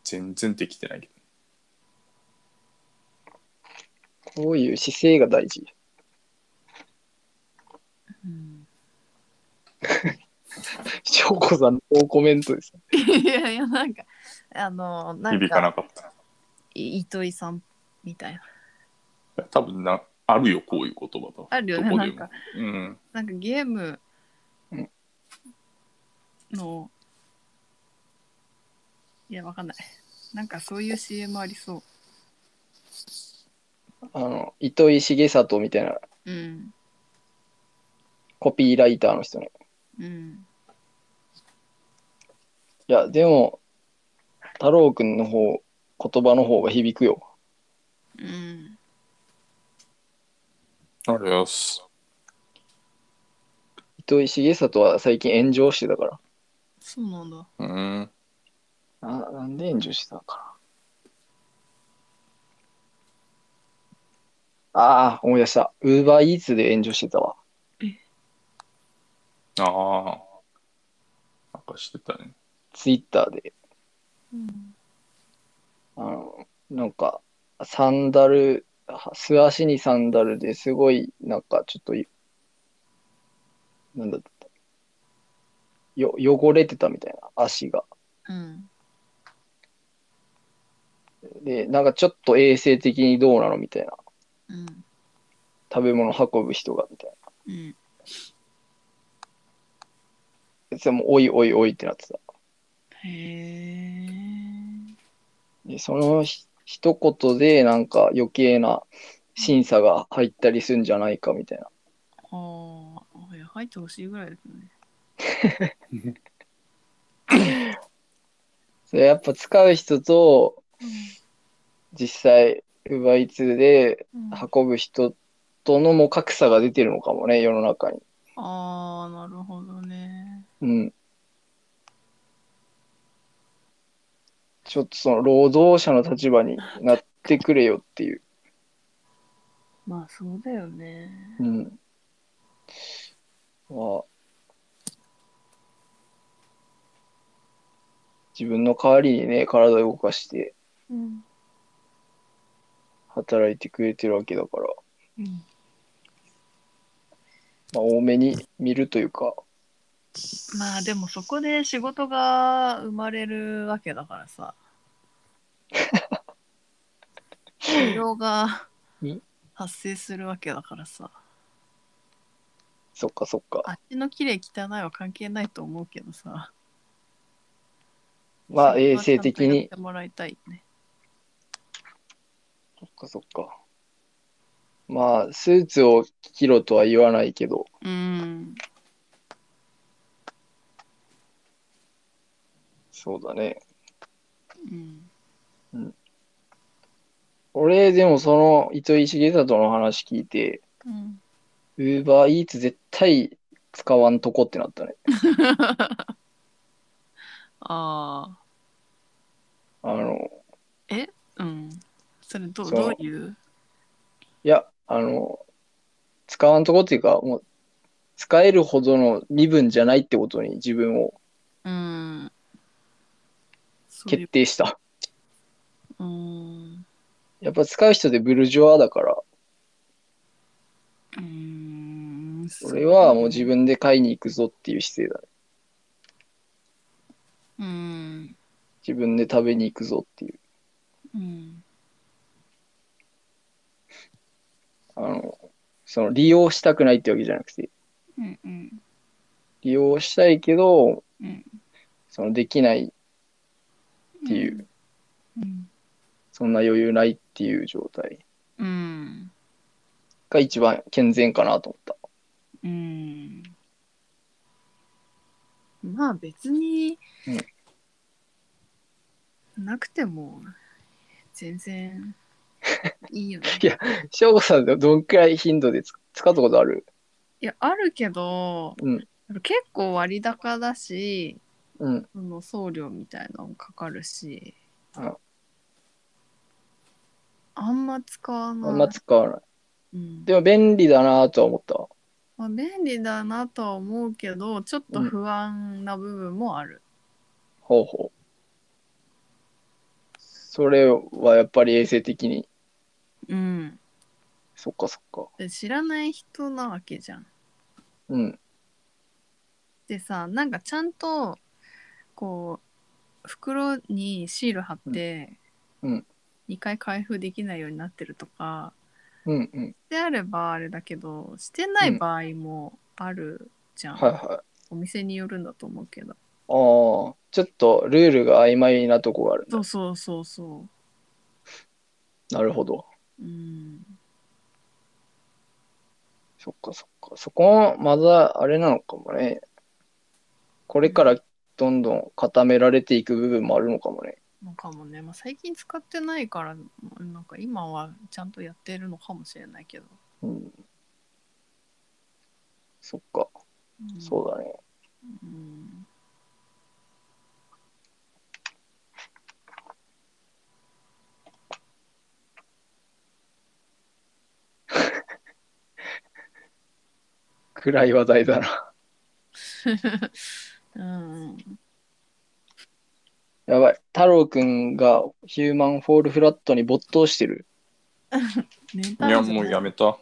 [SPEAKER 2] 全然できてないけど。
[SPEAKER 1] こういう姿勢が大事。
[SPEAKER 3] うん、 (laughs)
[SPEAKER 1] 翔子さんのノーコメントです。
[SPEAKER 3] いやいや、なんか、あの、なん
[SPEAKER 2] 響
[SPEAKER 3] か
[SPEAKER 2] かなかった。
[SPEAKER 3] い糸井さんみたいな。
[SPEAKER 2] いや多分な、あるよ、こういう言葉と。
[SPEAKER 3] あるよね
[SPEAKER 2] どこ
[SPEAKER 3] な
[SPEAKER 2] で
[SPEAKER 3] ん
[SPEAKER 2] も
[SPEAKER 3] か
[SPEAKER 2] うん。
[SPEAKER 3] なんかゲーム
[SPEAKER 1] うん
[SPEAKER 3] の、いや、わかんない。なんかそういう CM ありそ
[SPEAKER 1] あの、糸井重里みたいな
[SPEAKER 3] う。うん。
[SPEAKER 1] コピーライターの人ね。
[SPEAKER 3] うん。
[SPEAKER 1] いや、でも、太郎くんの方、言葉の方が響くよ。
[SPEAKER 3] う
[SPEAKER 2] あ
[SPEAKER 3] ん。
[SPEAKER 2] りがとうございます。
[SPEAKER 1] 糸井重里は最近炎上してたから。
[SPEAKER 3] そうなんだ。
[SPEAKER 2] うん。
[SPEAKER 1] ななんで炎上してたのかな。ああ、思い出した。ウーバーイーツで炎上してたわ。
[SPEAKER 2] ああ。なんかしてたね。
[SPEAKER 1] ツイッターで。
[SPEAKER 3] うん。
[SPEAKER 1] あの、なんか、サンダル、は素足にサンダルですごい、なんかちょっとい、なんだった。よ、汚れてたみたいな、足が。
[SPEAKER 3] うん。
[SPEAKER 1] で、なんかちょっと衛生的にどうなのみたいな。
[SPEAKER 3] うん。
[SPEAKER 1] 食べ物運ぶ人が、みたい
[SPEAKER 3] うん。
[SPEAKER 1] な。それも、おいおいおいってなってた。
[SPEAKER 3] へえ。
[SPEAKER 1] で、そのひ一言で、なんか余計な審査が入ったりするんじゃないか、みたいな。
[SPEAKER 3] ああ、いや入ってほしいぐらいですね。
[SPEAKER 1] それやっぱ使う人と、実際 UberEats で
[SPEAKER 3] うんあ
[SPEAKER 1] 運ぶ人とのも格差が出てるのかもね世の中に。
[SPEAKER 3] あーなるほどね
[SPEAKER 1] うん。ちょっとその労働者の立場になってくれよっていう。
[SPEAKER 3] まあそうだよね
[SPEAKER 1] うん。まあ、自分の代わりにね、体を動かして
[SPEAKER 3] うん、
[SPEAKER 1] 働いてくれてるわけだから、
[SPEAKER 3] うん、
[SPEAKER 1] まあ、多めに見るというか、
[SPEAKER 3] まあでもそこで仕事が生まれるわけだからさ需要が
[SPEAKER 1] ん
[SPEAKER 3] 発生するわけだからさ
[SPEAKER 1] そっかそっか。
[SPEAKER 3] あっちの綺麗汚いは関係ないと思うけどさ
[SPEAKER 1] まあ、
[SPEAKER 3] それ
[SPEAKER 1] 衛
[SPEAKER 3] は
[SPEAKER 1] 生
[SPEAKER 3] ちゃんと
[SPEAKER 1] 的
[SPEAKER 3] やっ
[SPEAKER 1] に。
[SPEAKER 3] てもらいたいね
[SPEAKER 1] そっかそっか。まあ、スーツを着ろとは言わないけど、
[SPEAKER 3] うん
[SPEAKER 1] そうだね。
[SPEAKER 3] うん
[SPEAKER 1] 俺、でもその、糸井重里の話聞いて、
[SPEAKER 3] うん
[SPEAKER 1] ウーバーイーツ絶対使わんとこってなったね。
[SPEAKER 3] あ
[SPEAKER 1] あの、
[SPEAKER 3] あうんそれどう
[SPEAKER 1] そう
[SPEAKER 3] どういう
[SPEAKER 1] いや、あの、使わんとこっていうか、もう、使えるほどの身分じゃないってことに自分を
[SPEAKER 3] うんそうい
[SPEAKER 1] 決
[SPEAKER 3] う
[SPEAKER 1] 定した。
[SPEAKER 3] うん
[SPEAKER 1] やっぱ使う人でブルジョワだから、
[SPEAKER 3] うん
[SPEAKER 1] 俺はもう自分で買いに行くぞっていう姿勢だね。
[SPEAKER 3] うん
[SPEAKER 1] 自分で食べに行くぞっていう。
[SPEAKER 3] うん
[SPEAKER 1] あの、その利用したくないってわけじゃなくて、
[SPEAKER 3] うんうん
[SPEAKER 1] 利用したいけど、
[SPEAKER 3] うん
[SPEAKER 1] そのできない、ていう
[SPEAKER 3] うん
[SPEAKER 1] そんな余裕ないっていう状態
[SPEAKER 3] うん
[SPEAKER 1] が一番健全かなと思った。
[SPEAKER 3] うんまあ別に、なくても全然いいよね
[SPEAKER 1] (laughs) いや翔吾さんどどんくらい頻度で使使ったことある
[SPEAKER 3] いやあるけど、
[SPEAKER 1] うん
[SPEAKER 3] やっぱ結構割高だし
[SPEAKER 1] うん。
[SPEAKER 3] その送料みたいなのもかかるし、
[SPEAKER 1] うん
[SPEAKER 3] あんま使わない、
[SPEAKER 1] あんま使わない。
[SPEAKER 3] うん
[SPEAKER 1] でも便利だなとは思った。
[SPEAKER 3] まあ、便利だなとは思うけどちょっと不安な部分もある、
[SPEAKER 1] ほうほう。それはやっぱり衛生的に。
[SPEAKER 3] うん、
[SPEAKER 1] そっかそっか。
[SPEAKER 3] で知らない人なわけじゃん
[SPEAKER 1] うん。
[SPEAKER 3] でさなんかちゃんとこう袋にシール貼って、
[SPEAKER 1] うんうん
[SPEAKER 3] 2回開封できないようになってるとか
[SPEAKER 1] うんうん。
[SPEAKER 3] してあればあれだけどしてない場合もあるじゃん、
[SPEAKER 1] はいはい。
[SPEAKER 3] お店によるんだと思うけど
[SPEAKER 1] ああ、ちょっとルールが曖昧なとこがあるんだ
[SPEAKER 3] そうそうそうそ
[SPEAKER 1] なるほど。
[SPEAKER 3] ううん
[SPEAKER 1] そっかそっか。そこもまだあれなのかもね。これからどんどん固められていく部分もあるのかもね。
[SPEAKER 3] のかもね、まあ、最近使ってないからなんか今はちゃんとやってるのかもしれないけど、
[SPEAKER 1] うん。そっか。
[SPEAKER 3] うん
[SPEAKER 1] そうだね。
[SPEAKER 3] うん
[SPEAKER 1] 暗い話題だな。
[SPEAKER 3] うん
[SPEAKER 1] やばい。太郎くんがヒューマンフォールフラットに没頭してる。
[SPEAKER 3] メンタ
[SPEAKER 2] いや
[SPEAKER 3] ルじゃ
[SPEAKER 2] も
[SPEAKER 3] な
[SPEAKER 2] う
[SPEAKER 3] い
[SPEAKER 2] やめた
[SPEAKER 1] も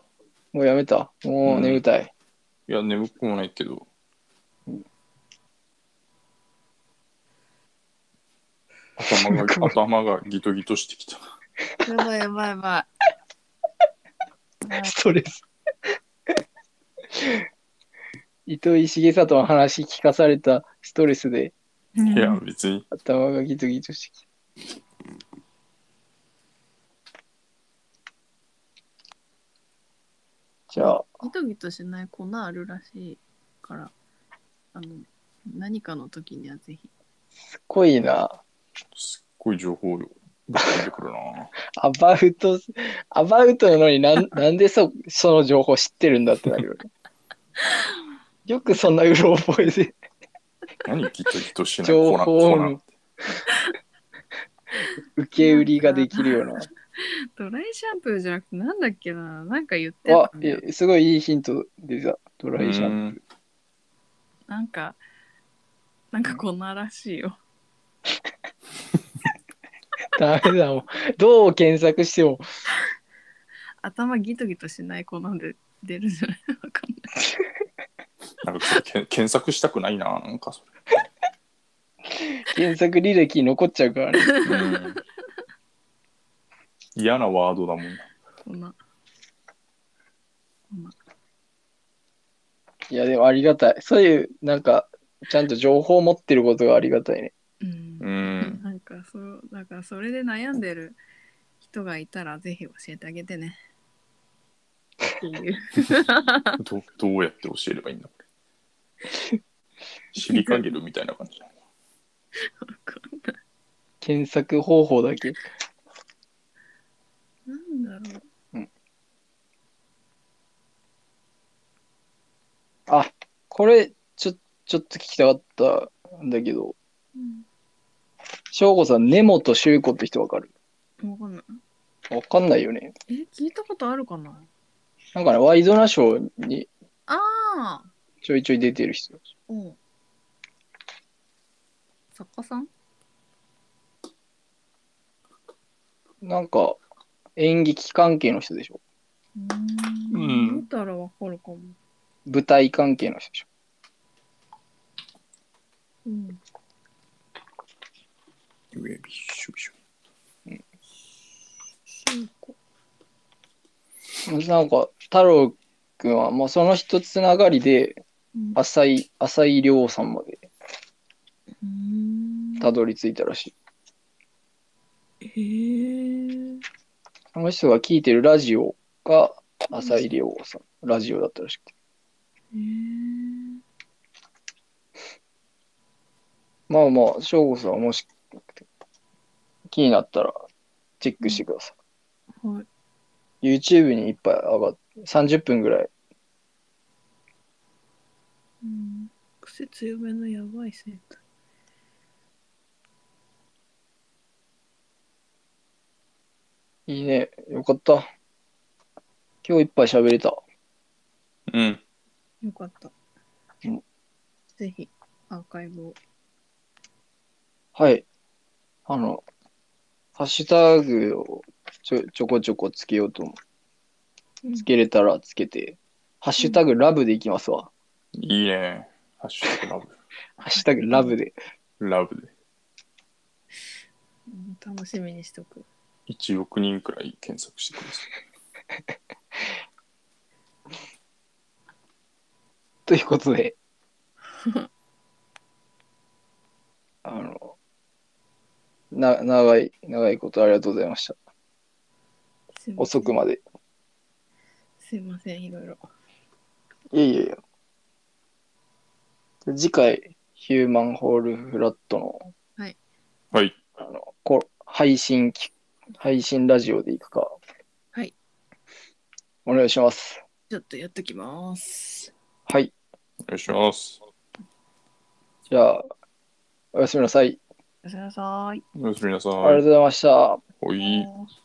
[SPEAKER 1] うやめた。もう眠たい。
[SPEAKER 2] いや眠くもないけど頭が頭がギトギトしてきた
[SPEAKER 3] やばいやばいやばいやばい
[SPEAKER 1] ストレス。 (laughs) 糸井重里の話聞かされたストレスで
[SPEAKER 2] いや別に
[SPEAKER 1] 頭がギトギトしてきた。じゃあ、
[SPEAKER 3] ギトギトしない粉あるらしいから、あの、何かの時にはぜひ。
[SPEAKER 1] すっごいな。
[SPEAKER 2] すっごい情報量ぶっ込ん
[SPEAKER 1] (laughs)
[SPEAKER 2] でくるな。
[SPEAKER 1] アバウト、アバウトなのになん (laughs) なんでそその情報知ってるんだってなるよね。よくそんなうろ覚えで。
[SPEAKER 2] 何ギトギトしてない
[SPEAKER 1] 情
[SPEAKER 2] コ
[SPEAKER 1] 報
[SPEAKER 2] ナンコナン (laughs) って。
[SPEAKER 1] 受け売りができるような。
[SPEAKER 3] ドライシャンプーじゃなくて、なんだっけな、なんか言って
[SPEAKER 1] あ
[SPEAKER 3] た、んだよ
[SPEAKER 1] えすごいいいヒントでた。ドライシャン
[SPEAKER 2] ン
[SPEAKER 3] なんか、なんかこんならしいよ。
[SPEAKER 1] プー。ダメだもん。どう検索しても。
[SPEAKER 3] 頭ギトギトしない子なんで出るんじゃないわかんない。
[SPEAKER 2] なんかちょっとけん検索したくないな、なんかそ
[SPEAKER 1] 検索履歴残っちゃうからね。
[SPEAKER 2] れ。うん嫌なワードだもん。
[SPEAKER 3] こんな。
[SPEAKER 1] いや、でもありがたい。そういう、なんか、ちゃんと情報を持ってることがありがたいね。
[SPEAKER 3] うん
[SPEAKER 2] う。ん。
[SPEAKER 3] なんかそう、だからそれで悩んでる人がいたら、ぜひ教えてあげてね。って (laughs) いう。
[SPEAKER 2] どどうやって教えれ
[SPEAKER 1] (laughs)
[SPEAKER 2] ばいいんだこれ。知りかげるみたいな感じ。
[SPEAKER 3] わかんない
[SPEAKER 1] 検索方法だけ。
[SPEAKER 3] なんだろう。
[SPEAKER 1] これ、ちょ、ちょっと聞きたかったんだけど、
[SPEAKER 3] うん
[SPEAKER 1] 翔吾さん、根本修子って人わかる
[SPEAKER 3] わかんない。
[SPEAKER 1] わかんないよね。
[SPEAKER 3] え、聞いたことあるかな
[SPEAKER 1] なんかね、ワイドナショーに
[SPEAKER 3] ああ
[SPEAKER 1] ちょいちょい出てる人。
[SPEAKER 3] うん。作家さん
[SPEAKER 1] なんか、演劇関係の人でしょ
[SPEAKER 3] う
[SPEAKER 2] うん
[SPEAKER 3] 見たらわかるかも。
[SPEAKER 1] 舞台関係の人でしょ
[SPEAKER 3] うん。
[SPEAKER 2] ウェビシュビシュ
[SPEAKER 3] そうか。
[SPEAKER 1] なんか、太郎くんは、まあ、その人つながりで、
[SPEAKER 3] うん
[SPEAKER 1] 浅井、浅井亮さんまで
[SPEAKER 3] うん。
[SPEAKER 1] たどり着いたらしい。
[SPEAKER 3] へえ。
[SPEAKER 1] その人が聞いてるラジオが浅井亮さん、ラジオだったらしくて。
[SPEAKER 3] へー
[SPEAKER 1] まあまあ、省吾さんはもし気になったらチェックしてくださ
[SPEAKER 3] はい。
[SPEAKER 1] い。YouTube にいっぱい上がって、30分ぐらい。
[SPEAKER 3] うん。癖強めのやばい生態。
[SPEAKER 1] いいね。よかった。今日いっぱい喋れた。
[SPEAKER 2] うん。
[SPEAKER 3] よかった。
[SPEAKER 1] うん
[SPEAKER 3] ぜひ、アーカイブを。
[SPEAKER 1] はい。あの、ハッシュタグをちょちょこちょこつけようと思う。つけれたらつけて、ハッシュタグラブでいきますわ。
[SPEAKER 2] いいね。ハッシュタグ
[SPEAKER 1] ハッシュタグラブで。
[SPEAKER 2] ラブ。ラブで。
[SPEAKER 3] うん楽しみにしとく。
[SPEAKER 2] 1億人くらい検索してくださ
[SPEAKER 1] (laughs) ということ
[SPEAKER 3] (laughs)
[SPEAKER 1] で。あの、な、長い、長いことありがとうございました。
[SPEAKER 3] すいません
[SPEAKER 1] 遅くまで。
[SPEAKER 3] すいません、いろいろ。
[SPEAKER 1] いやいやいや。次回、ヒューマンホールフラットの、
[SPEAKER 2] い。はい。
[SPEAKER 1] あの、こ配信き、配信ラジオでいくか。
[SPEAKER 3] はい。
[SPEAKER 1] お願いします。
[SPEAKER 3] ちょっとやっときます。
[SPEAKER 1] はい。
[SPEAKER 2] お願いします。
[SPEAKER 1] じゃあ、おやすみなさい。
[SPEAKER 3] おやすみなさい。
[SPEAKER 2] おやすみなさい。
[SPEAKER 1] ありがとうございました。
[SPEAKER 2] ほい。
[SPEAKER 3] おー